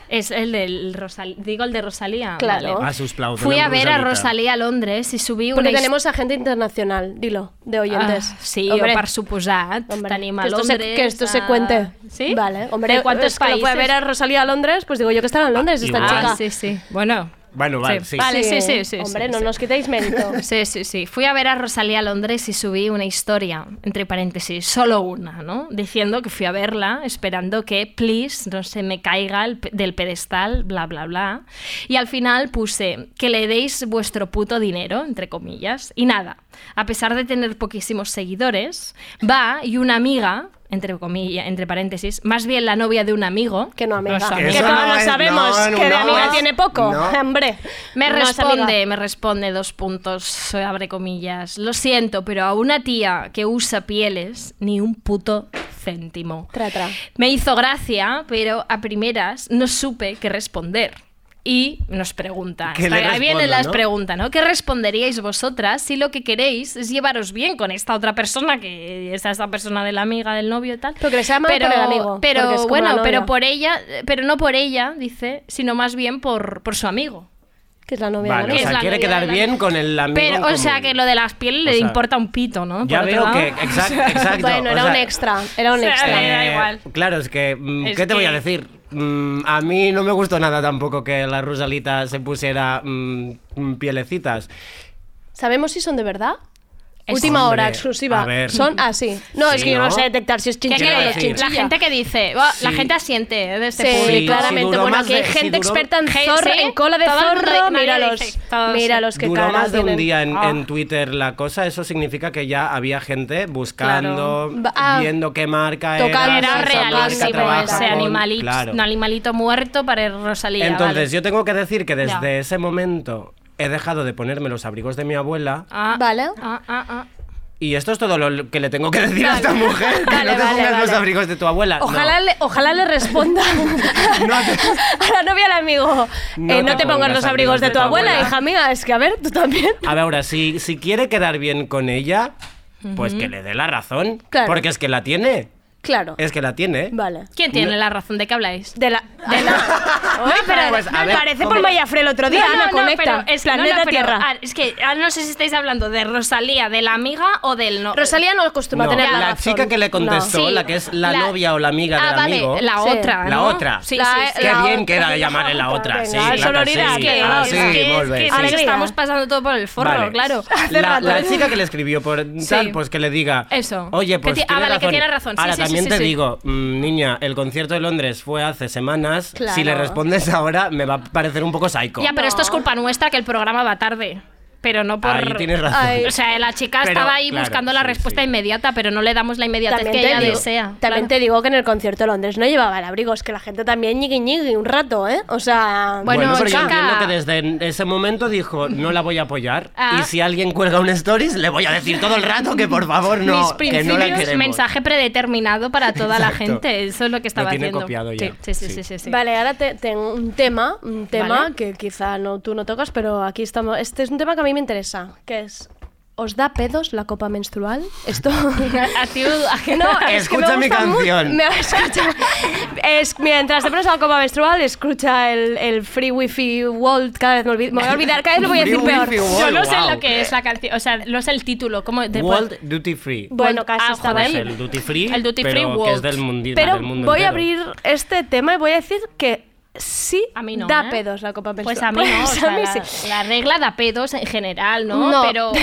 Speaker 5: Es el del Rosal... Digo, el de Rosalía.
Speaker 4: Claro.
Speaker 5: vale.
Speaker 14: A sus plausos.
Speaker 5: Fui
Speaker 14: la
Speaker 5: a ver a
Speaker 14: Rosalita.
Speaker 5: Rosalía a Londres y subí una...
Speaker 4: Porque
Speaker 5: his-
Speaker 4: tenemos a gente internacional, dilo, de oyentes.
Speaker 5: Ah, sí,
Speaker 4: Hombre,
Speaker 5: o per suposat, tenim a
Speaker 4: que esto, se,
Speaker 5: Londres...
Speaker 4: que esto se
Speaker 5: a-
Speaker 4: cuente.
Speaker 5: Sí?
Speaker 4: Vale, hombre,
Speaker 5: ¿De cuántos
Speaker 4: es que lo puede
Speaker 5: países?
Speaker 4: ver a Rosalía a Londres, pues digo yo que estará en Londres esta
Speaker 5: Igual.
Speaker 4: chica.
Speaker 5: Ah, sí, sí. Bueno,
Speaker 14: Bueno, vale, sí.
Speaker 5: Vale, sí, sí, sí.
Speaker 4: Hombre,
Speaker 5: sí,
Speaker 4: no
Speaker 5: sí.
Speaker 4: nos quitéis mérito.
Speaker 5: Sí, sí, sí. Fui a ver a Rosalía a Londres y subí una historia, entre paréntesis, solo una, ¿no? Diciendo que fui a verla, esperando que, please, no se me caiga el pe- del pedestal, bla, bla, bla. Y al final puse que le deis vuestro puto dinero, entre comillas, y nada. A pesar de tener poquísimos seguidores, va y una amiga entre comillas, entre paréntesis, más bien la novia de un amigo. Que
Speaker 4: no
Speaker 5: amiga.
Speaker 4: que todos lo sabemos, que de amiga tiene poco, hombre.
Speaker 5: Me
Speaker 4: No es
Speaker 5: responde,
Speaker 4: amiga.
Speaker 5: me responde dos puntos, eh, abre comillas. Lo siento, pero a una tía que usa pieles, ni un puto céntimo.
Speaker 4: Tra, tra.
Speaker 5: Me hizo gracia, pero a primeras no supe qué responder. Y nos pregunta,
Speaker 4: ¿Qué le
Speaker 5: ahí
Speaker 4: respondo,
Speaker 5: vienen las
Speaker 4: no?
Speaker 5: preguntas, ¿no? ¿Qué responderíais vosotras si lo que queréis es llevaros bien con esta otra persona, que es esta persona de la amiga, del novio y tal?
Speaker 4: Porque le sea mal por el amigo, porque es
Speaker 5: Pero
Speaker 4: como la
Speaker 5: bueno,
Speaker 4: novia.
Speaker 5: pero por ella, pero no por ella, dice, sino más bien por, por su amigo.
Speaker 4: Que es la novia.
Speaker 14: Vale, o
Speaker 5: Es
Speaker 14: sea,
Speaker 5: la
Speaker 14: quiere
Speaker 5: novia
Speaker 14: quedar
Speaker 5: de la-
Speaker 14: bien con el amigo. en
Speaker 5: Pero, o
Speaker 14: común.
Speaker 5: sea, que lo de las pieles le
Speaker 14: sea,
Speaker 5: importa un pito, ¿no?
Speaker 14: ya
Speaker 5: Por otro
Speaker 14: veo
Speaker 5: lado.
Speaker 14: que- exact- exacto,
Speaker 4: Bueno, era
Speaker 14: o sea-
Speaker 4: un extra, era un
Speaker 5: O sea,
Speaker 4: extra.
Speaker 5: me da
Speaker 14: Eh,
Speaker 5: igual.
Speaker 14: Claro, es que, mm,
Speaker 5: Es
Speaker 14: ¿qué te voy a
Speaker 5: que-
Speaker 14: decir? Mm, a mí no me gustó nada tampoco que la Rosalita se pusiera mm, mm, pielecitas.
Speaker 4: ¿Sabemos si son de verdad?
Speaker 14: Es-
Speaker 4: Última
Speaker 14: Hombre,
Speaker 4: hora, exclusiva.
Speaker 14: a ver.
Speaker 4: Son así. No,
Speaker 14: Sí,
Speaker 4: es que yo no
Speaker 14: ¿no?
Speaker 4: sé detectar si es
Speaker 5: ¿Qué
Speaker 4: chinchilla o no es
Speaker 5: quiere decir? La
Speaker 4: chinchilla.
Speaker 5: gente que dice, "Oh, la
Speaker 4: Sí.
Speaker 5: gente asiente eh, de este
Speaker 4: Sí,
Speaker 5: público.
Speaker 4: claramente. bueno, aquí hay gente experta en
Speaker 5: Je-
Speaker 4: zorro,
Speaker 5: sí,
Speaker 4: en cola de
Speaker 5: todo el mundo-
Speaker 4: zorro.
Speaker 5: nadie
Speaker 4: Míralos.
Speaker 5: dice, todos-
Speaker 4: Míralos que
Speaker 14: Duró
Speaker 4: cara
Speaker 14: más de un
Speaker 4: tienen.
Speaker 14: día en,
Speaker 4: Ah.
Speaker 14: en Twitter la cosa, eso significa que ya había gente buscando,
Speaker 5: Claro. Ah.
Speaker 14: viendo qué marca
Speaker 5: Tocando
Speaker 14: era,
Speaker 5: era
Speaker 14: si esa marca
Speaker 5: realísimo
Speaker 14: trabaja
Speaker 5: ese
Speaker 14: con-
Speaker 5: animalito,
Speaker 14: claro.
Speaker 5: un animalito muerto para Rosalía.
Speaker 14: Entonces,
Speaker 5: vale.
Speaker 14: yo tengo que decir que desde
Speaker 5: Ya.
Speaker 14: ese momento he dejado de ponerme los abrigos de mi abuela
Speaker 5: Ah,
Speaker 4: vale.
Speaker 5: Ah, ah, ah.
Speaker 14: y esto es todo lo que le tengo que decir a esta
Speaker 4: Vale.
Speaker 14: mujer, que
Speaker 4: Vale,
Speaker 14: no te
Speaker 4: vale,
Speaker 14: pongas los
Speaker 4: vale.
Speaker 14: abrigos de tu
Speaker 5: Ah,
Speaker 14: abuela. No.
Speaker 4: Ojalá, le, ojalá le responda a la novia al amigo.
Speaker 14: No
Speaker 4: eh,
Speaker 14: te
Speaker 4: no te pongas
Speaker 14: pongas
Speaker 4: los abrigos de tu abuela,
Speaker 14: abuela.
Speaker 4: hija mía. Es que, a ver, tú también.
Speaker 14: A ver, ahora, si, si quiere quedar bien con ella, pues que le dé la razón.
Speaker 4: Claro.
Speaker 14: Porque es que la tiene.
Speaker 4: Claro.
Speaker 14: Es que la tiene.
Speaker 4: Vale.
Speaker 5: ¿Quién tiene la razón? ¿De qué habláis?
Speaker 4: De la... De la... Oye, pero
Speaker 14: pues, a
Speaker 4: me
Speaker 14: ver,
Speaker 4: parece por
Speaker 14: ¿cómo?
Speaker 4: Mayafre el otro día.
Speaker 5: No, no,
Speaker 4: Ana,
Speaker 5: no,
Speaker 4: conecta.
Speaker 5: pero es,
Speaker 4: Planeta
Speaker 5: no, no, pero,
Speaker 4: Tierra.
Speaker 5: ah, es que ah, no sé si estáis hablando de Rosalía, de la amiga o del no.
Speaker 4: Rosalía no acostumbra
Speaker 14: No, la, chica que le contestó, la que es la, novia o la amiga
Speaker 5: Ah,
Speaker 14: del
Speaker 5: vale,
Speaker 14: amigo.
Speaker 5: la Sí. otra,
Speaker 14: La
Speaker 5: ¿no?
Speaker 14: otra.
Speaker 5: Sí, La- sí, sí.
Speaker 14: Qué
Speaker 5: la
Speaker 14: bien
Speaker 5: otra.
Speaker 14: queda llamarle la otra. ah, Sí,
Speaker 5: Venga,
Speaker 14: claro
Speaker 5: sororidad,
Speaker 14: que sí.
Speaker 5: que-
Speaker 14: Ah,
Speaker 5: es
Speaker 14: sí,
Speaker 5: que- es
Speaker 14: molt bé,
Speaker 5: que
Speaker 14: sí.
Speaker 5: nos estamos ¿eh? pasando todo por el forro,
Speaker 14: Vale.
Speaker 5: claro.
Speaker 14: La, la chica que le escribió por tal, pues que le diga.
Speaker 5: Eso.
Speaker 14: Oye,
Speaker 5: Que
Speaker 14: pues.
Speaker 5: ti- ah,
Speaker 14: tiene
Speaker 5: vale, que tiene razón. Sí,
Speaker 14: Ahora
Speaker 5: sí, sí,
Speaker 14: también
Speaker 5: sí,
Speaker 14: te
Speaker 5: sí.
Speaker 14: digo, mm, niña, el concierto de Londres fue hace semanas.
Speaker 5: Claro.
Speaker 14: Si le respondes ahora, me va a parecer un poco psycho.
Speaker 5: Ya, pero esto es culpa nuestra que el programa va tarde. pero no por.
Speaker 14: Ahí tienes razón.
Speaker 5: Ay. O sea, la chica
Speaker 14: Pero,
Speaker 5: estaba ahí
Speaker 14: claro,
Speaker 5: buscando la
Speaker 14: sí,
Speaker 5: respuesta inmediata, pero no le damos la inmediatez que ella
Speaker 4: digo,
Speaker 5: desea.
Speaker 4: también te digo que en el concierto de Londres no llevaba el abrigo, es que la gente también ñigui ñigui un rato, ¿eh? O sea,
Speaker 14: Bueno, pero yo entiendo que desde en- ese momento dijo, no la voy a apoyar.
Speaker 4: Ah.
Speaker 14: Y si alguien cuelga un stories, le voy a decir todo el rato que por favor
Speaker 5: Mis
Speaker 14: no, que
Speaker 5: principios,
Speaker 14: no la queremos.
Speaker 5: mensaje predeterminado para toda la
Speaker 14: Exacto.
Speaker 5: gente. Eso es lo que estaba
Speaker 14: tiene
Speaker 5: haciendo.
Speaker 14: copiado ya.
Speaker 5: Sí, sí, sí, sí, sí.
Speaker 4: Vale, ahora te- tengo un tema, un tema
Speaker 5: Vale.
Speaker 4: que quizá no, tú no tocas, pero aquí estamos. Este es un tema que a mí me interesa, que es ¿Os da pedos la copa menstrual? Esto.
Speaker 5: A ti, a-
Speaker 4: No, es que me
Speaker 5: Escucha mi
Speaker 4: gusta mu-
Speaker 5: canción.
Speaker 4: me- escucha- es- mientras te pones la copa menstrual, escucha el, el Free Wifi World. Cada vez me, olvi- me voy a olvidar, cada vez lo voy a
Speaker 14: Free
Speaker 4: decir peor.
Speaker 14: Wifi World,
Speaker 5: Yo no sé
Speaker 14: wow.
Speaker 5: lo que es la canción, o sea, no sé el título. ¿Cómo de-
Speaker 14: World Duty Free.
Speaker 4: Bueno, casi
Speaker 5: Ah,
Speaker 4: está
Speaker 5: joder.
Speaker 14: Pues el Duty Free,
Speaker 5: El Duty
Speaker 14: pero
Speaker 5: Free
Speaker 14: que
Speaker 5: World.
Speaker 14: es del, mundi-
Speaker 4: Pero
Speaker 14: del mundo
Speaker 4: voy a
Speaker 14: entero.
Speaker 4: abrir este tema y voy a decir que sí
Speaker 5: no,
Speaker 4: da
Speaker 5: ¿eh?
Speaker 4: pedos la copa menstrual.
Speaker 5: Pues a mí no, o
Speaker 4: Pues
Speaker 5: sea,
Speaker 4: a mí
Speaker 5: la-
Speaker 4: sí.
Speaker 5: la, regla da pedos en general, ¿no?
Speaker 4: No,
Speaker 5: pero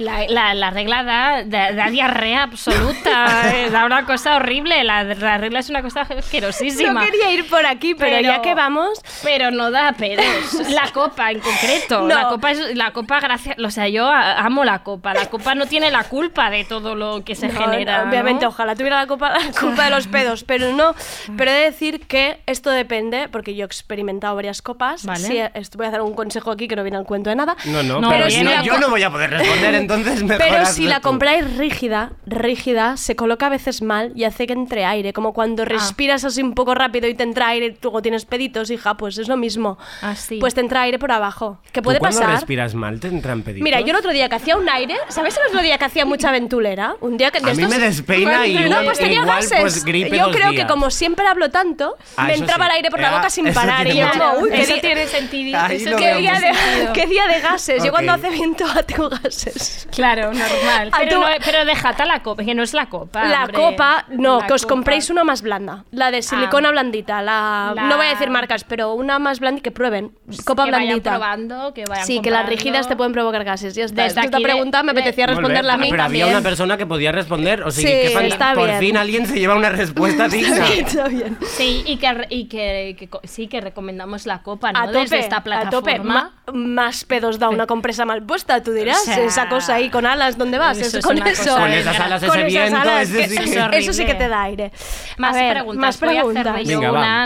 Speaker 5: la, la- la regla da, da, da diarrea absoluta, eh, da una cosa horrible, la, la regla es una cosa asquerosísima.
Speaker 4: No quería ir por aquí, pero, ya que vamos.
Speaker 5: Pero no da pedos. La copa en concreto.
Speaker 4: No.
Speaker 5: La copa, es, la copa gracias. O sea, yo a- amo la copa. La copa no tiene la culpa de todo lo que se
Speaker 4: No,
Speaker 5: genera.
Speaker 4: no, obviamente,
Speaker 5: ¿no?
Speaker 4: ojalá tuviera la culpa, la culpa de los pedos, pero no. Pero he de decir que esto depende, porque yo he experimentado varias copas.
Speaker 5: Vale.
Speaker 4: Sí, esto voy a dar un consejo aquí que no viene al cuento de nada.
Speaker 14: No, no,
Speaker 5: No,
Speaker 14: pero
Speaker 5: pero
Speaker 14: si
Speaker 5: si
Speaker 14: no,
Speaker 5: la
Speaker 14: yo
Speaker 5: co-
Speaker 14: no voy a poder responder, entonces mejor
Speaker 4: Pero si
Speaker 14: hazlo
Speaker 4: la
Speaker 14: tú.
Speaker 4: compráis rígida, rígida, se coloca a veces mal y hace que entre aire. Como
Speaker 5: Ah.
Speaker 4: cuando respiras así un poco rápido y te entra aire, tú luego tienes peditos, hija, pues es lo mismo.
Speaker 5: Ah,
Speaker 4: Pues te entra aire por abajo. Que
Speaker 14: ¿Tú
Speaker 4: puede
Speaker 14: cuando
Speaker 4: pasar.
Speaker 14: respiras mal te entran pedidos?
Speaker 4: Mira, yo el otro día que hacía un aire, ¿sabéis el otro día que hacía mucha ventulera? Un día que de
Speaker 14: A mí
Speaker 4: estos-
Speaker 14: me despeina y
Speaker 4: No,
Speaker 14: igual-
Speaker 4: pues tenía
Speaker 14: igual,
Speaker 4: gases.
Speaker 14: pues, gripe
Speaker 4: yo
Speaker 14: dos
Speaker 4: creo
Speaker 14: días.
Speaker 4: que como siempre hablo tanto,
Speaker 14: Ah,
Speaker 4: me
Speaker 14: eso
Speaker 4: entraba
Speaker 14: sí.
Speaker 4: el aire por la
Speaker 14: Ah,
Speaker 4: boca sin
Speaker 14: eso
Speaker 4: parar.
Speaker 14: tiene
Speaker 4: Y yo
Speaker 14: mucho-
Speaker 4: como, uy, qué
Speaker 5: Eso
Speaker 4: día-
Speaker 5: tiene sentido.
Speaker 14: Ahí
Speaker 5: eso
Speaker 14: lo
Speaker 5: tiene
Speaker 4: qué día de,
Speaker 5: sentido.
Speaker 4: qué día de gases. Yo cuando
Speaker 14: Ok.
Speaker 4: hace viento tengo gases.
Speaker 5: Claro, normal.
Speaker 4: Ah,
Speaker 5: Pero,
Speaker 4: tú-
Speaker 5: no- pero dejata la copa, que no es la copa.
Speaker 4: La
Speaker 5: hombre.
Speaker 4: copa, no,
Speaker 5: La
Speaker 4: que os
Speaker 5: copa. Ah.
Speaker 4: compréis una más blanda. La de silicona blandita, la,
Speaker 5: La-
Speaker 4: No voy a decir marcas, pero una más blanda y que prueben. Copa
Speaker 5: que vayan
Speaker 4: blandita.
Speaker 5: probando, que vayan
Speaker 4: sí, que las
Speaker 5: comprando.
Speaker 4: rigidas te pueden provocar gases. Ya está.
Speaker 5: Desde
Speaker 4: Esta
Speaker 5: aquí de-
Speaker 4: pregunta me
Speaker 5: de-
Speaker 4: apetecía
Speaker 14: Volver.
Speaker 4: responderla a
Speaker 14: Ah,
Speaker 4: mí
Speaker 14: Pero
Speaker 4: también.
Speaker 14: había una persona que podía responder. O sea,
Speaker 4: Sí,
Speaker 14: qué fan-
Speaker 4: está
Speaker 14: por
Speaker 4: bien.
Speaker 14: fin alguien se lleva una respuesta digna.
Speaker 5: Sí, y que, y que, que co- sí que recomendamos la copa, ¿no?
Speaker 4: A tope,
Speaker 5: Desde esta plataforma.
Speaker 4: a tope. Ma- más pedos da una compresa mal puesta, tú dirás.
Speaker 5: O sea,
Speaker 4: esa cosa ahí con alas, ¿dónde vas?
Speaker 5: eso
Speaker 4: Es
Speaker 5: es
Speaker 4: con
Speaker 5: una
Speaker 4: eso.
Speaker 5: cosa Con esas
Speaker 14: alas,
Speaker 4: Con
Speaker 14: ese
Speaker 4: esas
Speaker 14: viento,
Speaker 4: alas,
Speaker 14: ese
Speaker 4: que-
Speaker 14: sí
Speaker 4: eso,
Speaker 5: que-
Speaker 4: sí que te da aire.
Speaker 5: Más
Speaker 4: A ver,
Speaker 5: preguntas.
Speaker 4: Más
Speaker 5: Voy a hacerme
Speaker 4: preguntas.
Speaker 5: yo
Speaker 14: Venga, va.
Speaker 5: una.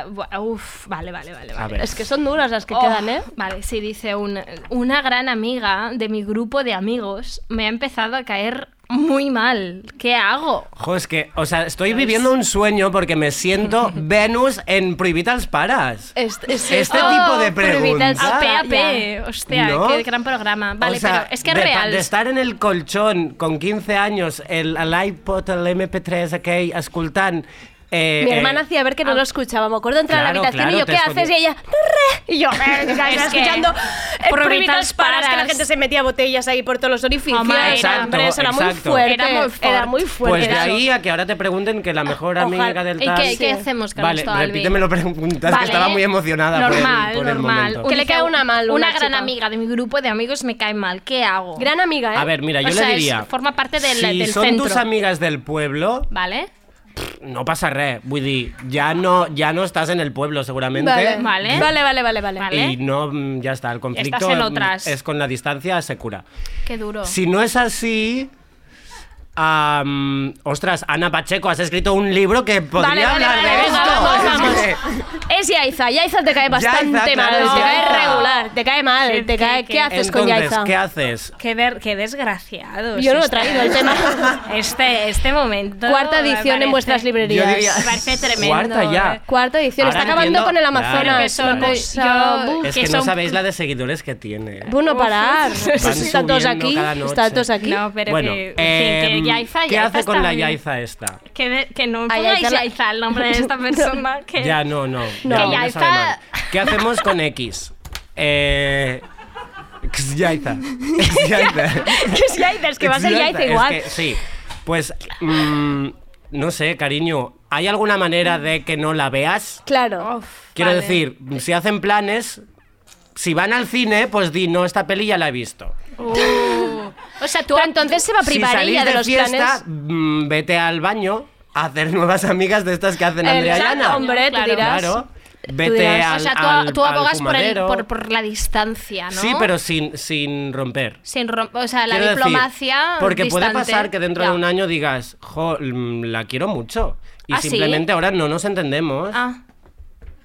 Speaker 5: ah, bu- uf, vale, vale, vale.
Speaker 14: A
Speaker 5: vale.
Speaker 14: ver.
Speaker 4: Es que son duras las que
Speaker 5: Oh,
Speaker 4: quedan, ¿eh?
Speaker 5: Vale, sí, dice un- una gran amiga de mi grupo de amigos me ha empezado a caer muy mal. ¿Qué hago?
Speaker 14: Jo, es que, o sea, estoy viviendo un sueño porque me siento Venus en Prohibitas Paras.
Speaker 4: Este,
Speaker 14: Este
Speaker 5: Oh,
Speaker 14: tipo de preguntas.
Speaker 5: AP, AP. Hostia,
Speaker 14: ¿No?
Speaker 5: qué gran programa. Vale,
Speaker 14: O sea,
Speaker 5: pero es que es
Speaker 14: de, pa-
Speaker 5: real.
Speaker 14: De estar en el colchón con 15 años, el, el iPod, el MP3, aquell, escoltant... Eh,
Speaker 4: Mi
Speaker 14: eh,
Speaker 4: hermana hacía ver que no lo escuchaba. Me acuerdo de entrar a la
Speaker 14: claro,
Speaker 4: habitación
Speaker 14: claro,
Speaker 4: y yo,
Speaker 14: te
Speaker 4: ¿qué
Speaker 14: escondí-
Speaker 4: haces? Y ella, "Torre". Y yo, eh, ya
Speaker 5: Es
Speaker 4: estaba
Speaker 5: que-
Speaker 4: escuchando. eh,
Speaker 5: Prohibitas
Speaker 4: Prohibitas paras. Que la
Speaker 5: paras.
Speaker 4: gente se metía botellas ahí por todos los orificios.
Speaker 5: Home,
Speaker 4: Era,
Speaker 14: exacto,
Speaker 4: hombre, eso era muy
Speaker 14: exacto.
Speaker 4: fuerte.
Speaker 5: Ah, Era muy fort.
Speaker 4: Era muy fuerte.
Speaker 14: Pues de
Speaker 4: Era-
Speaker 14: ahí a que ahora te pregunten que la mejor
Speaker 4: Ojalá-
Speaker 14: amiga del
Speaker 5: ¿Y
Speaker 14: tal...
Speaker 5: qué- qué hacemos con
Speaker 14: vale,
Speaker 5: esto, Albi?
Speaker 14: repíteme lo preguntas,
Speaker 5: Vale.
Speaker 14: que estaba muy emocionada por el-
Speaker 5: normal,
Speaker 14: por el,
Speaker 5: normal.
Speaker 14: momento.
Speaker 4: Que le
Speaker 5: Dice,
Speaker 4: cae una mal, una
Speaker 5: gran
Speaker 4: chica.
Speaker 5: amiga de mi grupo de amigos me cae mal. ¿Qué hago?
Speaker 4: Gran amiga, ¿eh?
Speaker 14: A ver, mira, yo
Speaker 5: O
Speaker 14: le
Speaker 5: sea, es-
Speaker 14: diría...
Speaker 5: forma parte del,
Speaker 14: si
Speaker 5: del
Speaker 14: son
Speaker 5: centro.
Speaker 14: tus amigas del pueblo,
Speaker 5: ¿Vale?
Speaker 14: no pasa res. Vull dir, ja no, ja no estás en el pueblo seguramente.
Speaker 4: Vale.
Speaker 5: Vale.
Speaker 4: Vale, vale, vale, vale.
Speaker 14: Y no, mm, ya está, el conflicto
Speaker 5: Estás en
Speaker 14: mm,
Speaker 5: otras.
Speaker 14: es con la distancia, se cura.
Speaker 5: Qué duro.
Speaker 14: Si no es así... am, ostras, Ana Pacheco, has escrito un libro que podría
Speaker 4: Vale, vale,
Speaker 14: hablar
Speaker 4: vale,
Speaker 14: de
Speaker 4: venga,
Speaker 14: esto.
Speaker 4: vamos,
Speaker 14: Es que-
Speaker 4: Es Yaiza. Yaiza te cae bastante
Speaker 14: Yaiza,
Speaker 4: mal.
Speaker 14: claro,
Speaker 4: te
Speaker 14: Yaiza.
Speaker 4: cae regular. Te cae mal.
Speaker 5: Sí,
Speaker 4: te cae...
Speaker 5: sí,
Speaker 4: ¿Qué
Speaker 5: que-
Speaker 4: haces con
Speaker 14: Entonces,
Speaker 4: Yaiza?
Speaker 14: ¿qué haces?
Speaker 5: Qué, ver, qué desgraciado.
Speaker 4: Yo no lo he traído el tema.
Speaker 5: Este, este momento.
Speaker 4: Cuarta edición
Speaker 5: me
Speaker 4: en vuestras librerías.
Speaker 14: Yo diría-
Speaker 5: Me parece tremendo.
Speaker 14: Cuarta ya.
Speaker 5: eh.
Speaker 4: Cuarta edición.
Speaker 14: Ahora
Speaker 4: Está acabando
Speaker 14: entiendo-
Speaker 4: con el
Speaker 14: claro.
Speaker 4: Amazonas.
Speaker 5: Que son-
Speaker 4: Una cosa-
Speaker 5: yo-
Speaker 4: Buf.
Speaker 14: Es
Speaker 5: que
Speaker 14: que no
Speaker 5: son-
Speaker 14: sabéis la de seguidores que tiene.
Speaker 4: Bueno, parar. Están todos
Speaker 14: subiendo
Speaker 4: aquí.
Speaker 14: cada noche.
Speaker 4: Están todos aquí.
Speaker 5: No, pero
Speaker 14: bueno,
Speaker 5: que, en fin, que
Speaker 14: em,
Speaker 5: Yaiza,
Speaker 14: ¿qué
Speaker 5: Yaiza
Speaker 14: hace con
Speaker 5: está
Speaker 14: la
Speaker 5: muy-
Speaker 14: Yaiza esta?
Speaker 5: Que, de- que no
Speaker 4: Ay,
Speaker 5: pongáis
Speaker 4: Yaiza la-
Speaker 5: Yaiza el nombre de esta persona. Que...
Speaker 14: Ya, no, no.
Speaker 5: No.
Speaker 14: ya,
Speaker 5: Que
Speaker 14: ya
Speaker 5: Yaiza-
Speaker 14: sabe mal. ¿Qué hacemos con X? Eh... X Yaiza. X Yaiza.
Speaker 4: ¿Qué es Yaiza? Es que va a ser
Speaker 14: X
Speaker 4: Yaiza igual.
Speaker 14: Es que, sí. Pues, mm, no sé, cariño. ¿Hay alguna manera de que no la veas?
Speaker 4: Claro.
Speaker 14: Quiero decir, si hacen planes, si van al cine, pues di, no, esta peli ya la he visto.
Speaker 5: Uh. O sea, tú
Speaker 4: Pero entonces se va a privar
Speaker 14: si
Speaker 4: ella
Speaker 14: salís
Speaker 4: de los
Speaker 14: fiesta,
Speaker 4: planes.
Speaker 14: mm, vete al baño a hacer nuevas amigas de estas que hacen Andrea y
Speaker 4: Exacto,
Speaker 14: Ana.
Speaker 4: hombre, tú
Speaker 5: Claro.
Speaker 4: dirás.
Speaker 14: Claro. Vete
Speaker 5: dirás-
Speaker 14: al-
Speaker 5: o sea, tú,
Speaker 14: al-
Speaker 5: tú
Speaker 14: al
Speaker 5: abogas por, el-
Speaker 14: fumadero.
Speaker 5: por- por la distancia, ¿no?
Speaker 14: Sí, pero sin, sin romper.
Speaker 5: Sin rom- o sea, la
Speaker 14: Quiero decir,
Speaker 5: diplomacia.
Speaker 14: porque puede
Speaker 5: Ah, distante,
Speaker 14: pasar que dentro
Speaker 5: ya.
Speaker 14: de un año digas, jo, mm, la quiero mucho. Y
Speaker 5: ¿Ah, sí?
Speaker 14: simplemente ahora no nos entendemos.
Speaker 5: Ah.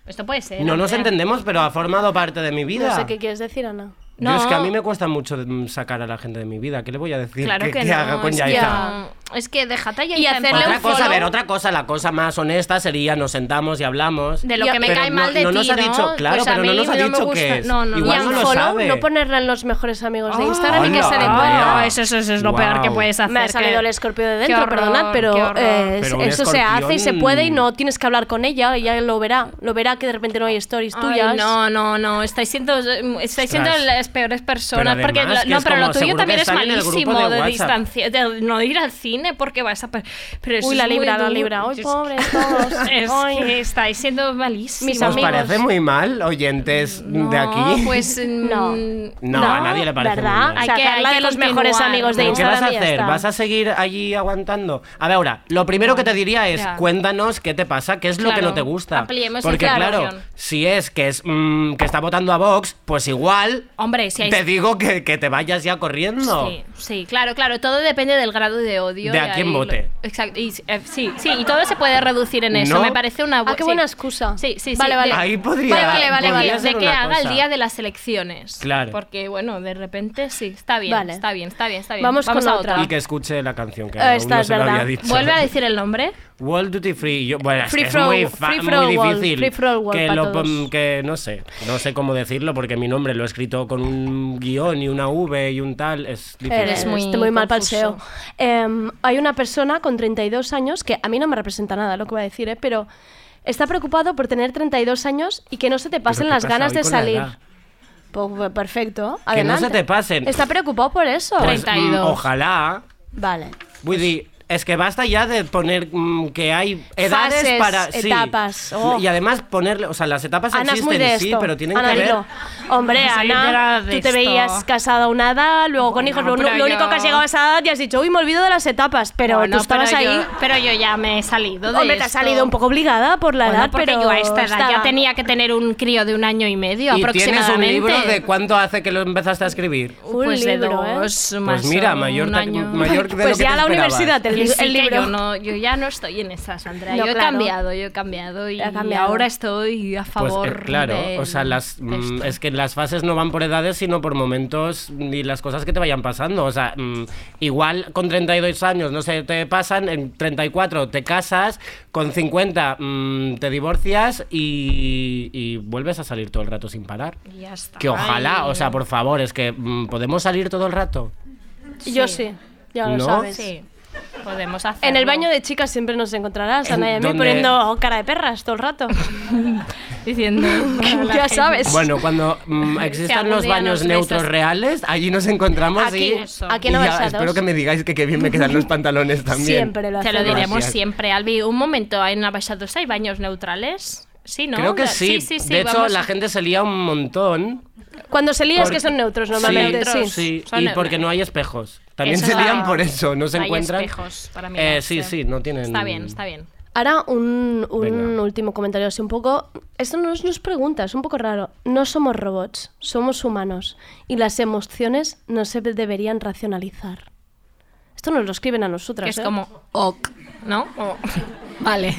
Speaker 5: Esto puede ser.
Speaker 14: no nos
Speaker 5: Andrea.
Speaker 14: entendemos, pero ha formado parte de mi vida.
Speaker 4: No sé qué quieres decir, Ana.
Speaker 14: Yo es que a
Speaker 5: No.
Speaker 14: mí me cuesta mucho mm, sacar a la gente de mi vida. ¿Qué le voy a decir
Speaker 5: Claro
Speaker 14: que,
Speaker 5: que,
Speaker 14: que
Speaker 5: no.
Speaker 14: haga con
Speaker 5: es,
Speaker 14: Yaita?
Speaker 5: que, es que déjate a Yaita
Speaker 16: Y
Speaker 5: en
Speaker 16: hacerle
Speaker 5: paz.
Speaker 14: Otra cosa, a ver, otra cosa, la cosa más honesta sería nos sentamos y hablamos.
Speaker 5: De lo que me
Speaker 14: Pero
Speaker 5: cae
Speaker 14: no-
Speaker 5: mal de
Speaker 14: no nos
Speaker 5: ti,
Speaker 14: ha dicho,
Speaker 5: ¿no?
Speaker 14: claro,
Speaker 5: Pues a
Speaker 14: pero no
Speaker 5: mí
Speaker 14: nos ha
Speaker 5: no me
Speaker 14: dicho
Speaker 5: gusta.
Speaker 14: qué es.
Speaker 5: No, no, Ah,
Speaker 14: Igual
Speaker 4: y
Speaker 14: no lo
Speaker 4: unfollow,
Speaker 14: sabe.
Speaker 4: no ponerla en los mejores amigos de Instagram y que
Speaker 14: hola,
Speaker 4: se den
Speaker 14: Andrea.
Speaker 4: cuenta.
Speaker 14: No, eso- eso- eso es lo Guau. peor que puedes
Speaker 4: Me ha
Speaker 5: hacer,
Speaker 4: salido
Speaker 5: que-
Speaker 4: el escorpio de
Speaker 5: Qué
Speaker 4: dentro,
Speaker 5: horror,
Speaker 4: perdonad,
Speaker 5: qué
Speaker 4: pero
Speaker 5: horror.
Speaker 4: eh,
Speaker 14: Pero un
Speaker 4: eso se hace y se
Speaker 14: escorpión-
Speaker 4: puede y no tienes que hablar con ella, ella lo verá. Lo verá que de repente no hay stories
Speaker 5: Ay,
Speaker 4: tuyas.
Speaker 5: no, no, no, estáis siendo, estáis siendo
Speaker 4: Ostras.
Speaker 5: las peores personas.
Speaker 4: Pero
Speaker 5: porque
Speaker 4: además
Speaker 5: lo-
Speaker 4: que
Speaker 5: no,
Speaker 4: es
Speaker 5: pero
Speaker 4: como,
Speaker 5: lo tuyo
Speaker 4: seguro que
Speaker 5: también es
Speaker 4: están en el grupo
Speaker 5: malísimo
Speaker 4: de
Speaker 5: de,
Speaker 4: WhatsApp.
Speaker 5: distancia. de no ir al cine porque vas a. per- Pero eso
Speaker 4: Uy,
Speaker 5: es
Speaker 4: la
Speaker 5: muy
Speaker 4: libra, la
Speaker 5: duro.
Speaker 4: libra. Ay,
Speaker 5: Es-
Speaker 4: pobres todos.
Speaker 5: Es
Speaker 4: Ay.
Speaker 5: que estáis siendo malísimos.
Speaker 14: ¿Os parece muy mal, oyentes de aquí?
Speaker 5: No, pues no.
Speaker 14: No, a nadie le parece
Speaker 4: ¿verdad?
Speaker 14: muy mal.
Speaker 4: Hay que sacarla de los mejores amigos Pues de
Speaker 14: ¿Qué vas a
Speaker 4: Instagram. y ya
Speaker 14: hacer?
Speaker 4: está.
Speaker 14: ¿Vas a seguir allí aguantando? A ver, ahora, lo primero que te diría es,
Speaker 4: Ya.
Speaker 14: cuéntanos qué te pasa, qué es lo que
Speaker 5: Claro,
Speaker 14: no te gusta.
Speaker 5: ampliemos
Speaker 14: Porque
Speaker 5: esta
Speaker 14: claro,
Speaker 5: relación.
Speaker 14: si es que es mm, que está votando a Vox, pues igual
Speaker 5: Hombre, si hay.
Speaker 14: te digo que, que te vayas ya corriendo.
Speaker 5: Sí, sí, claro, claro. Todo depende del grado de odio.
Speaker 14: De a
Speaker 5: y
Speaker 14: quién
Speaker 5: ahí lo-
Speaker 14: vote.
Speaker 5: Exacto. Y, eh, sí, sí, y todo se puede reducir en eso.
Speaker 14: ¿No?
Speaker 5: Me parece una buena.
Speaker 4: Ah, qué buena excusa.
Speaker 5: Sí, sí, sí.
Speaker 4: Vale, vale.
Speaker 14: Ahí podría-
Speaker 5: Vale, vale, vale,
Speaker 14: podría
Speaker 5: vale.
Speaker 14: ser
Speaker 5: De que
Speaker 14: una
Speaker 5: haga
Speaker 14: cosa.
Speaker 5: el día de las elecciones.
Speaker 14: Claro.
Speaker 5: Porque, bueno, de repente sí. Está bien,
Speaker 4: Vale.
Speaker 5: está bien, está bien, está bien.
Speaker 4: Vamos Pues con
Speaker 5: a
Speaker 4: otra. Ah,
Speaker 14: Y que escuche la canción que
Speaker 5: Eh,
Speaker 14: aún
Speaker 5: esta
Speaker 14: no
Speaker 5: es
Speaker 14: se lo
Speaker 5: verdad.
Speaker 14: había dicho.
Speaker 5: Vuelve a decir el nombre.
Speaker 4: Pues
Speaker 14: World Duty Free. Yo, bueno, es
Speaker 5: Free
Speaker 14: que es
Speaker 5: for
Speaker 14: muy,
Speaker 5: all,
Speaker 14: fa-
Speaker 5: free for
Speaker 14: muy
Speaker 5: all,
Speaker 14: difícil.
Speaker 5: free for all,
Speaker 14: que,
Speaker 5: para
Speaker 14: lo,
Speaker 5: todos.
Speaker 14: pon- que no sé, no sé cómo decirlo porque mi nombre lo he escrito con un guión y una V y un tal. Es difícil.
Speaker 4: Eres muy, muy mal palseo. Em, hay una persona con 32 años que a mí no me representa nada lo que voy a decir, ¿eh? pero está preocupado por tener 32 años y que no se te pasen
Speaker 14: ¿qué
Speaker 4: las
Speaker 14: pasa
Speaker 4: ganas
Speaker 14: hoy
Speaker 4: de
Speaker 14: con la
Speaker 4: salir. Oh.
Speaker 14: edad?
Speaker 4: Pues, perfecto.
Speaker 14: Que no
Speaker 4: adelante.
Speaker 14: se te pasen.
Speaker 4: Está preocupado por eso.
Speaker 14: Pues, mm, ojalá.
Speaker 4: Vale.
Speaker 14: Vull dir, es que basta ya de poner mm, que hay edades
Speaker 4: Fases,
Speaker 14: para. sí.
Speaker 4: etapas, oh.
Speaker 14: Y además ponerle. O sea, las etapas
Speaker 4: Ana es
Speaker 14: existen,
Speaker 4: muy de
Speaker 14: sí,
Speaker 4: esto.
Speaker 14: pero tienen
Speaker 4: Ana,
Speaker 14: que ver.
Speaker 4: dilo. Hombre,
Speaker 5: Oh. Vamos a ir ya
Speaker 4: Ana,
Speaker 5: de
Speaker 4: tú te
Speaker 5: esto.
Speaker 4: veías casada a una edad, luego con hijos. Lo,
Speaker 5: pero
Speaker 4: lo único
Speaker 5: yo-
Speaker 4: que has llegado a esa edad y has dicho, uy, me olvido de las etapas, pero
Speaker 5: Bueno,
Speaker 4: tú estabas
Speaker 5: pero
Speaker 4: ahí.
Speaker 5: yo- pero yo ya me he salido de
Speaker 4: Hombre, te has
Speaker 5: esto.
Speaker 4: salido un poco obligada por la
Speaker 5: Bueno,
Speaker 4: edad,
Speaker 5: porque
Speaker 4: pero
Speaker 5: yo a esta edad ya
Speaker 4: estaba-
Speaker 5: tenía que tener un crío de un año y medio
Speaker 14: Y tienes un
Speaker 5: aproximadamente.
Speaker 14: libro de cuánto hace que lo empezaste a escribir.
Speaker 5: pues de
Speaker 4: libro, ¿eh?
Speaker 5: dos más
Speaker 14: Pues mira,
Speaker 5: un
Speaker 14: mayor, ta-
Speaker 5: año.
Speaker 14: mayor de lo
Speaker 4: Pues
Speaker 14: que
Speaker 4: ya
Speaker 14: te
Speaker 4: la
Speaker 14: esperabas.
Speaker 4: universidad, el,
Speaker 5: Que
Speaker 4: li-
Speaker 5: sí,
Speaker 4: el
Speaker 5: que
Speaker 4: libro.
Speaker 5: yo, no, yo ya no estoy en esas, Andrea.
Speaker 4: No,
Speaker 5: yo he
Speaker 4: claro.
Speaker 5: cambiado, yo he cambiado y
Speaker 4: Ha cambiado.
Speaker 5: ahora estoy a
Speaker 14: Pues, eh,
Speaker 5: favor.
Speaker 14: claro,
Speaker 5: de-
Speaker 14: o sea, las, mm, es que las fases no van por edades, sino por momentos y las cosas que te vayan pasando. O sea, mm, igual con 32 años, no sé, te pasan, en 34 te casas, con 50 mm, te divorcias y, y vuelves a salir todo el rato sin parar.
Speaker 5: Y ya está.
Speaker 14: Que ojalá,
Speaker 5: Ay.
Speaker 14: o sea, por favor, es que mm, podemos salir todo el rato.
Speaker 4: Yo sí, ya lo
Speaker 14: ¿No?
Speaker 4: sabes.
Speaker 5: Sí, podemos hacer.
Speaker 4: En el baño de chicas siempre nos encontrarás, Ana y a mí,
Speaker 14: ¿Dónde?
Speaker 4: poniendo cara de perras todo el rato.
Speaker 5: Diciendo.
Speaker 4: ya sabes.
Speaker 14: Bueno, cuando mm, existan
Speaker 4: algún
Speaker 14: los
Speaker 4: día
Speaker 14: baños
Speaker 4: nos
Speaker 14: neutros
Speaker 4: besas.
Speaker 14: reales, allí nos encontramos
Speaker 5: Aquí,
Speaker 14: y...
Speaker 5: eso.
Speaker 14: y
Speaker 5: Aquí
Speaker 14: ya,
Speaker 5: no besados.
Speaker 14: espero que me digáis que qué bien me quedan los pantalones también.
Speaker 5: Te lo diremos
Speaker 14: Gracias.
Speaker 5: siempre, Albi. Un momento, ¿en Abaixados hay baños neutrales? Sí, ¿no?
Speaker 14: Creo que
Speaker 5: La-
Speaker 14: sí.
Speaker 5: sí, sí,
Speaker 14: de hecho,
Speaker 5: vamos-
Speaker 14: la gente se lía un montón.
Speaker 4: Cuando se lía es
Speaker 14: Por-
Speaker 4: que son neutros normalmente.
Speaker 14: Sí,
Speaker 4: sí.
Speaker 14: sí,
Speaker 4: Son
Speaker 14: y
Speaker 4: neutros.
Speaker 14: porque no hay espejos. También
Speaker 4: Eso
Speaker 14: se
Speaker 4: está-
Speaker 14: lían por eso, no se
Speaker 5: hay
Speaker 14: encuentran.
Speaker 5: espejos para
Speaker 14: Eh, sí,
Speaker 5: mirarse.
Speaker 14: sí, no tienen.
Speaker 5: Está bien, está bien.
Speaker 4: Ahora un, un último comentario así un poco... Esto no es nos pregunta, es un poco raro. No somos robots, somos humanos. Y las emociones no se deberían racionalizar. Esto nos lo escriben a nosotras.
Speaker 5: Que es
Speaker 4: ¿eh?
Speaker 5: como ok, ¿no? O- vale.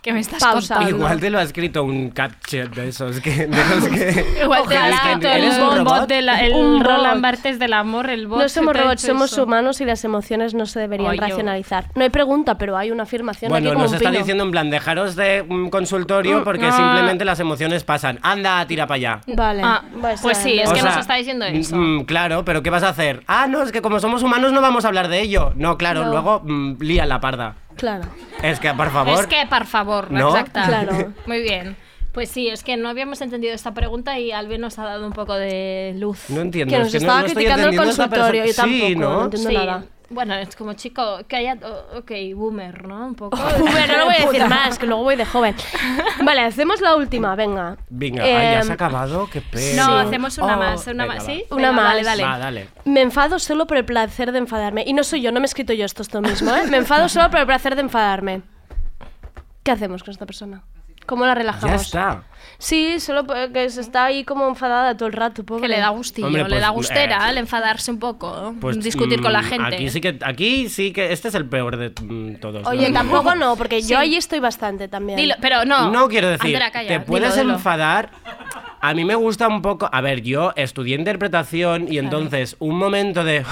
Speaker 5: ¿Qué me estás
Speaker 4: Pausa.
Speaker 5: contando?
Speaker 14: Igual te lo ha escrito un captcha de esos que. De los que
Speaker 5: Igual te
Speaker 14: Ojalá,
Speaker 5: ha escrito
Speaker 14: ¿eres
Speaker 5: el
Speaker 14: un
Speaker 5: bot,
Speaker 14: robot?
Speaker 5: de la- el
Speaker 4: Un bot.
Speaker 5: Roland Barthes del amor, el bot.
Speaker 4: No somos
Speaker 5: te ha
Speaker 4: robots,
Speaker 5: hecho
Speaker 4: somos
Speaker 5: eso.
Speaker 4: humanos y las emociones no se deberían
Speaker 5: Oye.
Speaker 4: racionalizar. No hay pregunta, pero hay una afirmación aquí
Speaker 14: Bueno,
Speaker 4: como
Speaker 14: nos
Speaker 4: un
Speaker 14: está
Speaker 4: pino.
Speaker 14: diciendo en plan, dejaros de un consultorio porque
Speaker 5: ah.
Speaker 14: simplemente las emociones pasan. Anda, tira para allá.
Speaker 4: Vale.
Speaker 5: Ah,
Speaker 4: Pues,
Speaker 5: pues sí, es
Speaker 14: O
Speaker 5: que
Speaker 14: sea,
Speaker 5: nos está diciendo eso.
Speaker 14: Mm, claro, pero ¿qué vas a hacer? Ah, no, es que como somos humanos no vamos a hablar de ello. No, claro,
Speaker 5: No.
Speaker 14: luego mm, lía la parda.
Speaker 4: Claro.
Speaker 14: Es que, por favor.
Speaker 5: Es que, por favor,
Speaker 14: ¿No?
Speaker 5: exacta.
Speaker 14: Claro.
Speaker 5: Muy bien. Pues sí, es que no habíamos entendido esta pregunta y Albe nos ha dado un poco de luz.
Speaker 14: No entiendo, Que nos es que no- estaba no estoy criticando el entendiendo esta consultorio, yo persona. Sí, tampoco, ¿no? no entiendo nada.
Speaker 5: Bueno, es como chico, que haya. o- Ok, boomer, ¿no? Un poco.
Speaker 4: Bueno, no lo voy a decir
Speaker 5: Puta.
Speaker 4: más, que luego voy de joven. Vale, hacemos la última, venga.
Speaker 14: Venga, ay, ya se
Speaker 4: Em,
Speaker 14: ha acabado, qué pena.
Speaker 5: No, hacemos una
Speaker 14: Oh,
Speaker 5: más, una
Speaker 14: venga,
Speaker 5: más,
Speaker 14: va.
Speaker 5: ¿sí?
Speaker 4: Una
Speaker 5: Venga,
Speaker 4: más.
Speaker 5: Vale, dale.
Speaker 14: Va, dale.
Speaker 4: Me enfado solo por el placer de enfadarme. Y no soy yo, no me he escrito yo esto, esto mismo, ¿eh? Me enfado solo por el placer de enfadarme. ¿Qué hacemos con esta persona? ¿Cómo la relajamos?
Speaker 14: Ya está.
Speaker 4: Sí, solo p- que se está ahí como enfadada todo el rato, pobre.
Speaker 5: Que le da gustillo,
Speaker 14: Hombre,
Speaker 5: le
Speaker 14: pues,
Speaker 5: da gustera
Speaker 14: eh,
Speaker 5: el enfadarse un poco,
Speaker 14: Pues,
Speaker 5: discutir con la
Speaker 14: mm,
Speaker 5: gente.
Speaker 14: Aquí sí que, aquí sí que este es el peor de mm, todos. la
Speaker 4: Oye,
Speaker 14: verdad.
Speaker 4: tampoco no, porque yo
Speaker 5: Sí.
Speaker 4: ahí estoy bastante también.
Speaker 5: Dilo, pero no.
Speaker 14: No quiero decir,
Speaker 5: Andrea, calla,
Speaker 14: te
Speaker 5: dilo,
Speaker 14: puedes
Speaker 5: dilo.
Speaker 14: enfadar. A mí me gusta un poco. A ver, yo estudié interpretación y entonces un momento de.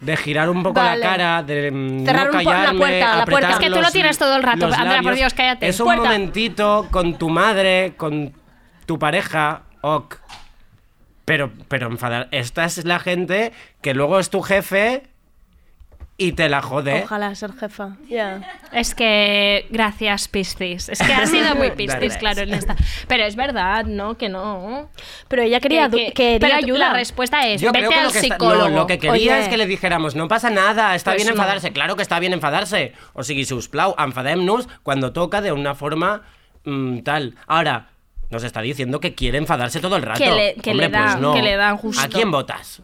Speaker 14: De girar un poco
Speaker 5: Vale.
Speaker 14: la cara, de mm,
Speaker 5: Cerrar
Speaker 14: no
Speaker 5: un po- la
Speaker 14: callarme,
Speaker 5: puerta, la puerta.
Speaker 14: apretar
Speaker 5: Es que tú lo
Speaker 14: los-
Speaker 5: tienes todo el rato,
Speaker 14: los
Speaker 5: Andrea, por
Speaker 14: labios.
Speaker 5: Dios, cállate.
Speaker 14: Es un
Speaker 5: Puerta.
Speaker 14: momentito con tu madre, con tu pareja, ok. Pero, pero enfadar. Esta es la gente que luego es tu jefe y te la jode.
Speaker 4: Ojalá ser jefa.
Speaker 5: Es que gracias Piscis. Es que ha sido muy Piscis,
Speaker 4: Dale.
Speaker 5: claro, en esta. Pero es verdad, ¿no? Que no.
Speaker 4: Pero ella quería du- quería
Speaker 5: pero tú-
Speaker 4: ayuda.
Speaker 5: La respuesta es
Speaker 14: Yo
Speaker 5: vete
Speaker 14: creo que
Speaker 5: al
Speaker 14: lo que está-
Speaker 5: psicólogo.
Speaker 14: no, lo que quería
Speaker 5: Oye.
Speaker 14: es que le dijéramos, no pasa nada, está
Speaker 5: Pues
Speaker 14: bien
Speaker 5: no.
Speaker 14: enfadarse. Claro que está bien enfadarse. O sigui, si us plau, enfadem-nos cuando toca de una forma mm, tal. Ahora, nos está diciendo que quiere enfadarse todo el rato.
Speaker 5: Que le- que
Speaker 14: Hombre,
Speaker 5: le da-
Speaker 14: pues no.
Speaker 5: que le da justo.
Speaker 14: ¿A quién votas?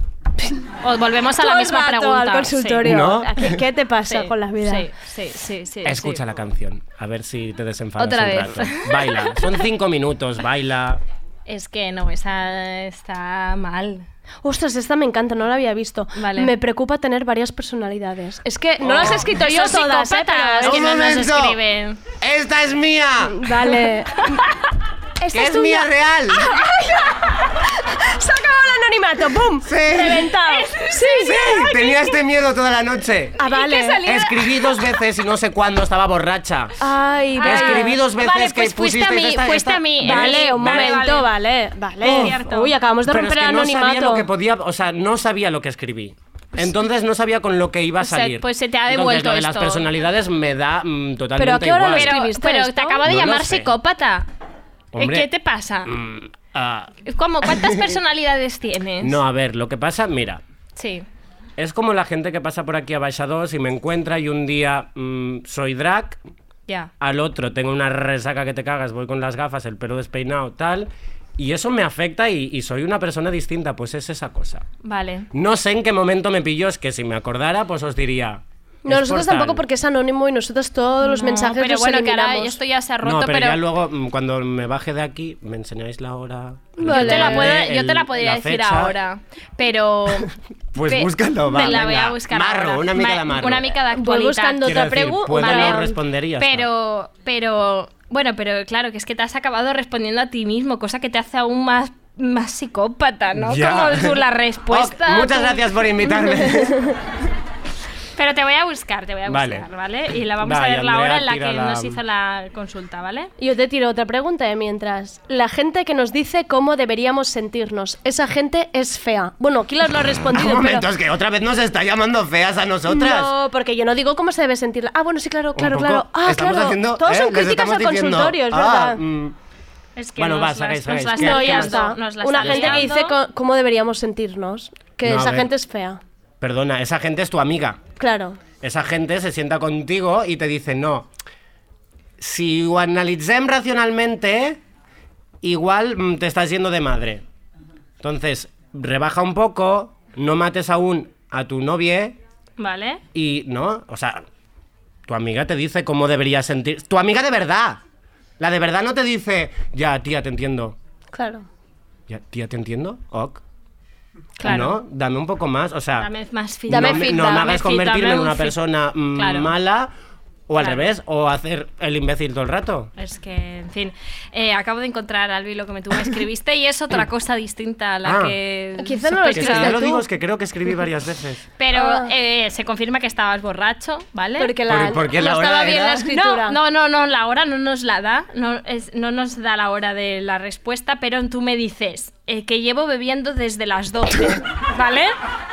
Speaker 5: O volvemos a
Speaker 4: Todo
Speaker 5: la
Speaker 4: el
Speaker 5: misma
Speaker 4: rato
Speaker 5: pregunta.
Speaker 4: al consultorio.
Speaker 14: ¿No?
Speaker 4: ¿Qué, qué te pasa con las vidas?
Speaker 5: Sí, sí, sí. sí,
Speaker 14: Escucha la canción, a ver si te desenfadas
Speaker 5: Otra
Speaker 14: un
Speaker 5: vez.
Speaker 14: rato. Baila, son cinco minutos, baila.
Speaker 5: Es que no, esa está mal.
Speaker 4: Ostras, esta me encanta, no la había visto.
Speaker 5: Vale.
Speaker 4: Me preocupa tener varias personalidades. Es que no
Speaker 5: Oh.
Speaker 4: las he escrito yo
Speaker 5: Son
Speaker 4: todas, ¿eh?
Speaker 5: psicópatas
Speaker 4: Pero
Speaker 5: que
Speaker 4: es-
Speaker 5: no nos escriben.
Speaker 14: ¡Esta es mía!
Speaker 4: Dale. Esta
Speaker 14: Que es mía
Speaker 4: tuya. Ah,
Speaker 14: real.
Speaker 4: Se ha acabado el anonimato, ¡pum! Sí. Reventado. Sí,
Speaker 14: Sí, tenía este miedo toda la noche.
Speaker 4: Ah, vale.
Speaker 14: Escribí dos veces y no sé cuándo estaba borracha.
Speaker 4: Ay,
Speaker 14: Ah, escribí dos veces
Speaker 4: vale,
Speaker 14: que
Speaker 4: pues fuiste a
Speaker 14: pusisteis
Speaker 4: mí,
Speaker 14: esta-
Speaker 4: fuiste
Speaker 14: esta-
Speaker 4: a mí.
Speaker 14: ¿Eh?
Speaker 4: Vale, un
Speaker 14: Vale,
Speaker 4: momento, vale, vale.
Speaker 14: Uf.
Speaker 4: Uy, acabamos de
Speaker 14: Pero
Speaker 4: romper
Speaker 14: es que
Speaker 4: el
Speaker 14: no sabía
Speaker 4: anonimato.
Speaker 14: lo que podía, o sea, no sabía lo que escribí. Entonces no sabía con lo que iba a
Speaker 5: O sea,
Speaker 14: salir.
Speaker 5: pues se te ha
Speaker 14: Entonces,
Speaker 5: devuelto
Speaker 14: lo de las
Speaker 5: esto.
Speaker 14: personalidades me da mm, totalmente
Speaker 5: pero a qué hora
Speaker 14: igual.
Speaker 5: lo escribiste? Pero, te acaba de
Speaker 14: No lo
Speaker 5: llamar
Speaker 14: sé.
Speaker 5: psicópata. ¿Eh,
Speaker 14: Hombre,
Speaker 5: ¿Qué te pasa?
Speaker 14: mm, ah,
Speaker 5: ¿Cómo? ¿Cuántas personalidades tienes?
Speaker 14: no, a ver, lo que pasa, mira,
Speaker 5: Sí.
Speaker 14: es como la gente que pasa por aquí a Baixados y me encuentra y un día mm, soy drag,
Speaker 5: Ya.
Speaker 14: al otro tengo una resaca que te cagas, voy con las gafas, el pelo despeinado, tal, y eso me afecta y- y soy una persona distinta, pues es esa cosa.
Speaker 5: Vale.
Speaker 14: No sé en qué momento me pilló, es que si me acordara, pues os diría.
Speaker 4: No,
Speaker 14: es
Speaker 4: nosotros
Speaker 14: por
Speaker 4: tampoco
Speaker 14: tal.
Speaker 4: porque es anónimo y nosotros todos los
Speaker 5: No,
Speaker 4: mensajes
Speaker 5: pero
Speaker 4: los
Speaker 5: bueno, que ahora
Speaker 4: eliminamos.
Speaker 5: esto ya se ha roto,
Speaker 14: no, pero,
Speaker 5: pero,
Speaker 14: ya luego, mm, cuando me baje de aquí, me enseñáis la hora.
Speaker 5: yo, te la
Speaker 14: el-
Speaker 5: puedo- yo te la
Speaker 14: el-
Speaker 5: podría
Speaker 14: la
Speaker 5: decir
Speaker 14: fecha.
Speaker 5: ahora. Pero.
Speaker 14: Pues
Speaker 5: pe-
Speaker 14: búscalo, va,
Speaker 5: Te la voy
Speaker 14: venga.
Speaker 5: a buscar.
Speaker 14: Marro,
Speaker 5: ahora.
Speaker 14: una mica de
Speaker 5: Ma-
Speaker 14: marro.
Speaker 5: Una mica de
Speaker 4: Voy
Speaker 5: actualidad.
Speaker 4: buscando
Speaker 14: Quiero
Speaker 4: otra
Speaker 14: decir, puedo
Speaker 4: pregunta.
Speaker 14: no responder y ya está.
Speaker 5: Pero, pero, bueno, pero claro, que es que te has acabado respondiendo a ti mismo, cosa que te hace aún más, más psicópata, ¿no?
Speaker 14: Ya.
Speaker 5: Como tú, la
Speaker 14: Ok,
Speaker 5: respuesta.
Speaker 14: muchas
Speaker 5: tú-
Speaker 14: gracias por invitarme.
Speaker 5: Pero te voy a buscar, te voy a
Speaker 14: Vale.
Speaker 5: buscar, ¿vale? Y la vamos
Speaker 14: Vale,
Speaker 5: a ver la
Speaker 14: Andrea,
Speaker 5: hora en la
Speaker 14: tira
Speaker 5: que
Speaker 14: la-
Speaker 5: nos hizo la consulta, ¿vale?
Speaker 4: Yo te tiro otra pregunta de mientras. La gente que nos dice cómo deberíamos sentirnos, esa gente es fea. Bueno, aquí las lo ha
Speaker 14: Un
Speaker 4: respondido, pero...
Speaker 14: momento, es que otra vez nos está llamando feas a nosotras.
Speaker 4: No, porque yo no digo cómo se debe sentir. la- Ah, bueno, sí, claro, claro,
Speaker 14: Un poco,
Speaker 4: claro. Ah,
Speaker 14: estamos
Speaker 4: claro.
Speaker 14: haciendo,
Speaker 4: Todos
Speaker 14: eh,
Speaker 4: son
Speaker 14: les
Speaker 4: críticas
Speaker 14: estamos
Speaker 4: al
Speaker 14: diciendo,
Speaker 4: consultorio, es
Speaker 14: ah,
Speaker 4: verdad.
Speaker 14: mm,
Speaker 5: Es
Speaker 14: Bueno,
Speaker 5: nos
Speaker 14: va,
Speaker 5: las-
Speaker 14: sacáis,
Speaker 5: nos
Speaker 14: sacáis.
Speaker 5: las
Speaker 14: ¿Qué-
Speaker 5: está
Speaker 14: qué
Speaker 4: Ya
Speaker 14: más?
Speaker 4: está.
Speaker 5: liando, nos las
Speaker 4: Una
Speaker 5: está
Speaker 4: gente que
Speaker 5: liando.
Speaker 4: dice co- cómo deberíamos sentirnos, que
Speaker 14: No, a
Speaker 4: esa
Speaker 14: ver.
Speaker 4: gente es fea.
Speaker 14: Perdona, esa gente es tu amiga.
Speaker 4: Claro.
Speaker 14: Esa gente se sienta contigo y te dice, no, si ho analitzem racionalmente, igual mm, te estás yendo de madre. Entonces, rebaja un poco, no mates aún a tu novia
Speaker 5: ¿Vale?
Speaker 14: y, ¿no? O sea, tu amiga te dice cómo deberías sentir... Tu amiga de verdad. La de verdad no te dice, ya, tía, te entiendo.
Speaker 4: Claro.
Speaker 14: Ya, tía, te entiendo. Ok.
Speaker 5: Claro.
Speaker 14: No, dame un poco más, o sea...
Speaker 5: Dame más
Speaker 14: no,
Speaker 5: feedback.
Speaker 14: me- no me hagas convertirme en una persona mm,
Speaker 5: Claro.
Speaker 14: mala o al
Speaker 5: Claro.
Speaker 14: revés, o hacer el imbécil todo el rato.
Speaker 5: Es que, en fin, eh, acabo de encontrar, Albi, lo que me tú me escribiste y es otra cosa distinta a la
Speaker 14: Ah.
Speaker 5: que...
Speaker 4: Quizá no lo
Speaker 14: Que si
Speaker 5: sospechaba.
Speaker 14: yo lo digo es que creo que escribí varias veces.
Speaker 5: Pero
Speaker 4: Ah.
Speaker 5: eh, se confirma que estabas borracho, ¿vale?
Speaker 4: Porque la-
Speaker 14: Por- porque la
Speaker 4: no
Speaker 14: hora
Speaker 4: estaba bien
Speaker 14: era-
Speaker 4: la escritura.
Speaker 5: No, no, no, no, la hora no nos la da, no, es- no nos da la hora de la respuesta, pero tú me dices eh, que llevo bebiendo desde las 12, ¿vale?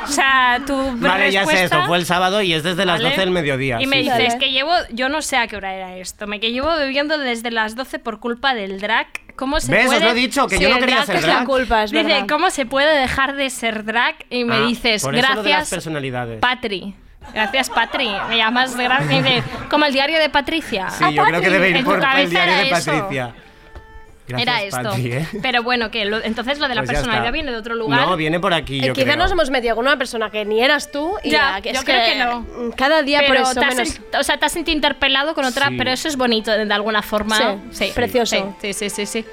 Speaker 5: O sea, tu
Speaker 14: Vale, ya sé
Speaker 5: respuesta-
Speaker 14: eso, fue el sábado y es desde las
Speaker 5: ¿vale?
Speaker 14: 12 del mediodía.
Speaker 5: Y me
Speaker 14: sí, sí.
Speaker 5: dices que llevo, yo no sé a qué hora era esto, me que llevo bebiendo desde las 12 por culpa del drag. ¿Cómo se
Speaker 14: ¿Ves? Os
Speaker 5: puede?
Speaker 14: lo he dicho, que yo
Speaker 5: el
Speaker 14: no quería ser
Speaker 5: es la
Speaker 14: drag.
Speaker 4: culpa, es
Speaker 5: Dice,
Speaker 4: verdad.
Speaker 5: ¿cómo se puede dejar de ser drag? Y me
Speaker 14: Ah,
Speaker 5: dices,
Speaker 14: por eso lo de las
Speaker 5: gracias,
Speaker 14: personalidades.
Speaker 5: Patri. Gracias, Patri. Me llamas gracias. me dice, Como el diario de Patricia.
Speaker 14: sí, yo creo que debe ir por el diario de Patricia.
Speaker 5: Era
Speaker 14: Gracias,
Speaker 5: esto.
Speaker 14: Patri, ¿eh?
Speaker 5: Pero bueno, que lo- entonces lo de la
Speaker 14: Pues ya
Speaker 5: personalidad
Speaker 14: está.
Speaker 5: viene de otro lugar.
Speaker 14: No, viene por aquí,
Speaker 4: Eh,
Speaker 14: yo
Speaker 4: quizá
Speaker 14: creo.
Speaker 4: nos hemos metido con una persona que ni eras tú y
Speaker 5: Ya,
Speaker 4: la que
Speaker 5: yo
Speaker 4: es
Speaker 5: creo que no.
Speaker 4: mm, Cada día
Speaker 5: pero
Speaker 4: por eso
Speaker 5: te has
Speaker 4: menos.
Speaker 5: sent- o sea, te has sentido interpelado con otra,
Speaker 4: Sí.
Speaker 5: pero eso es bonito de de alguna forma.
Speaker 4: Sí,
Speaker 5: Sí,
Speaker 4: precioso.
Speaker 5: Sí, sí, sí, sí. sí.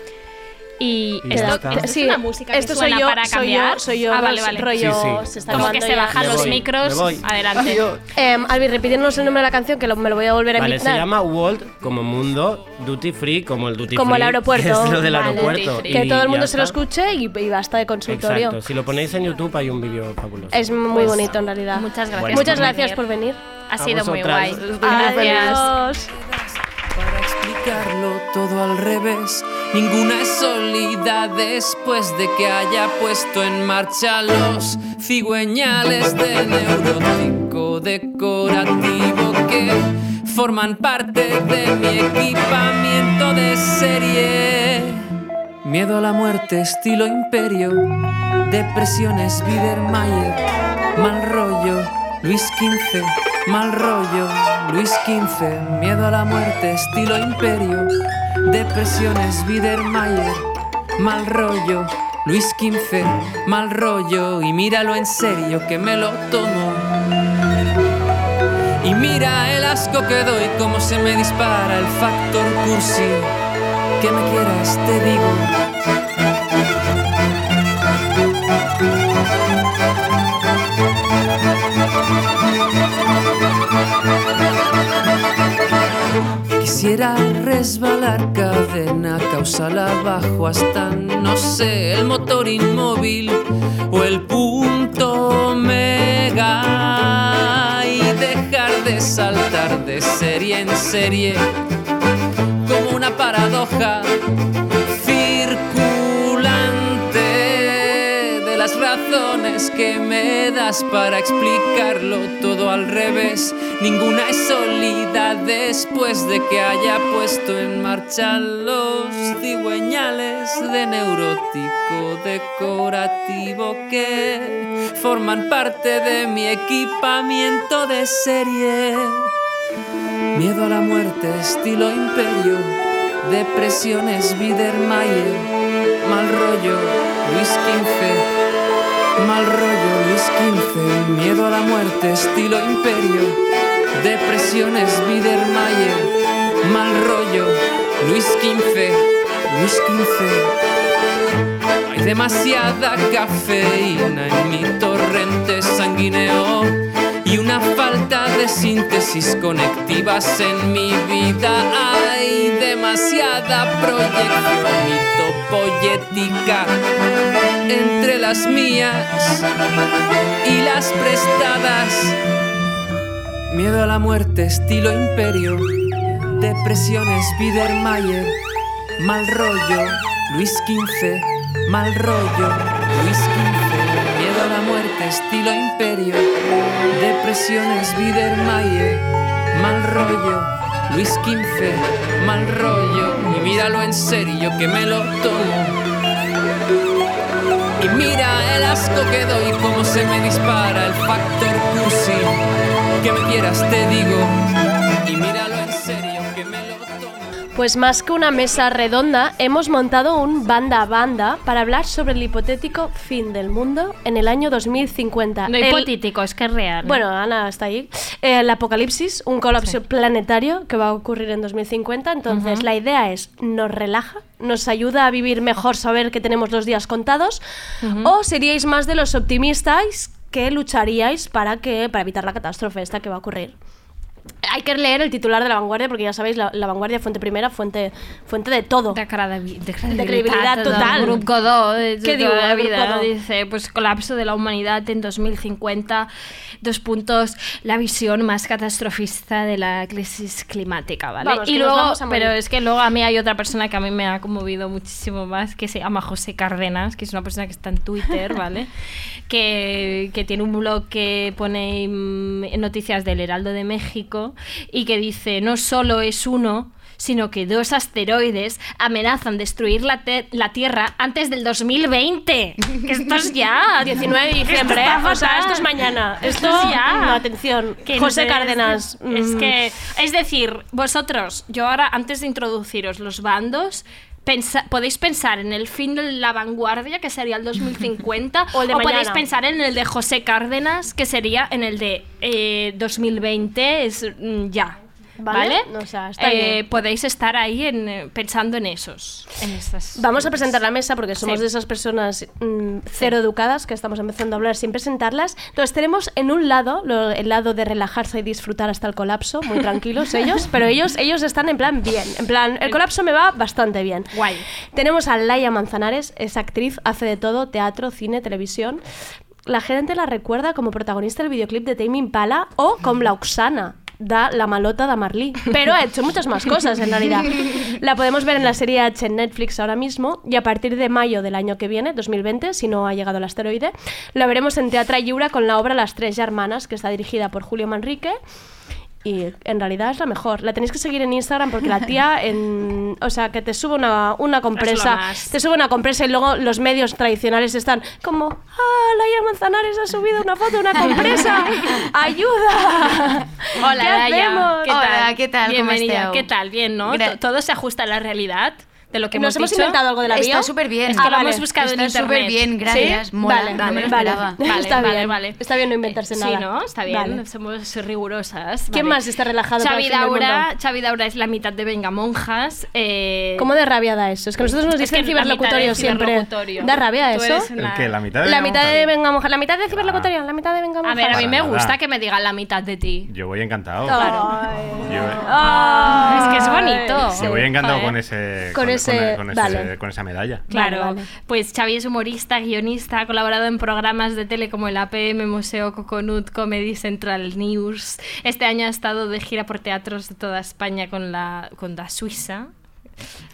Speaker 5: Y,
Speaker 4: Y ya
Speaker 5: esto,
Speaker 4: está.
Speaker 5: esto
Speaker 4: Sí,
Speaker 5: es una música que
Speaker 4: esto soy
Speaker 5: suena
Speaker 4: yo,
Speaker 5: para
Speaker 4: soy
Speaker 5: cambiar.
Speaker 4: yo, soy yo,
Speaker 5: ah, vale, vale.
Speaker 4: rollo, Sí, sí. se está
Speaker 5: Como que
Speaker 4: acabando
Speaker 5: se
Speaker 4: ya.
Speaker 5: bajan
Speaker 14: Me
Speaker 5: los
Speaker 14: voy, me
Speaker 5: micros.
Speaker 14: voy.
Speaker 5: Adelante.
Speaker 14: Adiós.
Speaker 4: Eh, Albi, repitiéndonos el nombre de la canción que lo- me lo voy a volver a
Speaker 14: Vale, se
Speaker 4: invitar.
Speaker 14: llama World como mundo, duty free como el duty
Speaker 4: Como
Speaker 14: free.
Speaker 4: el aeropuerto.
Speaker 14: Es lo del
Speaker 4: Vale.
Speaker 14: aeropuerto. y
Speaker 4: Que todo el
Speaker 14: ya
Speaker 4: mundo se lo
Speaker 14: está.
Speaker 4: escuche y, y basta de consultorio.
Speaker 14: Exacto. Si lo ponéis en YouTube hay un vídeo fabuloso.
Speaker 4: Es muy
Speaker 5: Pues,
Speaker 4: bonito en realidad.
Speaker 5: Muchas gracias.
Speaker 14: Bueno.
Speaker 4: Muchas
Speaker 5: por
Speaker 4: gracias
Speaker 5: venir.
Speaker 4: por venir.
Speaker 5: Ha sido muy
Speaker 14: vosotras.
Speaker 5: guay.
Speaker 14: Estoy muy feliz.
Speaker 5: Adiós.
Speaker 17: Para explicarlo todo al revés, ninguna es sólida después de que haya puesto en marcha los cigüeñales de neurótico decorativo que forman parte de mi equipamiento de serie. Miedo a la muerte, estilo imperio, depresiones, Biedermeier, mal rollo, Luis XV, mal rollo, Luis XV, miedo a la muerte, estilo imperio, depresiones, Biedermeier, mal rollo, Luis XV, mal rollo, y míralo en serio que me lo tomo. Y mira el asco que doy, cómo se me dispara el factor cursi, que me quieras, te digo. Quisiera resbalar cadena causal abajo hasta, no sé, el motor inmóvil o el punto omega y dejar de saltar de serie en serie como una paradoja circulante de las razones que me das para explicarlo todo al revés. Ninguna es sólida después de que haya puesto en marcha los cigüeñales de neurótico decorativo que forman parte de mi equipamiento de serie. Miedo a la muerte, estilo imperio, depresiones, Biedermeier, mal rollo, Luis XV, mal rollo, Luis XV, miedo a la muerte, estilo imperio, depresiones, Biedermeier, mal rollo, Luis XV, Luis XV. Hay demasiada cafeína en mi torrente sanguíneo y una falta de síntesis conectivas en mi vida. Hay demasiada proyección mitopoyética entre las mías y las prestadas. Miedo a la muerte, estilo imperio, depresiones, Biedermeier, mal rollo, Luis XV, mal rollo, Luis XV, miedo a la muerte, estilo imperio, depresiones, Biedermeier, mal rollo, Luis XV, mal rollo, y míralo en serio que me lo tomo. Y mira el asco que doy, cómo se me dispara el factor cursi. Que me quieras, te digo. Y míralo en serio, que me lo
Speaker 4: Pues más que una mesa redonda, hemos montado un banda a banda para hablar sobre el hipotético fin del mundo en el año 2050.
Speaker 5: No
Speaker 4: El-
Speaker 5: hipotético, es que es real.
Speaker 4: Bueno, Ana está ahí. Eh, El apocalipsis, un colapso planetario que va a ocurrir en 2050. Entonces, la idea es, nos relaja, nos ayuda a vivir mejor, saber que tenemos los días contados. O seríais más de los optimistas que lucharíais para, que, para evitar la catástrofe esta que va a ocurrir. Hay que leer el titular de La Vanguardia porque ya sabéis, La, la Vanguardia, fuente primera, fuente, fuente de todo. De
Speaker 5: credibilitat
Speaker 4: credibilidad
Speaker 5: del
Speaker 4: total.
Speaker 5: Grup Godó, de, toda
Speaker 4: ¿Qué digo?
Speaker 5: la
Speaker 4: El Grup
Speaker 5: vida,
Speaker 4: Godó.
Speaker 5: dice, pues colapso de la humanidad en 2050, dos puntos, la visión más catastrofista de la crisis climática, ¿vale?
Speaker 4: Vamos,
Speaker 5: y
Speaker 4: que nos
Speaker 5: luego,
Speaker 4: vamos a morir.
Speaker 5: pero es que luego a mí hay otra persona que a mí me ha conmovido muchísimo más, que se llama José Cárdenas, que es una persona que está en Twitter, ¿vale? que, que tiene un blog que pone mm, noticias del Heraldo de México y que dice, no solo es uno, sino que dos asteroides amenazan destruir la, te- la Tierra antes del 2020. Que esto es ya.
Speaker 4: 19 de diciembre,
Speaker 5: Esto está
Speaker 4: o sea,
Speaker 5: fatal.
Speaker 4: esto es mañana. Esto,
Speaker 5: es ya.
Speaker 4: mm, atención,
Speaker 5: Que no
Speaker 4: José
Speaker 5: sé,
Speaker 4: Cárdenas.
Speaker 5: Es, es
Speaker 4: mm.
Speaker 5: que, es decir, vosotros, yo ahora antes de introduciros los bandos, pensa- podéis pensar en el fin de la vanguardia, que sería el 2050,
Speaker 4: O el de
Speaker 5: podéis
Speaker 4: mañana.
Speaker 5: pensar en el de José Cárdenas, que sería en el de eh, 2020, es mm, ya.
Speaker 4: Vale,
Speaker 5: ¿Vale?
Speaker 4: o sea, está
Speaker 5: Eh,
Speaker 4: bien.
Speaker 5: podéis estar ahí en, eh, pensando en esos. en esas
Speaker 4: Vamos a
Speaker 5: cosas.
Speaker 4: presentar la mesa porque somos
Speaker 5: Sí.
Speaker 4: de esas personas mm, cero educadas que estamos empezando a hablar sin presentarlas. Entonces tenemos en un lado lo- el lado de relajarse y disfrutar hasta el colapso, muy tranquilos ellos, pero ellos ellos están en plan bien, en plan el colapso me va bastante bien.
Speaker 5: Guay.
Speaker 4: Tenemos a Laia Manzanares, es actriz, hace de todo, teatro, cine, televisión. La gente la recuerda como protagonista del videoclip de Tame Impala o con la Oxana, da la malota de Marlí. Pero ha hecho muchas más cosas en realidad. La podemos ver en la serie H en Netflix ahora mismo y a partir de mayo del año que viene, 2020, si no ha llegado el asteroide, la veremos en Teatra Lliure con la obra Las Tres Hermanas, que está dirigida por Julio Manrique. Y en realidad es la mejor. La tenéis que seguir en Instagram porque la tía, en, o sea, que te sube una, una compresa,
Speaker 5: más.
Speaker 4: te sube una compresa y luego los medios tradicionales están como, ah, Laia Manzanares ha subido una foto de una compresa, ayuda.
Speaker 5: Hola,
Speaker 4: ¿Qué
Speaker 5: Laia.
Speaker 4: hacemos?
Speaker 5: ¿Qué tal?
Speaker 18: Hola, ¿qué tal? ¿Cómo
Speaker 5: Bienvenida.
Speaker 18: esteu?
Speaker 5: ¿Qué tal? Bien, ¿no?
Speaker 18: Gra-
Speaker 5: To- Todo se ajusta a la realidad de lo que
Speaker 4: ¿Nos hemos
Speaker 5: dicho. Ah,
Speaker 4: inventado algo de la bio?
Speaker 18: Está súper bien.
Speaker 5: Es que lo hemos buscado en
Speaker 18: Está
Speaker 5: internet.
Speaker 18: súper bien, gracias.
Speaker 5: ¿Sí?
Speaker 18: Mola,
Speaker 5: Vale,
Speaker 18: no
Speaker 5: vale,
Speaker 18: me lo
Speaker 5: vale.
Speaker 18: esperaba.
Speaker 5: Vale,
Speaker 4: Está
Speaker 5: vale,
Speaker 4: bien.
Speaker 5: vale.
Speaker 4: Está bien no inventarse
Speaker 5: Sí,
Speaker 4: nada.
Speaker 5: ¿no? Está bien,
Speaker 4: Vale.
Speaker 5: somos rigurosas.
Speaker 4: ¿Quién más está relajado por el
Speaker 5: Xavi
Speaker 4: fin del
Speaker 5: Daura,
Speaker 4: mundo?
Speaker 5: Xavi Daura es la mitad de Venga Monjas. Eh,
Speaker 4: ¿Cómo de rabia da eso? Es que nosotros nos
Speaker 5: Es que
Speaker 4: dicen
Speaker 5: la mitad de
Speaker 4: ciberlocutorio siempre.
Speaker 5: ciberlocutorio.
Speaker 4: ¿Da rabia
Speaker 5: Tú
Speaker 4: eso?
Speaker 5: eres una-
Speaker 19: ¿El qué? ¿La mitad de
Speaker 4: La
Speaker 19: Venga
Speaker 4: mitad de Venga Mujer, la mitad de ciberlocutorio, la mitad de Venga Mujer.
Speaker 5: a ver, a mí
Speaker 19: Para
Speaker 5: me
Speaker 19: nada.
Speaker 5: gusta que me digan la mitad de ti.
Speaker 19: Yo voy encantado. Yo,
Speaker 5: Ah, es que es bonito.
Speaker 19: yo voy encantado
Speaker 5: Joder.
Speaker 19: con ese
Speaker 5: Con
Speaker 19: con,
Speaker 5: ese-
Speaker 19: con
Speaker 5: vale.
Speaker 19: con esa medalla.
Speaker 5: Claro, pues Xavi es humorista, guionista, ha colaborado en programas de tele como el APM, Museo Coconut, Comedy Central News. Este año ha estado de gira por teatros de toda España con la, con la Suiza.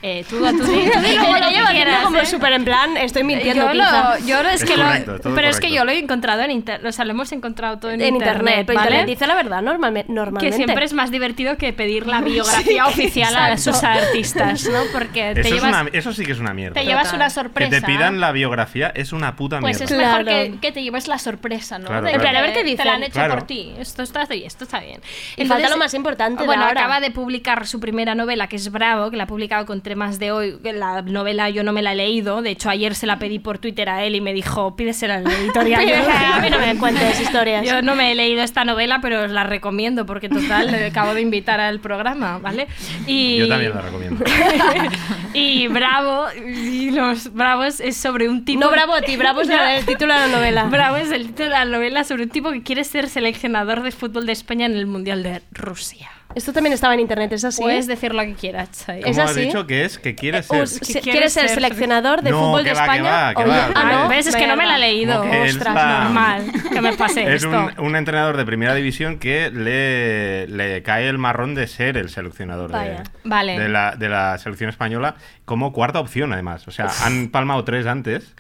Speaker 5: Eh, tú, tú, tú,
Speaker 4: Sí,
Speaker 5: tú di luego lo que
Speaker 4: yo llevo haciendo
Speaker 5: quieras,
Speaker 4: como
Speaker 5: ¿eh?
Speaker 4: súper en plan, estoy mintiendo,
Speaker 5: Yo
Speaker 4: quizá.
Speaker 5: lo, yo lo- es,
Speaker 4: Es
Speaker 5: que lo-
Speaker 4: correcto,
Speaker 5: pero
Speaker 4: todo
Speaker 5: es que
Speaker 4: correcto.
Speaker 5: yo lo he encontrado en internet, o sea, lo hemos encontrado todo en,
Speaker 4: En internet, pero
Speaker 5: ¿vale?
Speaker 4: internet dice la verdad normalme- normalmente.
Speaker 5: que siempre es más divertido que pedir la biografía
Speaker 4: Sí,
Speaker 5: oficial a
Speaker 4: exacto.
Speaker 5: sus artistas, ¿no? Porque te
Speaker 19: Eso, es
Speaker 5: llevas
Speaker 19: una- eso sí que es una mierda.
Speaker 5: te llevas una sorpresa.
Speaker 19: Que te pidan la biografía es una puta
Speaker 5: Pues es
Speaker 19: mierda.
Speaker 5: mejor que, que te lleves la sorpresa, ¿no?
Speaker 19: Claro,
Speaker 5: De
Speaker 19: claro.
Speaker 5: que
Speaker 19: A ver qué
Speaker 5: Te
Speaker 19: dicen.
Speaker 5: la han hecho
Speaker 19: Claro.
Speaker 5: por ti. Esto está, esto está bien.
Speaker 4: Y falta lo más importante de
Speaker 5: Bueno,
Speaker 4: ahora.
Speaker 5: acaba de publicar su primera novela, que es Bravo, que la ha publicado con temas de hoy. que La novela yo no me la he leído. De hecho, ayer se la pedí por Twitter a él y me dijo, pídesela en la editorial. Yo dije, a mí no me
Speaker 4: cuentes historias.
Speaker 5: Yo no me he leído esta novela, pero os la recomiendo porque, total, le acabo de invitar al programa, ¿vale? Y...
Speaker 19: Yo también la recomiendo.
Speaker 5: Y Bravo, y los Bravos es sobre un tipo.
Speaker 4: No, Bravo a ti, Bravo es la- el título de la novela.
Speaker 5: Bravo es el título de la novela sobre un tipo que quiere ser seleccionador de fútbol de España en el Mundial de Rusia.
Speaker 4: Esto también estaba en internet, ¿es así?
Speaker 5: Puedes decir lo que quieras, Chay.
Speaker 19: ¿Cómo has dicho que es? Que
Speaker 5: Eh,
Speaker 19: quieres ser.
Speaker 4: Us- se- ¿Quieres ser seleccionador de
Speaker 19: No,
Speaker 4: fútbol de
Speaker 19: que va, que
Speaker 4: España?
Speaker 19: va, que
Speaker 4: Oye,
Speaker 19: va,
Speaker 4: ah,
Speaker 19: que
Speaker 4: no,
Speaker 19: va.
Speaker 5: ¿Ves? Es que no me la he
Speaker 4: verdad.
Speaker 5: leído.
Speaker 19: Como que él
Speaker 5: Ostras,
Speaker 19: va-
Speaker 5: normal que me pase
Speaker 19: Es
Speaker 5: esto.
Speaker 19: un, un entrenador de primera división que le, le cae el marrón de ser el seleccionador de,
Speaker 5: Vaya. Vale.
Speaker 19: de la, de la selección española como cuarta opción, además. O sea, han palmado tres antes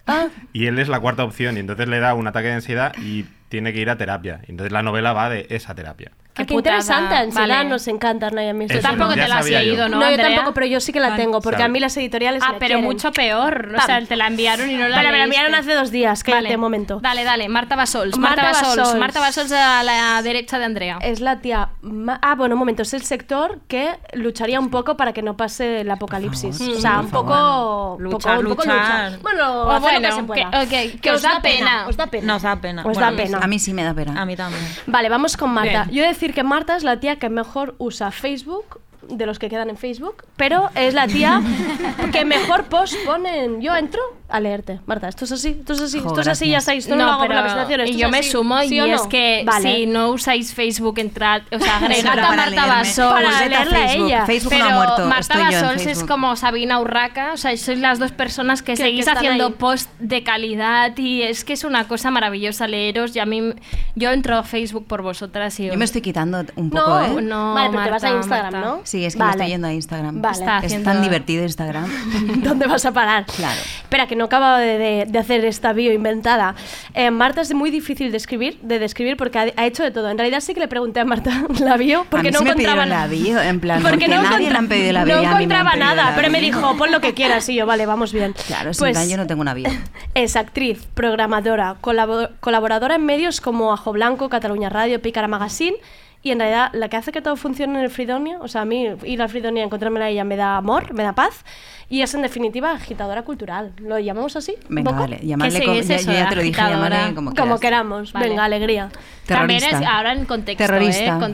Speaker 19: y él es la cuarta opción y entonces le da un ataque de ansiedad y tiene que ir a terapia. Y Entonces la novela va de esa terapia.
Speaker 4: Qué,
Speaker 5: putada.
Speaker 4: interesante, ansiedad,
Speaker 5: Vale.
Speaker 4: nos encanta, no, y a mí
Speaker 19: Eso
Speaker 4: esto
Speaker 19: tampoco
Speaker 4: también.
Speaker 19: te la has Ya sabía yo. leído, ¿no,
Speaker 4: No, yo
Speaker 5: Andrea?
Speaker 4: tampoco, pero yo sí que la
Speaker 5: Vale.
Speaker 4: tengo, porque
Speaker 5: Sabe.
Speaker 4: a mí las editoriales
Speaker 5: Ah,
Speaker 4: me
Speaker 5: pero
Speaker 4: quieren.
Speaker 5: mucho peor. O
Speaker 4: Pam.
Speaker 5: sea, te la enviaron y no la
Speaker 4: Vale, me
Speaker 5: leíste.
Speaker 4: la enviaron hace dos días, cállate
Speaker 5: Vale.
Speaker 4: un momento.
Speaker 5: Dale, dale, Marta Basols. Marta,
Speaker 4: Marta
Speaker 5: Basols.
Speaker 4: Basols.
Speaker 5: Marta Basols a la derecha de Andrea.
Speaker 4: Es la tía... ma- Ah, bueno, un momento, es el sector que lucharía un poco para que no pase el apocalipsis.
Speaker 5: favor,
Speaker 4: o sea,
Speaker 5: por
Speaker 4: un
Speaker 5: favor.
Speaker 4: poco...
Speaker 5: Luchar,
Speaker 4: poco, un poco
Speaker 5: luchar.
Speaker 4: lucha. Bueno,
Speaker 5: O
Speaker 4: hacer lo que
Speaker 5: bueno,
Speaker 4: se pueda.
Speaker 5: que- ok, que os da pena.
Speaker 4: Os da pena.
Speaker 18: Nos da pena.
Speaker 4: Os da pena.
Speaker 18: A mí sí me da pena. A mí también.
Speaker 4: Vale, vamos con Marta.
Speaker 18: Bien.
Speaker 4: Yo he de decir que Marta es la tía que mejor usa Facebook, de los que quedan en Facebook, pero es la tía que mejor post ponen. Yo entro a leerte. Marta, esto es así, esto es así,
Speaker 5: Jo,
Speaker 4: esto es así, ya
Speaker 5: gracias.
Speaker 4: sabéis, esto no, lo hago por la
Speaker 5: pero-
Speaker 4: presentación.
Speaker 5: Y
Speaker 4: esto
Speaker 5: yo
Speaker 4: es
Speaker 5: me
Speaker 4: así.
Speaker 5: sumo
Speaker 4: ¿Sí
Speaker 5: y
Speaker 4: o no?
Speaker 5: es que
Speaker 4: Vale.
Speaker 5: si no usáis Facebook, entrad, o sea, agregad
Speaker 4: Solo
Speaker 5: a
Speaker 4: para
Speaker 5: Marta
Speaker 4: leerme.
Speaker 5: Basols.
Speaker 4: Para Pues vete a leerla a Facebook. ella.
Speaker 18: Facebook no
Speaker 5: pero
Speaker 18: ha muerto,
Speaker 5: Marta
Speaker 18: estoy yo en
Speaker 5: Basols es
Speaker 18: Facebook.
Speaker 5: como Sabina Urraca, o sea, sois las dos personas que
Speaker 4: Que-
Speaker 5: seguís
Speaker 4: que están
Speaker 5: haciendo
Speaker 4: ahí.
Speaker 5: post de calidad y es que es una cosa maravillosa leeros y a mí, yo entro a Facebook por vosotras y
Speaker 18: Yo
Speaker 5: os-
Speaker 18: me estoy quitando un
Speaker 5: No,
Speaker 18: poco, ¿eh?
Speaker 5: no, Vale, pero te vas a Marta, Instagram, Marta. ¿no?
Speaker 18: Sí, es que
Speaker 5: Vale.
Speaker 18: me estoy yendo a Instagram.
Speaker 5: Vale. Está
Speaker 18: es
Speaker 5: haciendo-
Speaker 18: tan divertido Instagram.
Speaker 4: ¿Dónde vas a parar?
Speaker 18: Claro.
Speaker 4: Espera, que no acabo de, de- de hacer esta bio inventada. Eh, Marta es muy difícil de escribir, de describir porque ha, ha hecho de todo. En realidad sí que le pregunté a Marta la bio porque
Speaker 18: a mí
Speaker 4: no
Speaker 18: sí me
Speaker 4: encontraba
Speaker 18: pidieron la bio, en plan,
Speaker 4: Porque
Speaker 18: porque,
Speaker 4: no
Speaker 18: nadie
Speaker 4: encontra-
Speaker 18: le han pedido la
Speaker 4: no
Speaker 18: bio. y a mí me han
Speaker 4: encontraba
Speaker 18: pedido
Speaker 4: nada,
Speaker 18: la
Speaker 4: pero me
Speaker 18: bio.
Speaker 4: dijo, pon lo que quieras y yo, vale, vamos bien.
Speaker 18: Claro, sin
Speaker 4: Pues-
Speaker 18: plan, yo no tengo una bio.
Speaker 4: Es actriz, programadora, colabo- colaboradora en medios como Ajo Blanco, Cataluña Radio, Pícara Magazine Y en realidad, la que hace que todo funcione en el Fridonia, o sea, a mí ir al Fridonia y encontrármela a ella me da amor, me da paz, y es en definitiva agitadora cultural. ¿Lo llamamos así? ¿Un
Speaker 18: Venga,
Speaker 4: poco?
Speaker 18: vale, llamadle como- ya- yo ya te lo dije,
Speaker 4: agitadora?
Speaker 18: llamadle como quieras.
Speaker 4: queramos.
Speaker 5: Vale.
Speaker 4: Venga, alegría.
Speaker 5: También es
Speaker 18: Terrorista.
Speaker 5: ahora en contexto,
Speaker 18: Terrorista.
Speaker 5: ¿eh? Con-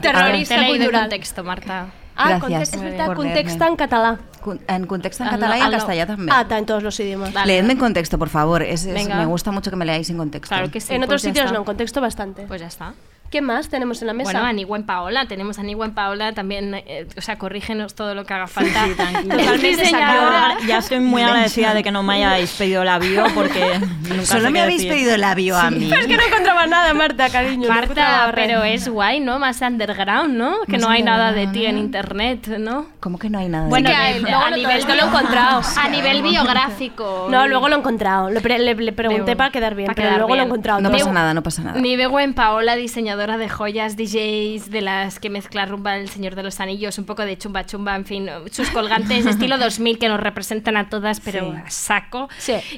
Speaker 5: te
Speaker 4: Terrorista
Speaker 5: he leído el
Speaker 4: cultural.
Speaker 5: contexto, Marta.
Speaker 4: Ah,
Speaker 18: Gracias
Speaker 4: contexto, es
Speaker 18: por
Speaker 4: verdad,
Speaker 18: leerme.
Speaker 4: contexto en catalán.
Speaker 18: En contexto en catalán y en castellano también.
Speaker 4: Ah, está en todos los idiomas.
Speaker 18: Leedme en contexto, por favor. Es- es-
Speaker 4: Venga.
Speaker 18: me gusta mucho que me leáis en contexto.
Speaker 4: En
Speaker 5: pues
Speaker 4: otros sitios no, en contexto bastante. Pues
Speaker 5: ya está.
Speaker 4: ¿Qué más tenemos en la mesa?
Speaker 5: Bueno, a Niguen Paola, tenemos a Niguen Paola también, eh, o sea, corrígenos todo lo que haga falta.
Speaker 20: Yo
Speaker 5: diseñadora.
Speaker 20: ya estoy muy agradecida de que no me hayáis pedido el avión porque nunca
Speaker 18: Solo
Speaker 20: sé
Speaker 18: me
Speaker 20: qué
Speaker 18: habéis
Speaker 20: decir.
Speaker 18: pedido el avión a Sí. mí. Pero es que
Speaker 4: no encontraba nada, Marta, cariño.
Speaker 5: Marta, pero es guay, ¿no? Más underground, ¿no? Que
Speaker 18: Más
Speaker 5: no hay nada de ti en
Speaker 18: underground.
Speaker 5: internet, ¿no?
Speaker 18: ¿Cómo que no hay nada?
Speaker 5: Bueno,
Speaker 18: de...
Speaker 5: que a nivel
Speaker 4: eh, no lo he encontrado.
Speaker 5: A nivel biográfico.
Speaker 4: No, luego lo he encontrado. Le, pre- le- le pregunté
Speaker 5: Luego,
Speaker 4: para quedar bien,
Speaker 5: para
Speaker 4: pero
Speaker 5: quedar
Speaker 4: luego lo he
Speaker 5: bien.
Speaker 4: encontrado.
Speaker 18: No
Speaker 4: todo.
Speaker 18: pasa nada, no pasa nada.
Speaker 5: Ni veo en Paola, diseñadora de joyas, DJs, de las que mezcla rumba El Señor de los Anillos, un poco de chumba chumba, en fin, sus colgantes estilo 2000 que nos representan a todas, pero
Speaker 20: Sí.
Speaker 5: a saco.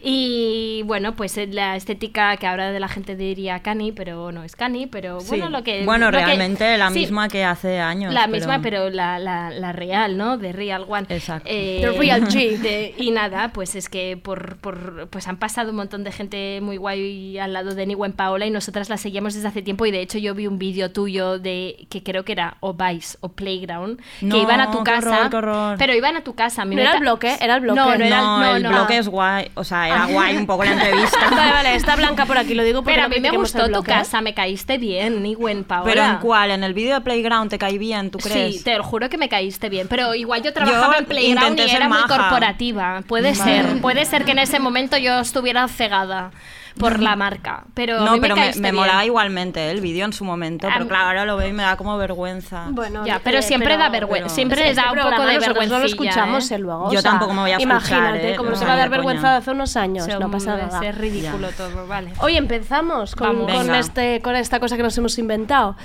Speaker 5: Y bueno, pues eh, la estética que ahora de la gente diría cani, pero no es cani, pero
Speaker 20: Sí.
Speaker 5: bueno, lo que...
Speaker 20: Bueno,
Speaker 5: lo que-
Speaker 20: realmente la
Speaker 5: sí,
Speaker 20: misma que hace años.
Speaker 5: la misma, pero la, la, la real, ¿no? De Real One. Exacto.
Speaker 20: The real G.
Speaker 5: y nada, pues es que por, por- pues han pasado un montón de gente muy guay al lado de Niwen Paola y nosotras la seguíamos desde hace tiempo y de hecho yo vi un vídeo tuyo de que creo que era o Vice o Playground
Speaker 20: No,
Speaker 5: que iban a tu
Speaker 20: qué
Speaker 5: casa,
Speaker 20: horror, qué horror.
Speaker 5: pero iban a tu casa. a mí me
Speaker 20: No era
Speaker 5: ca-
Speaker 20: el bloque,
Speaker 4: era el bloque.
Speaker 5: No, no era
Speaker 20: No,
Speaker 5: no,
Speaker 20: el
Speaker 5: no. Ah.
Speaker 20: bloque es guay. O sea, era guay un poco la entrevista.
Speaker 4: vale, vale, está Blanca por aquí, lo digo porque
Speaker 5: Pero a
Speaker 4: no
Speaker 5: mí me
Speaker 4: critiquemos el
Speaker 5: gustó tu
Speaker 4: bloque, ¿eh?
Speaker 5: casa, me caíste bien, Niwen Paola.
Speaker 20: ¿Pero en cuál? ¿En el vídeo de Playground te caí bien, tú crees?
Speaker 5: Sí, te lo juro que me caíste bien, pero igual yo trabajaba
Speaker 20: Yo
Speaker 5: en Playground y
Speaker 20: intenté ser
Speaker 5: era muy
Speaker 20: maja.
Speaker 5: corporativa. Puede
Speaker 20: Vale.
Speaker 5: ser, puede ser que en ese momento yo estuviera cegada por la marca, pero a
Speaker 20: no,
Speaker 5: mí
Speaker 20: pero
Speaker 5: me,
Speaker 20: me,
Speaker 5: caíste
Speaker 20: me
Speaker 5: bien. Ah,
Speaker 20: molaba igualmente eh, el vídeo en su momento,
Speaker 5: A
Speaker 20: pero
Speaker 5: mí-
Speaker 20: claro, ahora lo veo y me da como vergüenza.
Speaker 4: Bueno, eh,
Speaker 5: Ya, pero siempre da vergüenza, siempre da un poco de vergüenza.
Speaker 4: No lo escuchamos eh, luego.
Speaker 20: Yo
Speaker 4: o sea,
Speaker 20: tampoco me voy a escuchar,
Speaker 4: Imagínate,
Speaker 20: eh,
Speaker 4: como
Speaker 20: no,
Speaker 4: se va a dar
Speaker 20: ni de
Speaker 4: vergüenza
Speaker 20: coña.
Speaker 4: de hace unos años.
Speaker 5: Se-
Speaker 4: no pasa
Speaker 5: hombre,
Speaker 4: nada.
Speaker 5: Es ridículo todo, vale.
Speaker 4: Hoy empezamos con,
Speaker 5: Vamos.
Speaker 4: con
Speaker 5: Venga.
Speaker 4: este, con esta cosa que nos hemos inventado.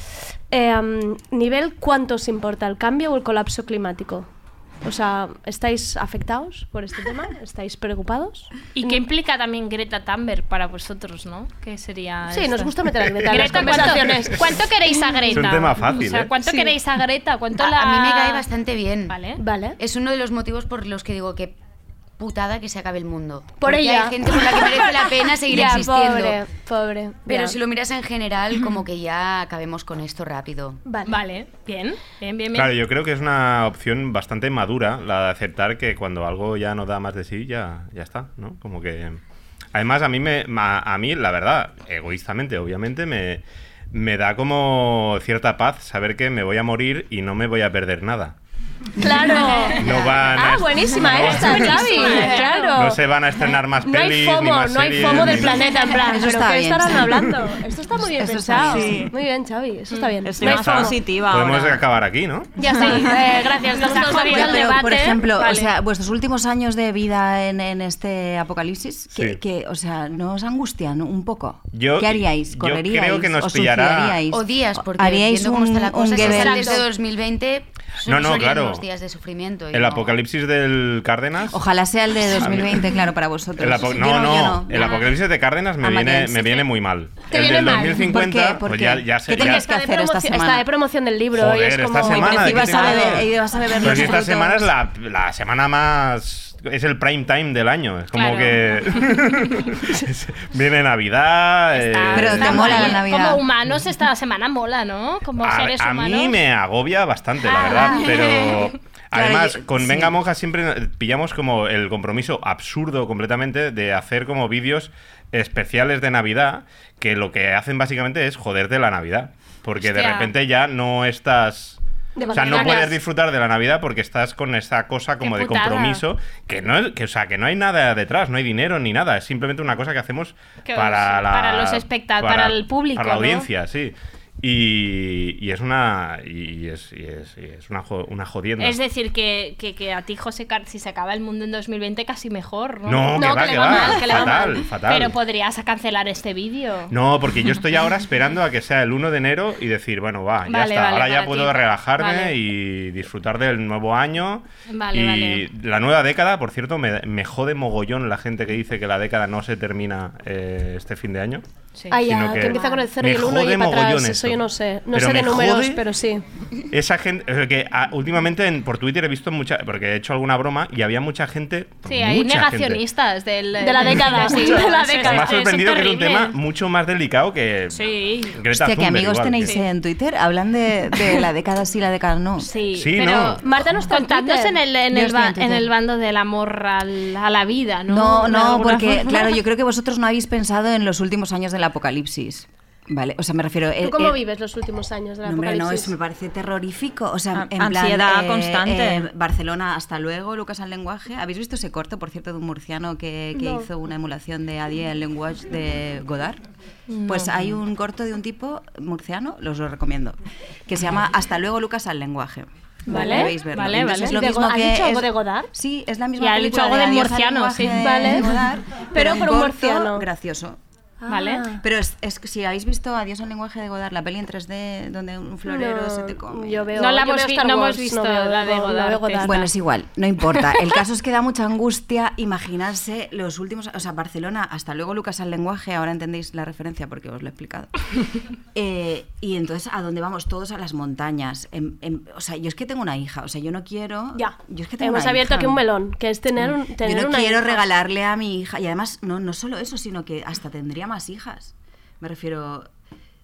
Speaker 4: Eh, um, nivel, ¿cuánto os importa el cambio o el colapso climático? O sea, ¿estáis afectados por este tema? ¿Estáis preocupados?
Speaker 5: ¿Y qué implica también Greta Thunberg para vosotros, no? ¿Qué sería
Speaker 4: Sí,
Speaker 5: esto?
Speaker 4: nos gusta meter a Greta en las
Speaker 5: Greta, ¿cuánto-
Speaker 4: conversaciones.
Speaker 5: ¿cuánto, queréis a Greta?
Speaker 19: Es un tema fácil,
Speaker 5: O sea,
Speaker 19: ¿eh?
Speaker 5: ¿cuánto
Speaker 21: Sí.
Speaker 5: queréis a Greta? ¿Cuánto
Speaker 21: a,
Speaker 5: la...
Speaker 21: a mí me cae bastante bien.
Speaker 5: Vale.
Speaker 21: Es uno de los motivos por los que digo que putada que se acabe el mundo. Por
Speaker 4: ella.
Speaker 21: Hay gente por la que merece la pena seguir
Speaker 4: Ya,
Speaker 21: existiendo.
Speaker 4: Pobre, pobre.
Speaker 21: Pero
Speaker 4: ya.
Speaker 21: si lo miras en general, como que ya acabemos con esto rápido.
Speaker 4: Vale.
Speaker 5: Bien, bien, bien. bien.
Speaker 19: Claro, yo creo que es una opción bastante madura la de aceptar que cuando algo ya no da más de sí, ya, ya está, ¿no? Como que... Además, a mí, me, ma- a mí, la verdad, egoístamente, obviamente, me, me da como cierta paz saber que me voy a morir y no me voy a perder nada.
Speaker 4: Claro.
Speaker 19: No van a
Speaker 4: Ah,
Speaker 19: est-
Speaker 4: buenísima
Speaker 19: no-
Speaker 4: esta, Xavi. Claro.
Speaker 19: No se van a estrenar más
Speaker 4: No hay
Speaker 19: pelis, ni
Speaker 4: FOMO,
Speaker 19: más
Speaker 4: no hay
Speaker 19: series,
Speaker 4: FOMO del
Speaker 19: ni-
Speaker 4: planeta, en plan,
Speaker 20: Eso
Speaker 4: ¿pero
Speaker 20: está
Speaker 4: qué
Speaker 20: bien,
Speaker 4: estarán
Speaker 20: sí.
Speaker 4: hablando? Esto está muy bien
Speaker 20: Eso está
Speaker 4: pensado.
Speaker 20: bien.
Speaker 4: Muy bien, Xavi, eso está bien.
Speaker 20: Estoy
Speaker 4: No hay
Speaker 20: más
Speaker 4: FOMO.
Speaker 20: positiva
Speaker 19: Podemos
Speaker 20: ahora.
Speaker 19: acabar aquí, ¿no?
Speaker 4: Ya está. Eh, gracias, nos hemos
Speaker 18: Oye,
Speaker 4: abierto el
Speaker 18: pero,
Speaker 4: debate.
Speaker 18: por ejemplo, o
Speaker 4: Vale.
Speaker 18: sea, vuestros últimos años de vida en, en este apocalipsis, que,
Speaker 19: Sí.
Speaker 18: que, o sea, ¿no os angustian un poco?
Speaker 19: Yo-
Speaker 18: ¿Qué haríais?
Speaker 19: yo
Speaker 18: ¿Correríais?
Speaker 19: creo que nos
Speaker 18: ¿Os
Speaker 19: pillará-
Speaker 18: suicidaríais?
Speaker 21: O días, porque
Speaker 18: ¿Haríais
Speaker 21: viendo cómo
Speaker 18: un-
Speaker 21: está la cosa,
Speaker 18: un
Speaker 21: si es
Speaker 18: Goebbels?
Speaker 21: antes de 2020,
Speaker 19: No, no,
Speaker 21: serían
Speaker 19: claro.
Speaker 21: unos días de sufrimiento. ¿eh? y
Speaker 19: El
Speaker 21: no-
Speaker 19: apocalipsis del Cárdenas.
Speaker 18: Ojalá sea el de
Speaker 19: A mí-
Speaker 18: 2020, claro, para vosotros.
Speaker 19: El apo-
Speaker 18: Yo
Speaker 19: no,
Speaker 18: yo
Speaker 19: no, el
Speaker 18: Ah.
Speaker 19: apocalipsis de Cárdenas me
Speaker 18: Ah,
Speaker 19: viene,
Speaker 18: Matías,
Speaker 19: me
Speaker 18: sí,
Speaker 19: viene muy mal.
Speaker 18: Te
Speaker 19: el
Speaker 18: viene
Speaker 19: del
Speaker 18: mal.
Speaker 19: 2050,
Speaker 18: ¿Por qué? ¿Por
Speaker 19: pues
Speaker 18: qué?
Speaker 19: ya, ya sé.
Speaker 18: ¿Qué
Speaker 19: ya-
Speaker 18: tenías que hacer esta
Speaker 4: Promoción- Está de
Speaker 18: semana?
Speaker 4: promoción del libro.
Speaker 19: Joder,
Speaker 4: y es como...
Speaker 19: esta semana. ¿qué
Speaker 18: ibas a
Speaker 19: tengo?
Speaker 18: beber- eh, ibas a beber
Speaker 19: Pero
Speaker 18: los
Speaker 19: si Pues esta
Speaker 18: frutos.
Speaker 19: semana es la, la semana más. Es el prime time del año. Es como
Speaker 18: Claro.
Speaker 19: que. Es- viene Navidad. eh,
Speaker 5: Está guay. Como humanos esta semana mola, ¿no? Como
Speaker 19: A,
Speaker 5: seres
Speaker 19: a
Speaker 5: humanos.
Speaker 19: mí me agobia bastante, la verdad,
Speaker 5: Ah.
Speaker 19: pero... Además,
Speaker 5: yo-
Speaker 19: con
Speaker 5: sí.
Speaker 19: Venga Monja siempre pillamos como el compromiso absurdo completamente de hacer como vídeos especiales de Navidad que lo que hacen básicamente es joderte la Navidad. Porque de
Speaker 22: Hostia.
Speaker 19: repente ya no estás...
Speaker 22: De
Speaker 19: O sea, no
Speaker 22: vacaciones.
Speaker 19: puedes disfrutar de la Navidad porque estás con esa cosa como de
Speaker 22: putada.
Speaker 19: compromiso que no es, que, o sea, que no hay nada detrás, no hay dinero ni nada, es simplemente una cosa que hacemos
Speaker 5: Que
Speaker 19: para,
Speaker 5: os-
Speaker 19: la-
Speaker 5: para los especta- para el público,
Speaker 19: para la
Speaker 5: ¿no?
Speaker 19: audiencia, sí. Y, y es una y es, y es, y es una, jo- una jodienda.
Speaker 5: Es decir, que, que, que a ti, José Car si se acaba el mundo en 2020, casi mejor, ¿no?
Speaker 19: No, que va,
Speaker 5: le
Speaker 19: que
Speaker 5: va
Speaker 19: va.
Speaker 5: mal, que le va
Speaker 19: Fatal,
Speaker 5: mal.
Speaker 19: fatal.
Speaker 5: Pero podrías cancelar este vídeo.
Speaker 19: No, porque yo estoy ahora esperando a que sea el 1 de enero y decir, bueno, va, ya
Speaker 5: Vale,
Speaker 19: está,
Speaker 5: vale,
Speaker 19: ahora ya
Speaker 5: para
Speaker 19: puedo
Speaker 5: ti.
Speaker 19: relajarme
Speaker 5: Vale.
Speaker 19: y disfrutar del nuevo año.
Speaker 5: Vale,
Speaker 19: y
Speaker 5: vale.
Speaker 19: la nueva década, por cierto, me, me jode mogollón la gente que dice que la década no se termina eh, este fin de año. Sí.
Speaker 4: Ah, ya,
Speaker 19: Sino
Speaker 4: que,
Speaker 19: que
Speaker 4: empieza con el 0 y
Speaker 19: me
Speaker 4: el 1 y
Speaker 19: jode
Speaker 4: para atrás.
Speaker 19: mogollón
Speaker 4: Eso
Speaker 19: esto.
Speaker 4: yo no sé. No
Speaker 19: Pero
Speaker 4: sé de
Speaker 19: me
Speaker 4: números,
Speaker 19: jode
Speaker 4: pero sí.
Speaker 19: Esa gente, o sea, que ah, últimamente en- por Twitter he visto mucha, porque he hecho alguna broma y había mucha gente.
Speaker 5: Sí, hay
Speaker 19: mucha gente.
Speaker 5: negacionistas del,
Speaker 4: De la década.
Speaker 5: sí,
Speaker 4: Mucho.
Speaker 5: de la
Speaker 4: Sí,
Speaker 5: década.
Speaker 19: Me ha sorprendido
Speaker 5: Son
Speaker 19: que es un
Speaker 5: terribles.
Speaker 19: tema mucho más delicado que.
Speaker 5: Sí.
Speaker 19: Greta
Speaker 18: Hostia, que
Speaker 19: Thunberg,
Speaker 18: amigos
Speaker 19: igual,
Speaker 18: tenéis
Speaker 19: que-
Speaker 18: en Twitter, hablan de, de la década sí, la década no.
Speaker 5: Sí,
Speaker 19: Sí, pero no.
Speaker 5: Marta no está contadnos en el, en,
Speaker 18: Yo
Speaker 5: el
Speaker 18: estoy
Speaker 5: ba-
Speaker 18: en
Speaker 5: en,
Speaker 18: Twitter.
Speaker 5: el bando del amor al- a la vida, ¿no?
Speaker 18: No,
Speaker 5: De
Speaker 18: no,
Speaker 5: alguna
Speaker 18: porque
Speaker 5: forma.
Speaker 18: claro, yo creo que vosotros no habéis pensado en los últimos años del apocalipsis. Vale, o sea, me refiero. eh,
Speaker 4: ¿Tú cómo
Speaker 18: eh,
Speaker 4: vives los últimos años de la
Speaker 18: no, hombre, no,
Speaker 4: apocalipsis?
Speaker 18: eso me parece terrorífico. O sea,
Speaker 4: Ah,
Speaker 18: en
Speaker 20: ansiedad
Speaker 18: plan, eh,
Speaker 20: constante.
Speaker 18: eh, Barcelona, hasta luego, Lucas al lenguaje. ¿Habéis visto ese corto, por cierto, de un murciano que, que
Speaker 20: No.
Speaker 18: hizo una emulación de Adieu el lenguaje de Godard? Pues
Speaker 20: No.
Speaker 18: hay un corto de un tipo murciano, los lo recomiendo, que se llama Hasta luego, Lucas al lenguaje.
Speaker 4: Vale,
Speaker 18: Debéis verlo.
Speaker 4: vale,
Speaker 18: Entonces,
Speaker 4: vale.
Speaker 18: es lo
Speaker 4: ¿De
Speaker 18: mismo
Speaker 4: Go- ha
Speaker 18: que
Speaker 4: dicho algo
Speaker 18: es-
Speaker 4: de Godard?
Speaker 18: Sí, es la misma
Speaker 4: Y ha dicho
Speaker 18: película
Speaker 4: algo
Speaker 18: de
Speaker 4: de
Speaker 18: Adiós al
Speaker 4: murciano, sí.
Speaker 18: lenguaje de
Speaker 4: Vale.
Speaker 18: Godard,
Speaker 4: Pero
Speaker 18: en
Speaker 4: por un
Speaker 18: corto,
Speaker 4: murciano.
Speaker 18: Gracioso.
Speaker 4: Vale. Ah.
Speaker 18: Pero es, es que si habéis visto Adiós al lenguaje de Godard, la peli en 3D donde un florero
Speaker 4: No,
Speaker 18: se te come.
Speaker 4: yo veo-
Speaker 5: No la
Speaker 4: yo
Speaker 5: hemos
Speaker 4: veo
Speaker 5: vi-
Speaker 4: Star
Speaker 5: no hemos
Speaker 4: Wars,
Speaker 5: visto
Speaker 4: veo-
Speaker 5: la de
Speaker 4: no
Speaker 5: Godard,
Speaker 4: veo
Speaker 5: que es
Speaker 18: Bueno, es igual, no importa. El caso es que da mucha angustia imaginarse los últimos. O sea, Barcelona, hasta luego Lucas al lenguaje, ahora entendéis la referencia porque os lo he explicado. Eh, y entonces, ¿a dónde vamos? Todos a las montañas. En- en- o sea, yo es que tengo una hija, o sea, yo no quiero.
Speaker 4: Ya.
Speaker 18: Yo es que tengo
Speaker 4: Hemos
Speaker 18: una
Speaker 4: abierto
Speaker 18: hija.
Speaker 4: aquí un melón, que es tener, un, tener
Speaker 18: yo no
Speaker 4: una
Speaker 18: quiero
Speaker 4: hija.
Speaker 18: regalarle a mi hija. Y además, no, no solo eso, sino que hasta tendría más hijas. Me refiero.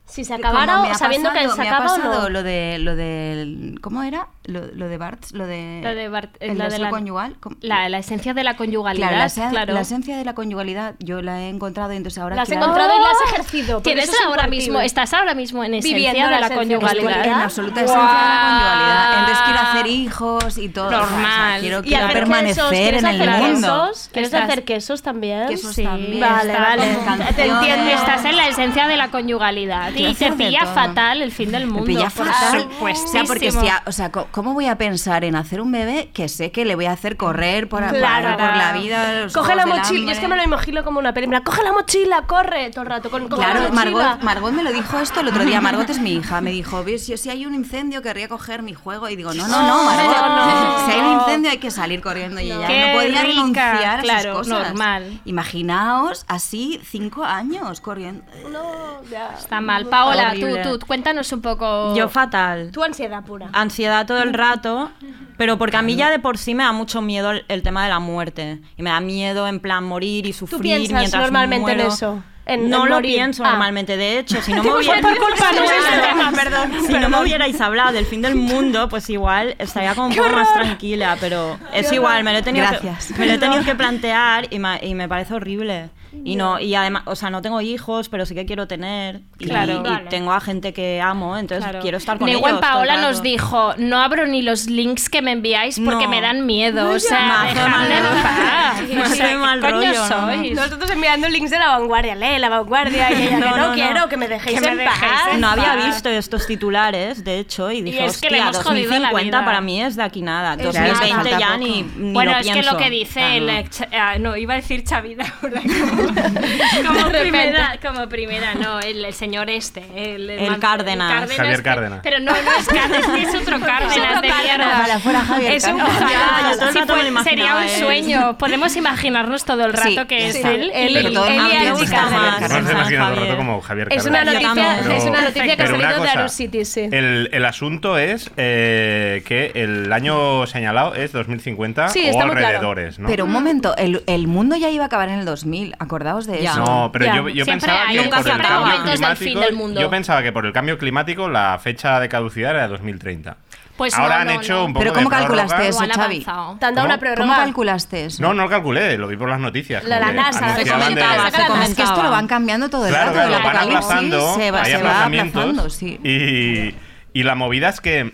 Speaker 4: Si se
Speaker 18: que
Speaker 4: acabara
Speaker 18: como me
Speaker 4: o
Speaker 18: ha
Speaker 4: sabiendo que
Speaker 18: pasado-
Speaker 4: se
Speaker 18: me ha
Speaker 4: acaba o
Speaker 18: pasado
Speaker 4: no.
Speaker 18: lo de lo del ¿cómo era? Lo, lo de Bartz, lo de
Speaker 5: La de
Speaker 4: eh,
Speaker 5: Bart-
Speaker 18: el
Speaker 5: la de
Speaker 18: deseo
Speaker 5: la-
Speaker 18: conyugal, ¿cómo?
Speaker 5: La, la esencia de la conyugalidad,
Speaker 18: Claro, la,
Speaker 5: claro.
Speaker 18: esencia- la esencia de la conyugalidad yo la he encontrado y entonces ahora
Speaker 4: La has
Speaker 18: quiero- ¡Oh!
Speaker 4: encontrado y la has ejercido. porque
Speaker 5: Tienes
Speaker 4: eso es
Speaker 5: ahora
Speaker 4: impartible.
Speaker 5: mismo, estás ahora mismo en esencia
Speaker 4: Viviendo
Speaker 5: de
Speaker 4: la
Speaker 5: la
Speaker 4: esencia de la
Speaker 5: conyugalidad.
Speaker 18: Estoy en absoluta esencia de la conyugalidad. Entonces quiero hacer hijos y todo.
Speaker 5: Normal.
Speaker 18: O sea, quiero
Speaker 5: Y
Speaker 18: quiero
Speaker 5: hacer
Speaker 18: permanecer en el mundo.
Speaker 4: ¿Quieres
Speaker 5: Estás-
Speaker 4: hacer quesos también?
Speaker 18: Quesos
Speaker 4: sí.
Speaker 18: también,
Speaker 4: Vale,
Speaker 18: está
Speaker 4: vale.
Speaker 18: con
Speaker 4: Te
Speaker 18: canciones.
Speaker 4: entiendo.
Speaker 5: Estás en la esencia de la conyugalidad
Speaker 18: Quiero
Speaker 5: y te
Speaker 18: hacer de
Speaker 5: pilla
Speaker 18: todo.
Speaker 5: fatal el fin del
Speaker 18: Me
Speaker 5: mundo.
Speaker 18: pilla
Speaker 5: por
Speaker 18: fatal.
Speaker 5: supuestísimo.
Speaker 18: O sea, porque si a- o sea, co- ¿cómo voy a pensar en hacer un bebé que sé que le voy a hacer correr por, por-
Speaker 4: Claro.
Speaker 18: por la vida? los
Speaker 4: Coge la
Speaker 18: juegos del
Speaker 4: mochila. Yo es
Speaker 18: hambre?
Speaker 4: que me lo imagino como una película. Coge la mochila, corre todo el rato. Con, coge la
Speaker 18: Claro,
Speaker 4: mochila.
Speaker 18: Margot, Margot me lo dijo esto el otro día. Margot es mi hija. Me dijo, "Ves, si, si hay un incendio querría coger mi juego. Y digo, no, no, no, Margot.
Speaker 5: No.
Speaker 18: Si hay un incendio hay que salir corriendo. Y ella
Speaker 5: Qué
Speaker 18: no podía
Speaker 5: rica,
Speaker 18: renunciar a sus
Speaker 5: claro,
Speaker 18: cosas.
Speaker 5: normal.
Speaker 18: Imaginaos así cinco años corriendo.
Speaker 4: No, ya.
Speaker 5: Está mal. Paola,
Speaker 20: Horrible.
Speaker 5: tú, tú, cuéntanos un poco.
Speaker 20: Yo fatal.
Speaker 4: Tu ansiedad pura.
Speaker 20: Ansiedad todo el rato, pero porque a mí ya de por sí me da mucho miedo el, el tema de la muerte. Y me da miedo en plan morir y sufrir
Speaker 4: piensas
Speaker 20: mientras
Speaker 4: normalmente en
Speaker 20: muero.
Speaker 4: eso, en-
Speaker 20: no
Speaker 4: en
Speaker 20: lo
Speaker 4: morir.
Speaker 20: pienso
Speaker 4: Ah.
Speaker 20: normalmente. De hecho, si no me
Speaker 4: Decimos,
Speaker 20: hubiera-
Speaker 4: "Por culpa nuestra".
Speaker 20: Claro.
Speaker 4: Perdón,
Speaker 20: si no me
Speaker 4: perdón.
Speaker 20: hubierais hablado del fin del mundo, pues igual estaría como un
Speaker 4: ¡Qué
Speaker 20: poco más
Speaker 4: horror!
Speaker 20: tranquila. Pero
Speaker 4: ¡Qué
Speaker 20: es
Speaker 4: horror!
Speaker 20: igual, me lo he tenido,
Speaker 18: Gracias.
Speaker 20: Que, me lo he tenido
Speaker 18: No.
Speaker 20: que plantear y me, y me parece horrible. Y no, y además, o sea, no tengo hijos, pero sí que quiero tener. Y,
Speaker 5: Claro.
Speaker 20: y
Speaker 5: Vale.
Speaker 20: tengo a gente que amo, entonces
Speaker 5: Claro.
Speaker 20: quiero estar con
Speaker 5: Negu en
Speaker 20: ellos. todo el
Speaker 5: Paola
Speaker 20: rato.
Speaker 5: nos dijo, no abro ni los links que me enviáis porque
Speaker 20: No.
Speaker 5: me dan miedo.
Speaker 20: No,
Speaker 5: o sea,
Speaker 20: ya. Mazo
Speaker 5: dejadme
Speaker 20: de mal
Speaker 5: en
Speaker 20: rollo.
Speaker 4: Ah,
Speaker 5: paz.
Speaker 20: Mazo
Speaker 5: O sea,
Speaker 20: de
Speaker 5: ¿qué
Speaker 20: mal
Speaker 5: coño
Speaker 20: rollo, no,
Speaker 5: sois?
Speaker 4: Nosotros enviando links de la vanguardia, lee la vanguardia. Y ella, que no, quiero que me dejéis en paz.
Speaker 20: No había visto estos titulares, de hecho, y dije,
Speaker 5: es que le
Speaker 20: hostia,
Speaker 5: hemos jodido la
Speaker 20: 2050
Speaker 5: vida".
Speaker 20: para mí es de aquí nada.
Speaker 5: Es
Speaker 20: 2020
Speaker 5: nada.
Speaker 20: ya ni, ni
Speaker 5: bueno,
Speaker 20: lo
Speaker 5: es que
Speaker 20: pienso.
Speaker 5: lo que dice
Speaker 20: Ah,
Speaker 5: el
Speaker 20: no.
Speaker 5: ex- ah, no, iba a decir Chavida ahora, como, como
Speaker 4: repente.
Speaker 5: primera, como primera, no, el, el señor este, el,
Speaker 20: El Cárdenas. Javier
Speaker 5: que-
Speaker 20: Cárdenas.
Speaker 18: Ah,
Speaker 5: Pero no, no es Cárdenas, es que es otro Cárdenas, de mierda.
Speaker 18: Ojalá fuera Javier
Speaker 5: Es un
Speaker 18: Cárdenas.
Speaker 5: ojalá.
Speaker 18: Yo todo el
Speaker 5: Si
Speaker 18: rato me
Speaker 5: fue-
Speaker 18: lo
Speaker 5: sería
Speaker 18: imaginaba,
Speaker 5: un
Speaker 18: ¿eh?
Speaker 5: sueño. Podemos imaginarnos todo el rato
Speaker 18: Sí,
Speaker 5: que es
Speaker 18: sí.
Speaker 5: él, él,
Speaker 18: Pero todo el
Speaker 5: él
Speaker 18: mundo
Speaker 5: y
Speaker 18: piensa
Speaker 5: Arusi
Speaker 18: que está
Speaker 5: Cárdenas.
Speaker 18: mal.
Speaker 19: No se imagina todo el rato como Javier
Speaker 4: Es una
Speaker 19: Cárdenas.
Speaker 4: noticia,
Speaker 19: Pero-
Speaker 4: es una noticia que ha
Speaker 19: pero una
Speaker 4: salido de
Speaker 19: cosa,
Speaker 4: Aru City, sí.
Speaker 19: El, el asunto es eh, que el año señalado es 2050
Speaker 18: Sí,
Speaker 19: o
Speaker 18: está muy claro.
Speaker 19: alrededores, ¿no?
Speaker 18: Pero un momento, el, el mundo ya iba a acabar en el 2000, acordaos de eso.
Speaker 19: No, pero yo, yo pensaba que por el cambio climático, yo pensaba que por el cambio climático la fecha de caducidad era 2030.
Speaker 18: Pues
Speaker 19: Ahora
Speaker 18: no,
Speaker 19: han
Speaker 18: no,
Speaker 19: hecho
Speaker 18: no.
Speaker 19: un poco
Speaker 18: Pero
Speaker 19: de
Speaker 18: ¿cómo
Speaker 19: prórroga.
Speaker 18: calculaste eso, Lo han Xavi? avanzado.
Speaker 4: Te han dado
Speaker 19: ¿Cómo?
Speaker 4: una prórroga.
Speaker 18: ¿Cómo calculaste eso?
Speaker 19: No, no lo calculé, lo vi por las noticias.
Speaker 4: La- la
Speaker 19: como que
Speaker 4: NASA, se
Speaker 19: anunciaban de-
Speaker 4: comentaba, se comentaba.
Speaker 18: Es que esto lo van cambiando todo el rato.
Speaker 19: Claro, claro,
Speaker 18: el
Speaker 19: lo van
Speaker 18: apocalipsis
Speaker 19: aplazando,
Speaker 18: se va,
Speaker 19: hay
Speaker 18: se va
Speaker 19: aplazamientos,
Speaker 18: aplazando, sí.
Speaker 19: Y, y la movida es que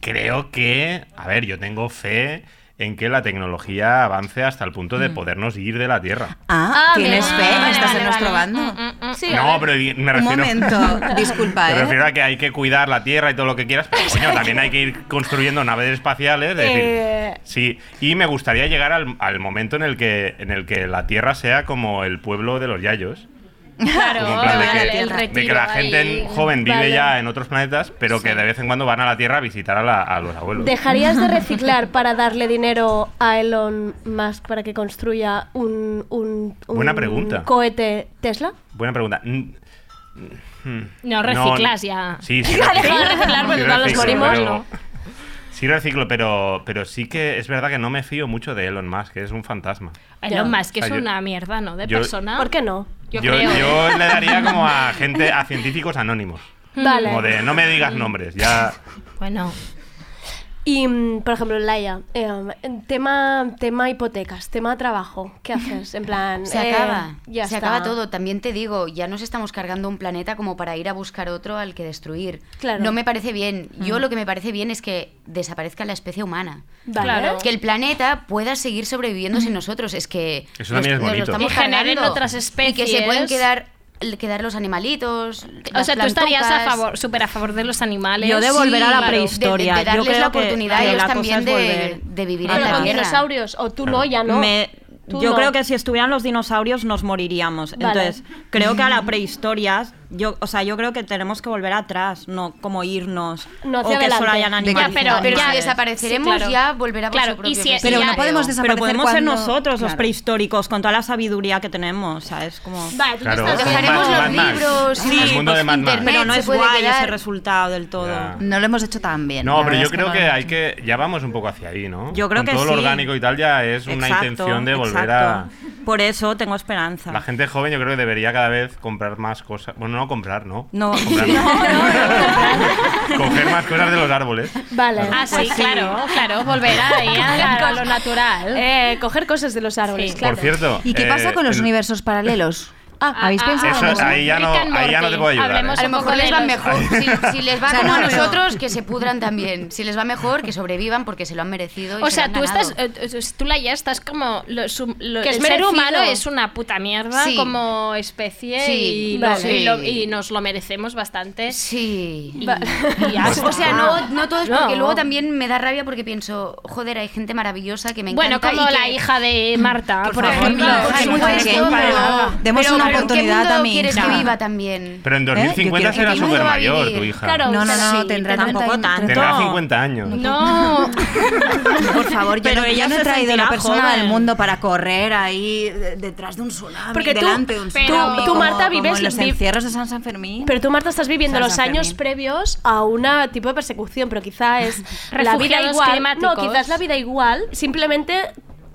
Speaker 19: creo que, a ver, yo tengo fe en que la tecnología avance hasta el punto de
Speaker 18: Mm.
Speaker 19: podernos ir de la Tierra.
Speaker 18: Ah,
Speaker 4: Ah,
Speaker 18: ¿tienes
Speaker 4: bien.
Speaker 18: fe?
Speaker 4: Vale,
Speaker 18: ¿Estás
Speaker 4: vale,
Speaker 18: en nuestro
Speaker 4: vale.
Speaker 18: bando?
Speaker 4: Sí, a
Speaker 19: no,
Speaker 4: ver.
Speaker 19: pero y- me
Speaker 18: Un
Speaker 19: refiero...
Speaker 18: momento, disculpa,
Speaker 19: Me
Speaker 18: ¿eh?
Speaker 19: refiero a que hay que cuidar la Tierra y todo lo que quieras, pero coño, también hay que ir construyendo naves espaciales. es decir,
Speaker 4: Eh.
Speaker 19: sí, y me gustaría llegar al, al momento en el, que, en el que la Tierra sea como el pueblo de los yayos.
Speaker 5: Claro,
Speaker 19: Como en plan de
Speaker 5: van a
Speaker 19: que-
Speaker 5: la Tierra.
Speaker 19: de que,
Speaker 5: Retiro
Speaker 19: la
Speaker 5: ahí.
Speaker 19: gente joven vive
Speaker 4: Vale.
Speaker 19: ya en otros planetas, pero que de vez en cuando van a la Tierra a visitar a, la- a los abuelos.
Speaker 4: ¿Dejarías de reciclar para darle dinero a Elon Musk para que construya un, un, un
Speaker 19: Buena pregunta.
Speaker 4: cohete Tesla?
Speaker 19: Buena pregunta. Mm, mm,
Speaker 5: No, reciclas ya.
Speaker 19: Sí, sí.
Speaker 5: Ya
Speaker 19: reciclo.
Speaker 5: deja de reciclar, porque
Speaker 19: Sí
Speaker 5: todos los
Speaker 19: reciclo,
Speaker 5: morimos,
Speaker 19: pero-
Speaker 5: ¿no?
Speaker 19: Sí reciclo, pero, pero sí que es verdad que no me fío mucho de Elon Musk, que es un fantasma.
Speaker 5: Elon Musk
Speaker 19: O sea,
Speaker 5: es
Speaker 19: yo-
Speaker 5: una mierda, ¿no? De
Speaker 19: yo-
Speaker 5: persona.
Speaker 4: ¿Por qué no?
Speaker 5: Yo,
Speaker 19: Yo,
Speaker 5: creo. ¿eh?
Speaker 19: yo le daría como a gente, a científicos anónimos.
Speaker 4: Vale.
Speaker 19: Como de, no me digas nombres, ya...
Speaker 5: Bueno.
Speaker 4: Y, mm, por ejemplo, Laia, eh, en tema, tema hipotecas, tema trabajo, ¿qué haces? En plan...
Speaker 21: Se
Speaker 4: eh,
Speaker 21: acaba,
Speaker 4: ya
Speaker 21: se
Speaker 4: está.
Speaker 21: acaba todo. También te digo, ya nos estamos cargando un planeta como para ir a buscar otro al que destruir.
Speaker 4: Claro.
Speaker 21: No me parece bien. Yo
Speaker 4: Mm.
Speaker 21: lo que me parece bien es que desaparezca la especie humana.
Speaker 4: Vale. Claro.
Speaker 21: Que el planeta pueda seguir sobreviviendo sin nosotros. Es que
Speaker 19: Eso también es
Speaker 21: nos lo
Speaker 19: bonito.
Speaker 21: estamos
Speaker 5: Y generen
Speaker 21: cargando.
Speaker 5: otras
Speaker 21: Y que se pueden
Speaker 5: especies.
Speaker 21: quedar, quedar los animalitos.
Speaker 5: O
Speaker 21: las
Speaker 5: sea, tú estarías a
Speaker 21: plantucas.
Speaker 5: favor, súper a favor de los animales.
Speaker 21: Yo de volver a la prehistoria.
Speaker 5: De-
Speaker 21: Yo creo que- que la cosa es volver a
Speaker 4: Pero
Speaker 21: la
Speaker 4: con
Speaker 21: tierra.
Speaker 4: dinosaurios, o tú no, ya no.
Speaker 20: Me-
Speaker 4: Tú
Speaker 20: yo
Speaker 4: no.
Speaker 20: creo que si estuvieran los dinosaurios nos moriríamos.
Speaker 4: Vale.
Speaker 20: Entonces, creo que a la prehistoria, yo, o sea, yo creo que tenemos que volver atrás, no como irnos.
Speaker 21: No
Speaker 20: o
Speaker 21: hacia
Speaker 20: que
Speaker 21: adelante.
Speaker 20: solo hayan
Speaker 21: Ya,
Speaker 20: animales.
Speaker 21: pero- pero si desapareceremos, ya volverá por
Speaker 5: claro,
Speaker 21: su propio
Speaker 5: y si-
Speaker 21: peso.
Speaker 5: y
Speaker 20: Pero
Speaker 5: ya-
Speaker 20: no podemos desaparecer. Pero podemos ser
Speaker 5: cuando-
Speaker 20: nosotros los
Speaker 5: Claro.
Speaker 20: prehistóricos con toda la sabiduría que tenemos, ¿sabes? Como...
Speaker 5: Vale, tú te
Speaker 19: Claro, estás- como Dejaremos Mad- los Mad Max. libros,
Speaker 20: Sí,
Speaker 19: El mundo
Speaker 20: pues
Speaker 19: de Mad Max.
Speaker 20: internet, Pero no
Speaker 19: se
Speaker 20: es
Speaker 19: puede
Speaker 20: guay
Speaker 19: quedar.
Speaker 20: ese resultado del todo.
Speaker 19: Ya.
Speaker 18: No lo hemos hecho tan bien.
Speaker 19: No,
Speaker 18: la
Speaker 19: pero
Speaker 18: verdad
Speaker 19: yo
Speaker 18: es
Speaker 19: creo
Speaker 18: no
Speaker 19: que
Speaker 18: lo-
Speaker 19: hay que... Ya vamos un poco hacia ahí, ¿no?
Speaker 20: Yo creo
Speaker 19: Con
Speaker 20: que
Speaker 19: todo lo
Speaker 20: sí.
Speaker 19: orgánico y tal ya es una
Speaker 20: Exacto,
Speaker 19: intención de volver a...
Speaker 20: exacto. Por eso tengo esperanza.
Speaker 19: La gente joven yo creo que debería cada vez comprar más cosas. Bueno, no comprar, ¿no.
Speaker 20: No.
Speaker 19: Comprar no. Coger más cosas de los árboles.
Speaker 4: Vale.
Speaker 5: Ah, sí, claro, claro, volver ahí a, a lo natural.
Speaker 4: Eh, coger cosas de los árboles,
Speaker 19: claro. Por cierto,
Speaker 18: ¿Y qué
Speaker 19: eh,
Speaker 18: pasa con los
Speaker 19: el-
Speaker 18: universos paralelos? ¿Habéis
Speaker 19: ah,
Speaker 18: pensado
Speaker 19: eso
Speaker 18: en eso?
Speaker 19: ahí ya no- Rick and ahí ya no te Morty. puedo ayudar, Hablemos
Speaker 21: A
Speaker 19: ¿eh?
Speaker 21: lo
Speaker 19: un poco
Speaker 21: mejor les
Speaker 19: de
Speaker 21: va
Speaker 19: los-
Speaker 21: mejor. Si, si les va
Speaker 19: O sea,
Speaker 21: como
Speaker 19: no,
Speaker 21: a
Speaker 19: pero-
Speaker 21: nosotros, que se pudran también. Si les va mejor, que sobrevivan porque se lo han merecido. Y
Speaker 5: O
Speaker 21: se
Speaker 5: sea,
Speaker 21: lo han
Speaker 5: tú
Speaker 21: ganado.
Speaker 5: estás, eh, eh, tú la ya estás como lo- su- lo-
Speaker 21: Que es
Speaker 5: el ser
Speaker 21: merecido.
Speaker 5: humano es una puta mierda
Speaker 21: Sí.
Speaker 5: como especie
Speaker 21: Sí,
Speaker 5: y, lo-
Speaker 21: vale.
Speaker 5: y lo- y nos lo merecemos bastante.
Speaker 21: Sí.
Speaker 5: Y, y ya
Speaker 21: O sea,
Speaker 5: Pues está.
Speaker 21: no, no todo es porque
Speaker 5: No.
Speaker 21: luego también me da rabia porque pienso, joder, hay gente maravillosa que me
Speaker 5: Bueno,
Speaker 21: encanta.
Speaker 5: como
Speaker 21: y
Speaker 5: la
Speaker 21: que-
Speaker 5: hija de Marta, por, ejemplo.
Speaker 21: Por supuesto,
Speaker 5: que-
Speaker 21: pero-
Speaker 18: Demos
Speaker 21: pero
Speaker 18: una
Speaker 21: ¿en qué
Speaker 18: oportunidad
Speaker 21: mundo
Speaker 18: a mi
Speaker 21: quieres que
Speaker 18: hija.
Speaker 21: viva también?
Speaker 19: Pero en 2050
Speaker 18: quiero-
Speaker 19: será
Speaker 18: ¿en qué mundo
Speaker 19: súper
Speaker 18: va a
Speaker 19: mayor
Speaker 18: vivir?
Speaker 19: tu hija.
Speaker 18: Claro, No, no, no,
Speaker 21: sí,
Speaker 18: tendrá tampoco tanto.
Speaker 19: Tendrá 50 años.
Speaker 5: No.
Speaker 18: Por favor, yo
Speaker 20: Pero
Speaker 18: no, yo
Speaker 20: ella
Speaker 18: no
Speaker 20: se
Speaker 18: he traído
Speaker 20: sentirá
Speaker 18: la persona
Speaker 20: joven.
Speaker 18: del mundo para correr ahí de- detrás de un tsunami,
Speaker 4: Porque tú-
Speaker 18: delante de un
Speaker 4: tú-
Speaker 18: tsunami,
Speaker 4: tú,
Speaker 18: como-
Speaker 4: Marta,
Speaker 18: como
Speaker 4: vives-
Speaker 18: en los
Speaker 4: vi-
Speaker 18: encierros de San Sanfermín.
Speaker 4: Pero tú, Marta, estás viviendo
Speaker 18: San
Speaker 4: los
Speaker 18: Sanfermín.
Speaker 4: años previos a un tipo de persecución, pero quizá es la vida
Speaker 5: Refugiados
Speaker 4: igual.
Speaker 5: climáticos.
Speaker 4: No, quizás la vida igual, simplemente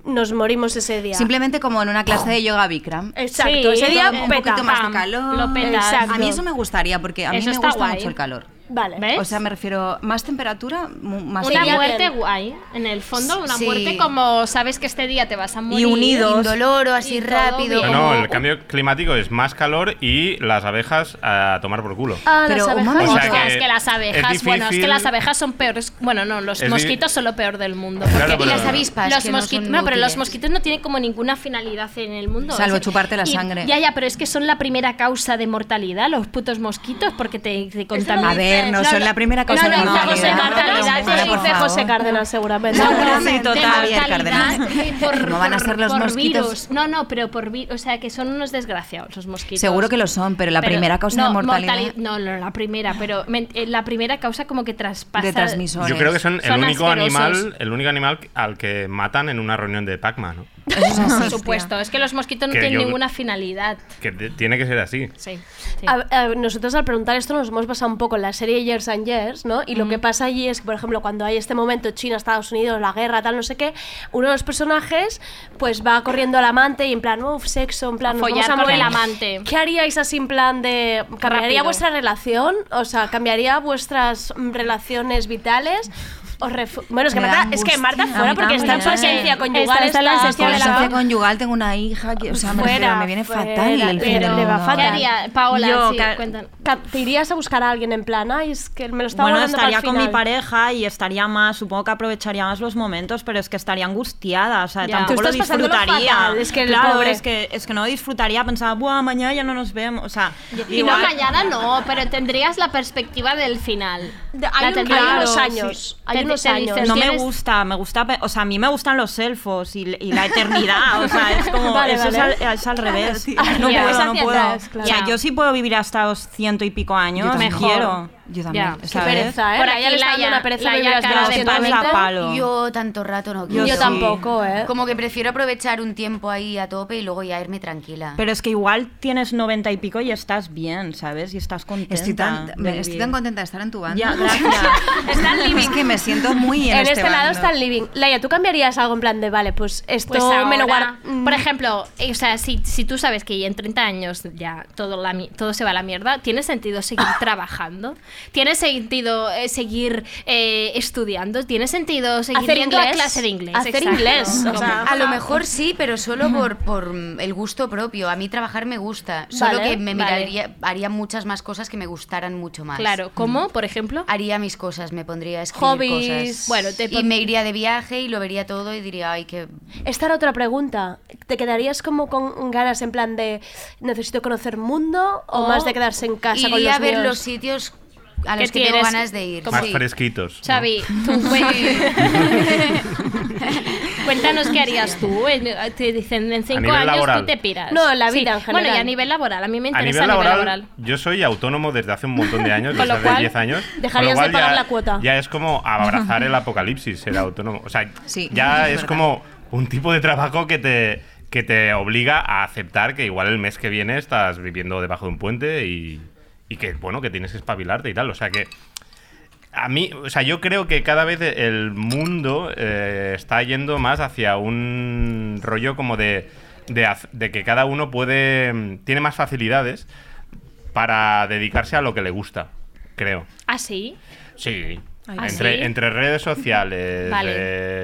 Speaker 4: nos morimos ese día.
Speaker 18: Simplemente como en una clase de yoga Bikram.
Speaker 4: Exacto,
Speaker 18: Sí,
Speaker 4: ese día
Speaker 18: un
Speaker 4: peta,
Speaker 18: poquito más
Speaker 4: pam,
Speaker 18: de calor.
Speaker 4: lo petas. Exacto.
Speaker 18: A mí eso me gustaría porque a mí
Speaker 4: Eso
Speaker 18: me
Speaker 4: está
Speaker 18: gusta
Speaker 4: guay.
Speaker 18: mucho el calor.
Speaker 4: Vale.
Speaker 18: O sea, me refiero más temperatura, mu- más
Speaker 5: Una
Speaker 18: frío.
Speaker 5: muerte guay, en el fondo, una
Speaker 18: Sí.
Speaker 5: muerte como sabes que este día te vas a morir.
Speaker 18: unidos.
Speaker 21: Indoloro, así rápido.
Speaker 19: Bueno,
Speaker 5: Oh.
Speaker 19: el cambio climático es más calor y las abejas a tomar por culo.
Speaker 5: Ah, las
Speaker 18: Pero un
Speaker 5: abejas.
Speaker 19: momento. O sea
Speaker 5: Ostras,
Speaker 19: que
Speaker 5: es que las
Speaker 19: es
Speaker 5: abejas, bueno, es que
Speaker 19: difícil-
Speaker 5: las abejas son peores. Bueno, no, los
Speaker 19: Es di-
Speaker 5: mosquitos son lo peor del mundo.
Speaker 19: Claro,
Speaker 5: Porque-
Speaker 19: pero- Y las avispas,
Speaker 5: Los
Speaker 21: que no
Speaker 5: mosquitos-
Speaker 21: son
Speaker 5: no, pero los
Speaker 21: útiles.
Speaker 5: mosquitos no tienen como ninguna finalidad en el mundo.
Speaker 18: Salvo
Speaker 5: O sea,
Speaker 18: chuparte la
Speaker 5: y-
Speaker 18: sangre.
Speaker 5: Ya, ya, pero es que son la primera causa de mortalidad, los putos mosquitos, porque te, te contaminan.
Speaker 18: A ver, no son la primera causa
Speaker 5: no,
Speaker 18: de
Speaker 5: no, no,
Speaker 18: mortalidad.
Speaker 5: José Cárdenas,
Speaker 18: Ana,
Speaker 5: sí,
Speaker 18: por
Speaker 5: dice
Speaker 18: favor.
Speaker 5: José
Speaker 4: Cárdenas, seguramente.
Speaker 18: Seguramente,
Speaker 5: de
Speaker 18: Javier
Speaker 5: mortalidad
Speaker 18: Cárdenas.
Speaker 5: por-
Speaker 18: ¿Cómo van a ser los
Speaker 5: por
Speaker 18: mosquitos?
Speaker 5: virus. No, no, pero por virus. O sea, que son unos desgraciados los mosquitos.
Speaker 18: Seguro que lo son, pero la primera causa de
Speaker 5: no,
Speaker 18: mortalidad.
Speaker 5: mortali- no, no, la primera, pero men- eh, la primera causa como que traspasa.
Speaker 18: De transmisores.
Speaker 19: Yo creo que son el
Speaker 5: Son
Speaker 19: único
Speaker 5: asquerosos.
Speaker 19: animal, el único animal al que matan en una reunión de Pac-Man, ¿no?
Speaker 5: Por supuesto, es que los mosquitos no
Speaker 19: Que
Speaker 5: tienen
Speaker 19: yo-
Speaker 5: ninguna finalidad.
Speaker 19: Que te- tiene que ser así.
Speaker 5: Sí.
Speaker 4: A- a- nosotros al preguntar esto nos hemos basado un poco en la serie Years and Years, ¿no? Y lo que pasa allí es que, por ejemplo, cuando hay este momento China, Estados Unidos, la guerra, tal, no sé qué, uno de los personajes pues va corriendo al amante y en plan, uff, sexo, en
Speaker 5: A
Speaker 4: plan, nos vamos
Speaker 5: follar
Speaker 4: a
Speaker 5: con
Speaker 4: morir".
Speaker 5: el amante.
Speaker 4: ¿Qué haríais así en plan de... ¿Cambiaría
Speaker 5: Rápido.
Speaker 4: vuestra relación? O sea, ¿cambiaría vuestras mm, relaciones vitales? Os refu- bueno, es que,
Speaker 18: Me da
Speaker 4: Marta, es que
Speaker 18: angustia.
Speaker 4: Marta fuera porque está en su esencia conyugal.
Speaker 18: ¿eh? Está, en la
Speaker 4: está-
Speaker 18: esencia conyugal, tengo una hija que, o
Speaker 4: Pues
Speaker 18: sea, me, refiero, me viene fatal. el fin del
Speaker 4: le va
Speaker 18: mundo.
Speaker 4: fatal.
Speaker 5: Paola,
Speaker 20: Yo,
Speaker 5: sí,
Speaker 20: ca-
Speaker 5: cuéntanos.
Speaker 4: Ca- ¿Te irías a buscar a alguien en plan? Ay, es que me lo estaba
Speaker 20: Bueno,
Speaker 4: guardando
Speaker 20: estaría
Speaker 4: para el
Speaker 20: con mi
Speaker 4: final"?
Speaker 20: pareja y estaría más, supongo que aprovecharía más los momentos, pero es que estaría angustiada, o sea,
Speaker 4: Ya.
Speaker 20: tampoco
Speaker 4: Tú
Speaker 20: lo
Speaker 4: estás pasándolo
Speaker 20: disfrutaría.
Speaker 4: fatal, es que el
Speaker 20: claro,
Speaker 4: pobre-
Speaker 20: es que es que no disfrutaría, pensaba, "Buah, mañana ya no nos vemos", o sea,
Speaker 5: Y no
Speaker 20: igual-
Speaker 5: mañana no, pero tendrías la perspectiva del final.
Speaker 4: hay
Speaker 5: La
Speaker 4: un-
Speaker 5: tendrías-
Speaker 4: hay unos
Speaker 5: Claro,
Speaker 4: años,
Speaker 5: sí.
Speaker 4: hay unos unos
Speaker 20: te
Speaker 4: años.
Speaker 20: dices, No me gusta, me gusta, pe- o sea, a mí me gustan los elfos y, y la eternidad, o sea, es como,
Speaker 4: Vale,
Speaker 20: eso
Speaker 4: vale.
Speaker 20: Es, al, es al revés.
Speaker 4: tío.
Speaker 20: No
Speaker 4: Ya.
Speaker 20: puedo,
Speaker 4: Vas
Speaker 20: no
Speaker 4: hacia
Speaker 20: puedo.
Speaker 4: atrás, claro.
Speaker 20: O sea,
Speaker 4: Ya.
Speaker 20: yo sí puedo vivir hasta los ciento y pico años,
Speaker 4: Yo también.
Speaker 20: quiero.
Speaker 18: Yo
Speaker 21: también. Ya. Qué
Speaker 20: ¿sabes?
Speaker 4: pereza, ¿eh? Por aquí
Speaker 21: la ya- la ya cara de palo. Yo tanto rato no quiero.
Speaker 20: Yo sí. tampoco,
Speaker 21: ¿eh? Como que prefiero aprovechar un tiempo ahí a tope y luego ya irme tranquila.
Speaker 20: Pero es que igual tienes noventa y pico y estás bien, ¿sabes? Y estás contenta.
Speaker 18: Estoy tan,
Speaker 20: de
Speaker 18: me- estoy
Speaker 20: vivir.
Speaker 18: tan contenta de estar en tu banda.
Speaker 20: Ya, gracias.
Speaker 4: Está el living.
Speaker 18: Es que me siento muy en,
Speaker 4: En este lado
Speaker 18: bando.
Speaker 4: está el living. Laia, ¿tú cambiarías algo en plan de, vale, pues mm, esto
Speaker 5: Pues
Speaker 4: me lo
Speaker 5: ahora,
Speaker 4: guardo?
Speaker 5: Por ejemplo, eh, o sea, si, si tú sabes que en 30 años ya todo, la, mi- todo se va a la mierda, ¿tiene sentido seguir trabajando? ¿Tiene sentido eh, seguir eh, estudiando? ¿Tiene sentido seguir
Speaker 4: Hacer
Speaker 5: yendo a
Speaker 4: inglés.
Speaker 5: clase de inglés?
Speaker 4: Hacer
Speaker 5: Exacto.
Speaker 4: inglés, o
Speaker 5: Como-
Speaker 4: sea,
Speaker 21: A lo mejor sí, pero solo por, por mm, el gusto propio. A mí trabajar me gusta. Solo
Speaker 5: Vale,
Speaker 21: que me
Speaker 5: vale.
Speaker 21: miraría, haría muchas más cosas que me gustaran mucho más.
Speaker 5: Claro,
Speaker 18: Mm.
Speaker 5: ¿cómo, por ejemplo?
Speaker 21: Haría mis cosas, me pondría a escribir
Speaker 4: Hobbies,
Speaker 21: cosas.
Speaker 4: bueno, te
Speaker 21: y
Speaker 4: pon-
Speaker 21: me iría de viaje y lo vería todo y diría, ay, qué...
Speaker 4: Esta era otra pregunta. ¿Te quedarías como con ganas en plan de necesito conocer mundo o, más de quedarse en casa
Speaker 21: iría
Speaker 4: con los
Speaker 21: a ver
Speaker 4: míos?
Speaker 21: los sitios a
Speaker 4: ¿Qué
Speaker 21: los que tengo
Speaker 4: tienes?
Speaker 21: ganas de ir.
Speaker 19: Más
Speaker 21: Sí.
Speaker 19: fresquitos.
Speaker 5: Xavi, tú Cuéntanos qué harías tú. en- eh, Te dicen en cinco
Speaker 19: nivel
Speaker 5: años
Speaker 19: laboral.
Speaker 5: tú te piras.
Speaker 4: No, en la vida en
Speaker 5: Bueno, y a
Speaker 4: general.
Speaker 5: nivel laboral. A mí me
Speaker 19: A
Speaker 5: interesa
Speaker 19: nivel, laboral,
Speaker 5: laboral.
Speaker 19: yo soy autónomo desde hace un montón de años,
Speaker 5: Con
Speaker 19: desde
Speaker 5: lo cual,
Speaker 19: hace 10 años. con lo
Speaker 5: dejarías de
Speaker 19: cual
Speaker 5: pagar
Speaker 19: ya-
Speaker 5: la cuota.
Speaker 19: Ya es como abrazar el apocalipsis ser autónomo. O sea,
Speaker 18: Sí, es
Speaker 19: ya es
Speaker 18: verdad.
Speaker 19: como un tipo de trabajo que te, que te obliga a aceptar que igual el mes que viene estás viviendo debajo de un puente y, y que, bueno, que tienes que espabilarte y tal. O sea que... A mí, o sea, yo creo que cada vez el mundo eh, está yendo más hacia un rollo como de, de, haz- de que cada uno puede, mm, tiene más facilidades para dedicarse a lo que le gusta, creo.
Speaker 5: ¿Ah, sí?
Speaker 19: Sí.
Speaker 5: Ay, ¿Ah,
Speaker 19: entre,
Speaker 5: sí?
Speaker 19: entre redes sociales,
Speaker 4: Vale.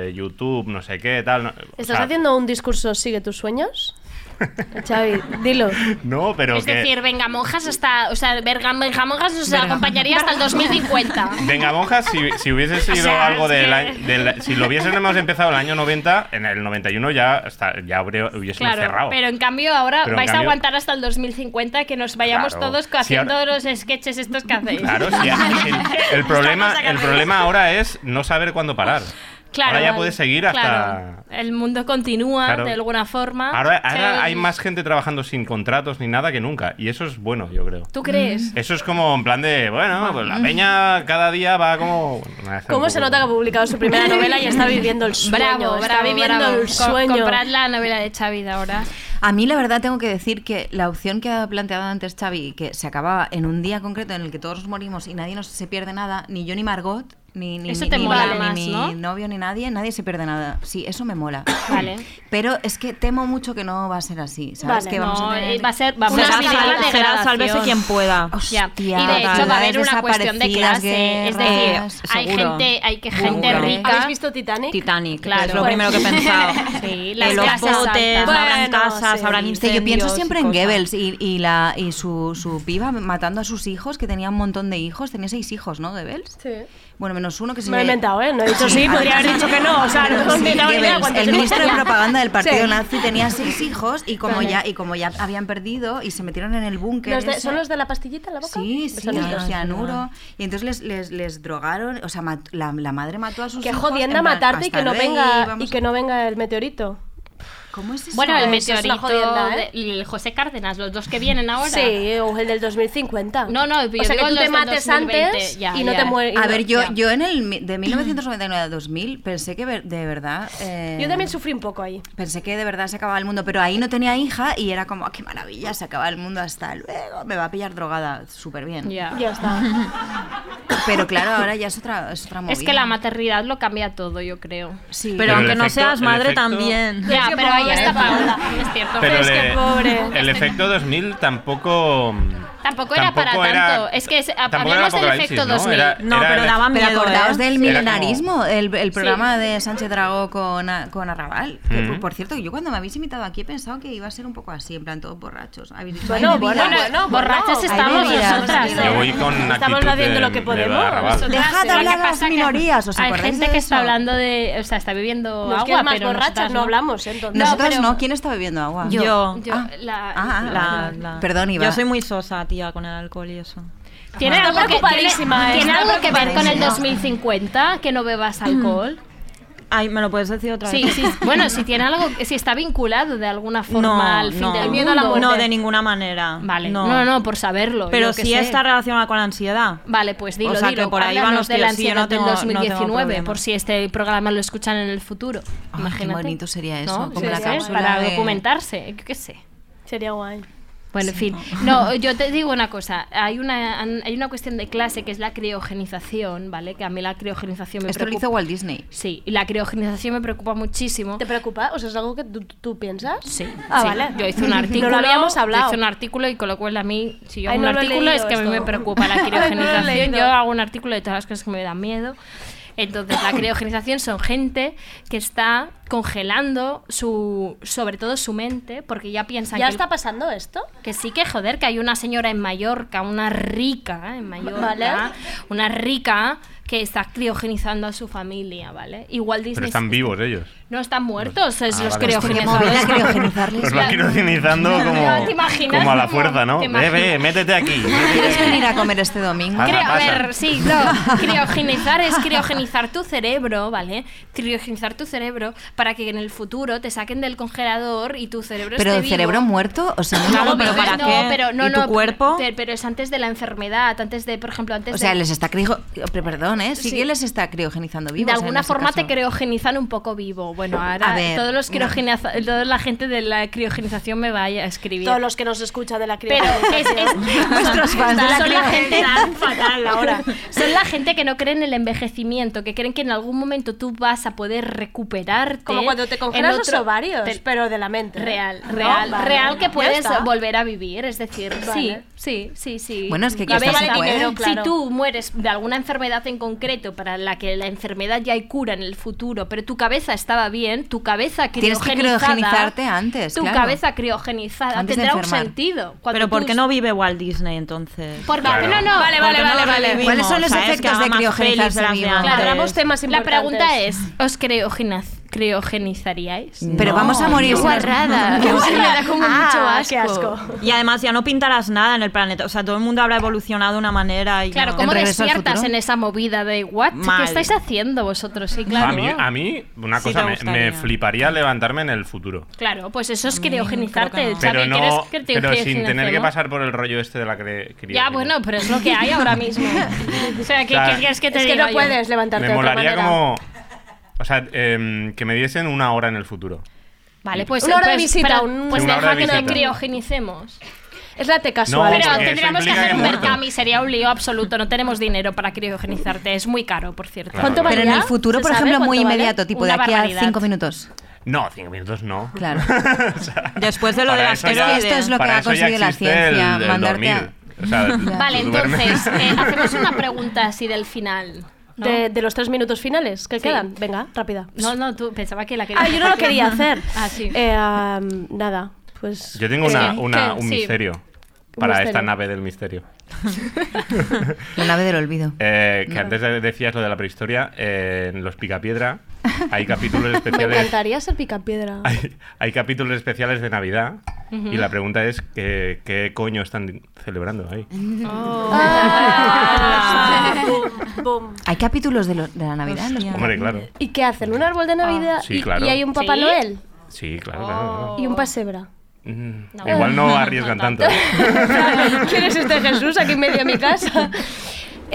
Speaker 19: eh, YouTube, no sé qué, tal. no- o
Speaker 4: ¿Estás
Speaker 19: sea,
Speaker 4: haciendo un discurso sigue tus sueños? Xavi, dilo.
Speaker 19: No, pero
Speaker 5: Es
Speaker 19: que...
Speaker 5: decir, venga, monjas hasta. O sea, verga, venga, monjas nos
Speaker 19: Verga.
Speaker 5: acompañaría hasta el 2050.
Speaker 19: Venga, monjas, si, si hubiese sido
Speaker 5: sea,
Speaker 19: algo
Speaker 5: es
Speaker 19: del
Speaker 5: que-
Speaker 19: año- del- Si lo hubiésemos empezado el año 90, en el 91 ya, está, ya habría, hubiésemos
Speaker 5: Claro,
Speaker 19: cerrado.
Speaker 5: pero en cambio ahora
Speaker 19: Pero en
Speaker 5: vais a
Speaker 19: cambio-
Speaker 5: aguantar hasta el 2050 que nos vayamos
Speaker 19: Claro.
Speaker 5: todos
Speaker 19: Si
Speaker 5: haciendo
Speaker 19: ahora-
Speaker 5: los sketches estos que hacéis.
Speaker 19: Claro, sí, el, el problema, el problema ahora es no saber cuándo parar.
Speaker 5: Claro,
Speaker 19: ahora ya
Speaker 5: vale.
Speaker 19: puedes seguir hasta...
Speaker 5: Claro. El mundo continúa
Speaker 19: Claro.
Speaker 5: de alguna forma.
Speaker 19: Ahora, ahora
Speaker 5: El-
Speaker 19: hay más gente trabajando sin contratos ni nada que nunca. Y eso es bueno, yo creo.
Speaker 5: ¿Tú crees?
Speaker 19: Eso es como en plan de, bueno, pues la peña cada día va como... bueno, me hace un
Speaker 4: ¿Cómo
Speaker 19: poco-
Speaker 4: se nota que ha publicado su primera novela y está viviendo el sueño?
Speaker 5: Bravo,
Speaker 4: está
Speaker 5: bravo,
Speaker 4: viviendo
Speaker 5: bravo.
Speaker 4: el
Speaker 5: Co-
Speaker 4: sueño.
Speaker 5: comprad la novela de Xavi de ahora.
Speaker 18: A mí la verdad tengo que decir que la opción que ha planteado antes Xavi, que se acababa en un día concreto en el que todos morimos y nadie nos se pierde nada, ni yo ni Margot, ni, ni,
Speaker 5: Eso
Speaker 18: mi-
Speaker 5: te
Speaker 18: ni
Speaker 5: mola
Speaker 18: mi-
Speaker 5: más,
Speaker 18: ni
Speaker 5: ¿no?
Speaker 18: mi novio, ni nadie, nadie se pierde nada. Sí, eso me mola.
Speaker 5: Vale.
Speaker 18: Pero es que temo mucho que no va a ser así, ¿sabes?
Speaker 5: Vale.
Speaker 18: que vamos
Speaker 5: No,
Speaker 18: a tener...
Speaker 5: eh, va a ser- vamos a vivir la
Speaker 20: será
Speaker 5: degradación.
Speaker 20: sálvese quien pueda.
Speaker 5: Ya. Y de hecho va a haber una cuestión de
Speaker 20: desaparecidas,
Speaker 5: clase. es decir,
Speaker 20: guerras,
Speaker 5: hay
Speaker 20: ah, seguro.
Speaker 5: gente, hay que gente
Speaker 20: Seguro.
Speaker 5: rica.
Speaker 4: ¿Habéis visto Titanic?
Speaker 20: Titanic,
Speaker 5: Claro.
Speaker 20: es lo
Speaker 5: Pues-
Speaker 20: primero que he pensado.
Speaker 5: Sí,
Speaker 20: Que
Speaker 5: las
Speaker 20: los
Speaker 5: clases
Speaker 20: botes,
Speaker 5: altas.
Speaker 20: no habrán
Speaker 5: Bueno,
Speaker 20: casas,
Speaker 5: sí.
Speaker 20: habrán
Speaker 18: Sí,
Speaker 20: incendios.
Speaker 18: yo pienso siempre en
Speaker 20: y cosas.
Speaker 18: Goebbels y, y la, y su, su piba matando a sus hijos, que tenía un montón de hijos. Tenía seis hijos, ¿no, Goebbels?
Speaker 4: Sí.
Speaker 18: Bueno, menos uno que se
Speaker 4: Me lo he inventado, ¿eh? No he dicho sí, podría haber dicho que no. O sea, no
Speaker 18: Sí,
Speaker 4: me he dado ni idea
Speaker 18: Goebbels,
Speaker 4: cuántos
Speaker 18: el
Speaker 4: hijos
Speaker 18: ministro de
Speaker 4: tenía.
Speaker 18: propaganda del partido
Speaker 4: Sí.
Speaker 18: nazi tenía seis hijos y como
Speaker 4: Vale.
Speaker 18: ya y como ya habían perdido y se metieron en el búnker.
Speaker 4: Los de-
Speaker 18: ese.
Speaker 4: ¿Son los de la pastillita en la boca?
Speaker 18: Sí, sí,
Speaker 4: Son estos.
Speaker 18: los
Speaker 4: Ah.
Speaker 18: cianuro. Y entonces les, les, les drogaron, o sea, mat- la, la madre mató a sus
Speaker 4: Qué
Speaker 18: hijos.
Speaker 4: jodienda
Speaker 18: en plan,
Speaker 4: matarte y
Speaker 18: hasta
Speaker 4: que, no
Speaker 18: luego,
Speaker 4: venga, y
Speaker 18: vamos-
Speaker 4: que no venga el meteorito.
Speaker 18: ¿Cómo es eso?
Speaker 5: Bueno, el
Speaker 4: Eso es una
Speaker 5: meteorito,
Speaker 4: jodienda, ¿eh?
Speaker 5: de- el José Cárdenas, los dos que vienen ahora.
Speaker 4: Sí, o el del 2050.
Speaker 5: No, no, yo
Speaker 4: o sea, que
Speaker 5: digo los
Speaker 4: tú te
Speaker 5: del
Speaker 4: mates
Speaker 5: 2020,
Speaker 4: antes
Speaker 5: ya,
Speaker 4: y no
Speaker 5: ya.
Speaker 4: te mueres.
Speaker 18: A ver, yo, yo en el mi- de 1999 a 2000 pensé que ver- de verdad. eh,
Speaker 4: Yo también sufrí un poco ahí.
Speaker 18: Pensé que de verdad se acababa el mundo, pero ahí no tenía hija y era como, "Ah, qué maravilla, se acaba el mundo, hasta luego, me va a pillar drogada, súper bien.
Speaker 4: Ya está.
Speaker 18: Pero claro, ahora ya es otra, es otra movida.
Speaker 5: Es que la maternidad lo cambia todo, yo creo.
Speaker 18: Sí.
Speaker 20: Pero,
Speaker 18: Pero
Speaker 20: aunque
Speaker 18: el
Speaker 20: no
Speaker 18: efecto-
Speaker 20: seas
Speaker 18: el
Speaker 20: madre
Speaker 18: efecto-
Speaker 20: también.
Speaker 5: Ya, pero ahí
Speaker 20: pobre.
Speaker 5: está Paola. Es cierto.
Speaker 19: Pero
Speaker 5: es que
Speaker 19: le-
Speaker 5: pobre.
Speaker 19: el efecto 2000 tampoco...
Speaker 5: Tampoco era para
Speaker 19: tampoco era-
Speaker 5: tanto. Es que es-
Speaker 19: tampoco era
Speaker 5: hablemos del
Speaker 19: apocalipsis,
Speaker 5: efecto
Speaker 19: ¿no?
Speaker 5: 2000.
Speaker 19: Era- No, era- pero daba
Speaker 18: Pero
Speaker 19: miedo,
Speaker 18: acordaos
Speaker 19: ¿eh?
Speaker 18: del
Speaker 19: Era
Speaker 18: milenarismo,
Speaker 19: como-
Speaker 18: el, el
Speaker 19: Sí.
Speaker 18: programa de Sánchez Dragó con, A- con Arrabal. que,
Speaker 19: Ujú.
Speaker 18: por- por cierto, yo cuando me habéis invitado aquí he pensado que iba a ser un poco así, en plan todos borrachos. Habéis dicho,
Speaker 4: Bueno,
Speaker 18: "Ay, mi vida".
Speaker 4: bueno, bueno, borrachos
Speaker 18: Ay, mi
Speaker 4: estamos
Speaker 18: vida.
Speaker 4: nosotras, ¿eh?
Speaker 19: Yo voy con
Speaker 4: Estamos
Speaker 19: actitud
Speaker 4: haciendo
Speaker 19: de-
Speaker 4: lo que
Speaker 19: de
Speaker 4: podemos.
Speaker 19: Barrabás.
Speaker 18: Dejad
Speaker 5: Lo que
Speaker 18: hablar a
Speaker 5: pasa
Speaker 18: las
Speaker 5: que
Speaker 18: minorías, ¿os
Speaker 5: Hay
Speaker 18: acordáis
Speaker 5: gente
Speaker 18: de
Speaker 5: que está
Speaker 18: eso?
Speaker 5: hablando de. O sea, está bebiendo
Speaker 4: Los que
Speaker 5: agua,
Speaker 4: más
Speaker 5: pero
Speaker 4: borrachas
Speaker 5: nosotras
Speaker 4: no hablamos, entonces.
Speaker 18: Nosotros
Speaker 5: pero-
Speaker 18: no, ¿quién está bebiendo agua?
Speaker 20: Yo.
Speaker 5: Yo, la-
Speaker 18: Ah,
Speaker 20: La- la-
Speaker 18: Perdón, Iba.
Speaker 20: Yo soy muy sosa, empatía con el alcohol y eso.
Speaker 5: ¿Tiene
Speaker 20: Ajá.
Speaker 5: algo, que, tiene- tiene algo que ver con el 2050? ¿Que no bebas
Speaker 4: Mm.
Speaker 5: alcohol?
Speaker 20: Ay, ¿me lo puedes decir otra
Speaker 5: Sí,
Speaker 20: vez?
Speaker 5: sí, bueno, si tiene algo, si está vinculado de alguna forma
Speaker 20: no,
Speaker 5: al fin
Speaker 20: no,
Speaker 5: del mundo.
Speaker 20: No, de ninguna manera. Vale,
Speaker 5: No, no, no, por saberlo.
Speaker 20: Pero
Speaker 5: yo que
Speaker 20: sí
Speaker 5: sé.
Speaker 20: está relacionada con la ansiedad.
Speaker 5: Vale, pues dilo,
Speaker 20: O sea,
Speaker 5: dilo,
Speaker 20: que por ahí van
Speaker 5: háblanos
Speaker 20: los
Speaker 5: de la
Speaker 20: tíos, sí, yo
Speaker 5: ansiedad
Speaker 20: no tengo- no
Speaker 5: del
Speaker 20: tengo
Speaker 5: 2019,
Speaker 20: problema.
Speaker 5: por si este programa lo escuchan en el futuro. Imagínate.
Speaker 18: bonito sería eso,
Speaker 5: ¿No?
Speaker 18: como
Speaker 5: Sí,
Speaker 18: la
Speaker 5: sí,
Speaker 18: cápsula
Speaker 5: Para
Speaker 18: de-
Speaker 5: documentarse, yo qué sé.
Speaker 4: Sería guay.
Speaker 5: Bueno, en fin. No, yo te digo una cosa. Hay una, hay una cuestión de clase que es la criogenización, ¿vale? Que a mí la criogenización me
Speaker 18: Esto lo
Speaker 5: preocupa.
Speaker 18: hizo Walt Disney.
Speaker 5: Sí, y la criogenización me preocupa muchísimo.
Speaker 4: ¿Te preocupa? O sea, es algo que tú, tú piensas.
Speaker 5: Sí.
Speaker 4: Ah,
Speaker 5: sí.
Speaker 4: vale.
Speaker 5: Yo hice un artículo.
Speaker 4: No lo habíamos hablado.
Speaker 5: yo hice un artículo y con lo cual a mí, si yo hago
Speaker 4: Ay,
Speaker 5: un
Speaker 4: no lo he
Speaker 5: artículo
Speaker 4: leído
Speaker 5: es que a mí
Speaker 4: esto.
Speaker 5: me preocupa la
Speaker 4: Ay, no lo he
Speaker 5: criogenización.
Speaker 4: leído.
Speaker 5: yo hago un artículo de todas las cosas que me dan miedo. Entonces, la criogenización son gente que está congelando su, sobre todo su mente, porque ya piensan
Speaker 4: ¿Ya
Speaker 5: que el
Speaker 4: está pasando esto?
Speaker 5: que sí que joder, que hay una señora en Mallorca, una rica ¿eh? en Mallorca,
Speaker 4: Vale.
Speaker 5: una rica que está criogenizando a su familia, ¿vale? Igual Disney
Speaker 19: Pero están vivos ellos.
Speaker 5: no están muertos, es
Speaker 19: Ah,
Speaker 5: los
Speaker 19: vale.
Speaker 5: criogenizados.
Speaker 19: Los van criogenizando
Speaker 5: Ya,
Speaker 19: como,
Speaker 5: ¿te imaginas?
Speaker 19: como a la
Speaker 5: Como-
Speaker 19: fuerza, ¿no?
Speaker 5: ¿te
Speaker 19: Ve, ve,
Speaker 5: imaginas?
Speaker 19: métete aquí.
Speaker 18: ¿Quieres venir a comer este domingo?
Speaker 19: Pasa,
Speaker 5: Crio- a
Speaker 19: pasa.
Speaker 5: ver, sí, no, criogenizar es criogenizar tu cerebro, ¿vale? Criogenizar tu cerebro para que en el futuro te saquen del congelador y tu cerebro
Speaker 18: Pero
Speaker 5: esté
Speaker 18: el cerebro
Speaker 5: este vivo.
Speaker 18: muerto, o sea, no-
Speaker 5: Claro, no, pero no,
Speaker 18: ¿Y
Speaker 5: no,
Speaker 18: tu cuerpo?
Speaker 5: Pero, pero es antes de la enfermedad, antes de, por ejemplo, antes
Speaker 18: O sea,
Speaker 5: de,
Speaker 18: les está crio... Perdón, ¿eh? Sí,
Speaker 5: Sí.
Speaker 18: que les está criogenizando vivos.
Speaker 5: de
Speaker 18: ¿eh? en
Speaker 5: alguna
Speaker 18: ese
Speaker 5: forma
Speaker 18: caso.
Speaker 5: te criogenizan un poco vivo. Bueno, ahora
Speaker 18: A ver,
Speaker 5: todos los
Speaker 18: no.
Speaker 5: criogeniza- toda la gente de la criogenización me vaya a escribir.
Speaker 4: Todos los que nos escucha de la
Speaker 5: pero
Speaker 4: criogenización.
Speaker 5: es, es-
Speaker 4: Nuestros fans de la
Speaker 5: son la gente
Speaker 4: criogenización. Fatal ahora.
Speaker 5: Son la gente que no cree en el envejecimiento, que creen que en algún momento tú vas a poder recuperarte.
Speaker 4: Como cuando te
Speaker 5: en
Speaker 4: congelas los
Speaker 5: otro-
Speaker 4: ovarios,
Speaker 5: te-
Speaker 4: pero de la mente.
Speaker 5: Real,
Speaker 4: ¿no?
Speaker 5: real,
Speaker 4: Vale,
Speaker 5: real que
Speaker 4: ya
Speaker 5: puedes
Speaker 4: está.
Speaker 5: volver a vivir, es decir,
Speaker 4: Vale.
Speaker 5: sí, sí, sí, sí.
Speaker 18: Bueno, es que
Speaker 5: A ver,
Speaker 18: quizás se
Speaker 5: ¿Eh? si-
Speaker 18: puede.
Speaker 5: Si tú mueres de alguna enfermedad en concreto para la que la enfermedad ya hay cura en el futuro, pero tu cabeza estaba bien, tu cabeza
Speaker 18: Tienes
Speaker 5: criogenizada...
Speaker 18: que criogenizarte antes,
Speaker 5: Tu
Speaker 18: Pues, claro.
Speaker 5: cabeza criogenizada
Speaker 18: Antes de
Speaker 5: tendrá un
Speaker 18: enfermar.
Speaker 5: sentido. Cuando
Speaker 20: Pero ¿por
Speaker 5: tú-
Speaker 20: qué no vive Walt Disney entonces?
Speaker 5: Porque- no, no, vale,
Speaker 20: Porque
Speaker 5: vale,
Speaker 20: no
Speaker 5: vale,
Speaker 20: lo
Speaker 5: vale.
Speaker 20: vivimos,
Speaker 18: ¿Cuáles son los
Speaker 20: ¿sabes? Que
Speaker 18: efectos
Speaker 20: haga
Speaker 18: de
Speaker 20: más
Speaker 18: criogenizarse
Speaker 20: pelis
Speaker 18: vivo?
Speaker 20: las de
Speaker 18: Claro,
Speaker 20: antes.
Speaker 18: hablamos
Speaker 5: temas La
Speaker 4: importantes.
Speaker 5: pregunta es, ¿os criogeniz- criogenizaríais?
Speaker 18: Pero
Speaker 20: No,
Speaker 18: vamos a morir. Ah,
Speaker 20: qué
Speaker 5: guarrada.
Speaker 18: Qué
Speaker 5: Qué
Speaker 18: guarrada.
Speaker 5: guarrada. da como mucho
Speaker 4: qué
Speaker 5: asco.
Speaker 20: Y además ya no pintarás nada en el planeta. O sea, todo el mundo habrá evolucionado de una manera y
Speaker 5: Claro,
Speaker 20: no.
Speaker 5: ¿cómo despiertas en esa movida de what?
Speaker 20: Mal.
Speaker 5: ¿Qué estáis haciendo vosotros? Sí, claro.
Speaker 19: A mí, a mí una
Speaker 5: Sí
Speaker 19: cosa,
Speaker 5: te
Speaker 19: me- me,
Speaker 5: gustaría.
Speaker 19: fliparía levantarme en el futuro.
Speaker 5: Claro, pues eso
Speaker 18: Mm,
Speaker 5: es criogenizarte. Xavi,
Speaker 19: Pero,
Speaker 5: ¿quieres
Speaker 19: no,
Speaker 5: que te
Speaker 19: pero sin
Speaker 5: criogenice,
Speaker 19: tener que
Speaker 5: no?
Speaker 19: pasar por el rollo este de la cre-
Speaker 5: Ya,
Speaker 19: criogenia.
Speaker 5: bueno, pero es lo que hay ahora mismo. O sea, ¿qué,
Speaker 19: Claro.
Speaker 5: qué quieres que te
Speaker 4: Es que
Speaker 5: diga
Speaker 4: no
Speaker 5: yo?
Speaker 4: puedes levantarte
Speaker 19: Me
Speaker 4: de otra
Speaker 19: molaría
Speaker 4: manera.
Speaker 19: como... O sea, em, que me diesen una hora en el futuro.
Speaker 5: Vale, pues.
Speaker 4: Una hora de
Speaker 5: pues-
Speaker 4: visita,
Speaker 5: pero-
Speaker 4: un-
Speaker 5: Pues
Speaker 19: Sí, una
Speaker 5: deja
Speaker 19: hora de
Speaker 5: que nos
Speaker 19: visita.
Speaker 5: criogenicemos.
Speaker 4: Es la teca
Speaker 19: No,
Speaker 4: suave.
Speaker 5: pero
Speaker 19: porque eso
Speaker 5: tendríamos que
Speaker 19: implica
Speaker 5: hacer
Speaker 19: que
Speaker 5: un
Speaker 19: muerto.
Speaker 5: mercami, sería un lío absoluto. No tenemos dinero para criogenizarte, es muy caro, por cierto.
Speaker 19: ¿Cuánto
Speaker 18: Pero en
Speaker 19: valía?
Speaker 18: el futuro,
Speaker 5: ¿Se
Speaker 18: por
Speaker 5: sabe
Speaker 18: ejemplo, muy
Speaker 5: cuánto vale?
Speaker 18: inmediato, tipo de
Speaker 5: Una
Speaker 18: aquí
Speaker 5: barbaridad.
Speaker 18: a cinco minutos.
Speaker 19: No, cinco minutos no.
Speaker 18: Claro.
Speaker 20: Después de lo de
Speaker 19: Para
Speaker 20: las
Speaker 19: eso ya-
Speaker 20: pelis
Speaker 18: Esto es lo que
Speaker 19: para
Speaker 18: ha
Speaker 19: eso ya
Speaker 18: conseguido la
Speaker 19: existe el-
Speaker 18: ciencia,
Speaker 19: el
Speaker 18: mandarte a-
Speaker 19: dormir. O sea,
Speaker 5: Vale,
Speaker 19: tú duermes.
Speaker 5: entonces, eh, hacemos una pregunta así del final. ¿no?
Speaker 4: De, de los tres minutos finales que
Speaker 5: Sí.
Speaker 4: quedan. Venga, rápida.
Speaker 5: No, no, tú pensaba que la querías
Speaker 4: Ah, yo no lo quería hacer.
Speaker 5: Ah, sí.
Speaker 4: Eh, um, nada, pues.
Speaker 19: Yo tengo
Speaker 4: Es
Speaker 19: una,
Speaker 4: que-
Speaker 19: una-
Speaker 4: que-
Speaker 19: un
Speaker 4: sí.
Speaker 19: misterio para
Speaker 4: misterio.
Speaker 19: esta nave del misterio.
Speaker 18: La nave del olvido.
Speaker 19: Eh, que antes de- decías lo de la prehistoria, eh, en Los Picapiedra hay capítulos
Speaker 4: Me
Speaker 19: especiales.
Speaker 4: encantaría ser picapiedra.
Speaker 19: Hay, hay capítulos especiales de Navidad
Speaker 4: Ujú.
Speaker 19: y la pregunta es que- qué coño están celebrando ahí.
Speaker 4: Oh. Ah. Boom, boom.
Speaker 18: Hay capítulos de, lo- de la Navidad. en los que-
Speaker 19: Hombre, claro.
Speaker 4: ¿Y qué hacen? ¿Un árbol de Navidad?
Speaker 19: sí,
Speaker 4: y,
Speaker 19: claro.
Speaker 4: y hay un Papá
Speaker 19: ¿Sí?
Speaker 4: Noel?
Speaker 19: Sí, claro, claro, claro.
Speaker 4: Y un pasebra.
Speaker 19: Mm,
Speaker 4: Oh. No.
Speaker 19: Igual no arriesgan tanto. ¿eh?
Speaker 4: ¿Quién es este Jesús aquí en medio de mi casa?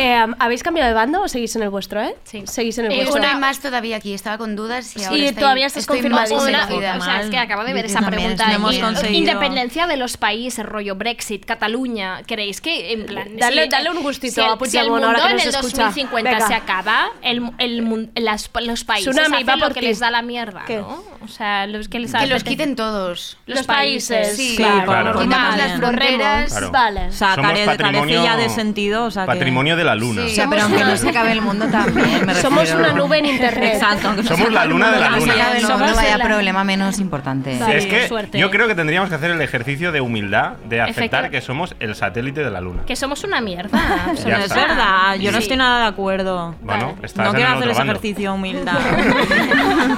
Speaker 4: Eh, ¿Habéis cambiado de bando o seguís en el vuestro, eh? Sí. Seguís en el
Speaker 21: Eh,
Speaker 4: vuestro.
Speaker 21: una más todavía aquí, estaba con dudas y
Speaker 4: Sí,
Speaker 21: ahora estoy-
Speaker 4: todavía estás
Speaker 21: estoy
Speaker 4: confirmada.
Speaker 21: más
Speaker 4: Una-
Speaker 21: convencida.
Speaker 5: O sea, es que acabo de ver
Speaker 21: Yo
Speaker 5: esa
Speaker 21: también,
Speaker 5: pregunta.
Speaker 21: no hemos
Speaker 5: Y-
Speaker 21: conseguido.
Speaker 5: Independencia de los países, rollo Brexit, Cataluña, ¿creéis que en plan...
Speaker 4: Dale- dale un gustito
Speaker 5: si el-
Speaker 4: a
Speaker 5: si el
Speaker 4: Puigdemont
Speaker 5: mundo
Speaker 4: ahora que
Speaker 5: en
Speaker 4: nos
Speaker 5: el
Speaker 4: escucha.
Speaker 5: 2050
Speaker 4: Venga.
Speaker 5: se acaba, el, el mun- las- los países
Speaker 4: Tsunami,
Speaker 5: hacen
Speaker 4: va
Speaker 5: lo
Speaker 4: por
Speaker 5: que
Speaker 4: ti.
Speaker 5: les da la mierda,
Speaker 4: ¿Qué?
Speaker 5: ¿no? O sea, los que les
Speaker 21: Que los
Speaker 5: apetece.
Speaker 21: quiten todos.
Speaker 5: Los países,
Speaker 21: Sí,
Speaker 5: claro,
Speaker 21: claro.
Speaker 5: normal,
Speaker 21: Quitamos las
Speaker 5: nos remos.
Speaker 21: fronteras.
Speaker 19: Claro.
Speaker 21: Vale.
Speaker 20: O sea,
Speaker 19: Somos
Speaker 20: care- carece
Speaker 19: patrimonio-
Speaker 20: ya de sentido. O sea, que-
Speaker 19: Patrimonio de la luna.
Speaker 18: Sí, pero aunque no se acabe el mundo también, me
Speaker 4: Somos
Speaker 18: refiero.
Speaker 4: una nube en internet.
Speaker 18: Exacto. aunque no
Speaker 19: Somos
Speaker 18: se
Speaker 19: la
Speaker 18: acabe el
Speaker 19: luna de
Speaker 18: mundo,
Speaker 19: la
Speaker 18: aunque
Speaker 19: luna.
Speaker 18: se acabe el mundo,
Speaker 4: Somos
Speaker 18: vaya
Speaker 4: la-
Speaker 18: problema menos importante.
Speaker 19: es que yo creo que tendríamos que hacer el ejercicio de humildad de aceptar
Speaker 5: Efectiva-
Speaker 19: que somos el satélite de la luna.
Speaker 5: Que somos una mierda.
Speaker 20: no
Speaker 19: Ya
Speaker 20: es
Speaker 19: está.
Speaker 20: verdad, yo no
Speaker 5: Sí.
Speaker 20: estoy nada de acuerdo.
Speaker 19: Bueno, estás
Speaker 20: no
Speaker 19: en
Speaker 20: quiero
Speaker 19: el
Speaker 20: hacer
Speaker 19: otro
Speaker 20: ese
Speaker 19: bando.
Speaker 20: ejercicio humildad.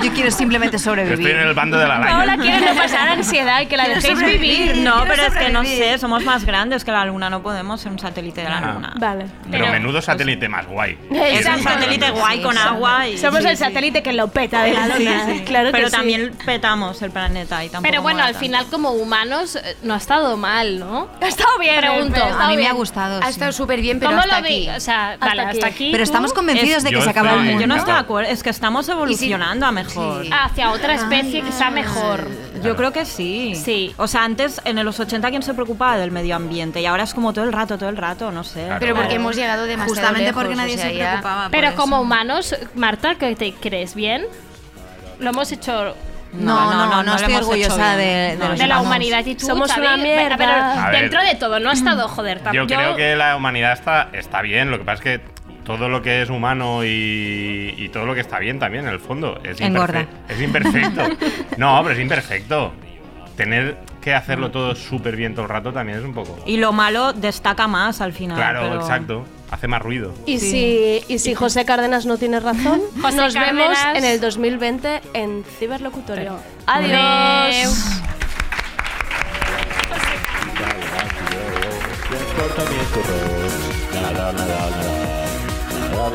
Speaker 18: Yo quiero simplemente
Speaker 19: Yo
Speaker 18: sobrevivir.
Speaker 19: estoy en el bando de la
Speaker 5: Paola
Speaker 19: araña.
Speaker 5: quiere no pasar ansiedad y que la
Speaker 20: Quiero
Speaker 5: dejéis
Speaker 20: sobrevivir,
Speaker 5: vivir.
Speaker 20: No,
Speaker 5: Quiero
Speaker 20: pero es que no
Speaker 5: sobrevivir.
Speaker 20: sé, somos más grandes que la luna, no podemos ser un satélite de la luna.
Speaker 4: Vale.
Speaker 19: Pero
Speaker 20: pues
Speaker 19: menudo satélite más guay.
Speaker 20: Es
Speaker 19: Eres
Speaker 20: un
Speaker 19: más
Speaker 20: satélite
Speaker 19: grande.
Speaker 20: guay con agua y.
Speaker 4: Somos el satélite que lo peta de la
Speaker 20: Sí,
Speaker 4: luna.
Speaker 20: sí.
Speaker 4: Claro que
Speaker 20: Pero
Speaker 4: sí.
Speaker 20: también petamos el planeta y tampoco.
Speaker 5: Pero bueno,
Speaker 20: mola
Speaker 5: al
Speaker 20: tanto.
Speaker 5: final como humanos eh, no ha estado mal, ¿no?
Speaker 4: Ha estado bien.
Speaker 5: Pregunto.
Speaker 18: A mí me ha gustado.
Speaker 21: Ha
Speaker 18: sí.
Speaker 21: estado súper bien, pero
Speaker 5: ¿Cómo
Speaker 21: hasta
Speaker 5: lo
Speaker 21: aquí.
Speaker 5: vi? O sea, vale, hasta aquí.
Speaker 18: Pero
Speaker 5: ¿tú?
Speaker 18: estamos convencidos de que
Speaker 19: Yo
Speaker 18: se acaba el
Speaker 19: estoy-
Speaker 18: mundo.
Speaker 20: Yo no estoy de acuerdo, es que estamos evolucionando a mejor.
Speaker 5: Hacia otra especie que sea mejor.
Speaker 20: Yo creo que sí. Sí. O sea, antes en los 80 quién se preocupaba del medio ambiente y ahora es como todo el rato, todo el rato, no sé.
Speaker 21: Pero porque hemos llegado demasiado
Speaker 18: Justamente
Speaker 21: lejos,
Speaker 18: porque nadie
Speaker 21: o sea,
Speaker 18: se
Speaker 21: ya-
Speaker 18: preocupaba. por
Speaker 5: Pero
Speaker 18: eso.
Speaker 5: como humanos, Marta, ¿qué te crees bien? Lo hemos hecho
Speaker 18: No, no, no,
Speaker 20: no
Speaker 18: no,
Speaker 20: lo
Speaker 18: estoy
Speaker 20: hemos hecho
Speaker 18: orgullosa
Speaker 20: bien.
Speaker 18: de, de
Speaker 20: No,
Speaker 18: los
Speaker 5: de la
Speaker 18: humanos.
Speaker 5: humanidad y tú
Speaker 4: Somos
Speaker 5: Xavi,
Speaker 4: una
Speaker 5: ve-
Speaker 4: mierda.
Speaker 5: pero
Speaker 19: A ver.
Speaker 5: dentro de todo no ha estado joder.
Speaker 19: Yo
Speaker 5: tampoco-
Speaker 19: creo que la humanidad está, está bien, lo que pasa es que todo lo que es humano y, y todo lo que está bien también, en el fondo, es, imperfe-
Speaker 18: Engorda.
Speaker 19: es imperfecto. no, pero es imperfecto. Tener que hacerlo todo súper bien todo el rato también es un poco...
Speaker 20: Y lo malo destaca más al final.
Speaker 19: claro,
Speaker 20: pero-
Speaker 19: exacto. Hace más ruido.
Speaker 4: Y, Si, y si José Cárdenas no tiene razón,
Speaker 5: José
Speaker 4: nos vemos
Speaker 5: Cárdenas.
Speaker 4: en el 2020 en Ciberlocutorio.
Speaker 5: Adiós.
Speaker 4: Adiós.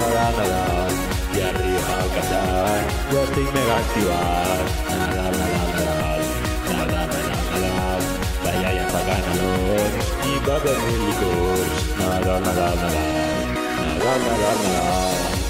Speaker 6: Y arriba al Qatar, Westing me va a activar. Nada, nada, nada, nada, nada, nada. Vaya ya pa' ganador y va a venir licor. Nada, nada, nada, nada, nada, nada.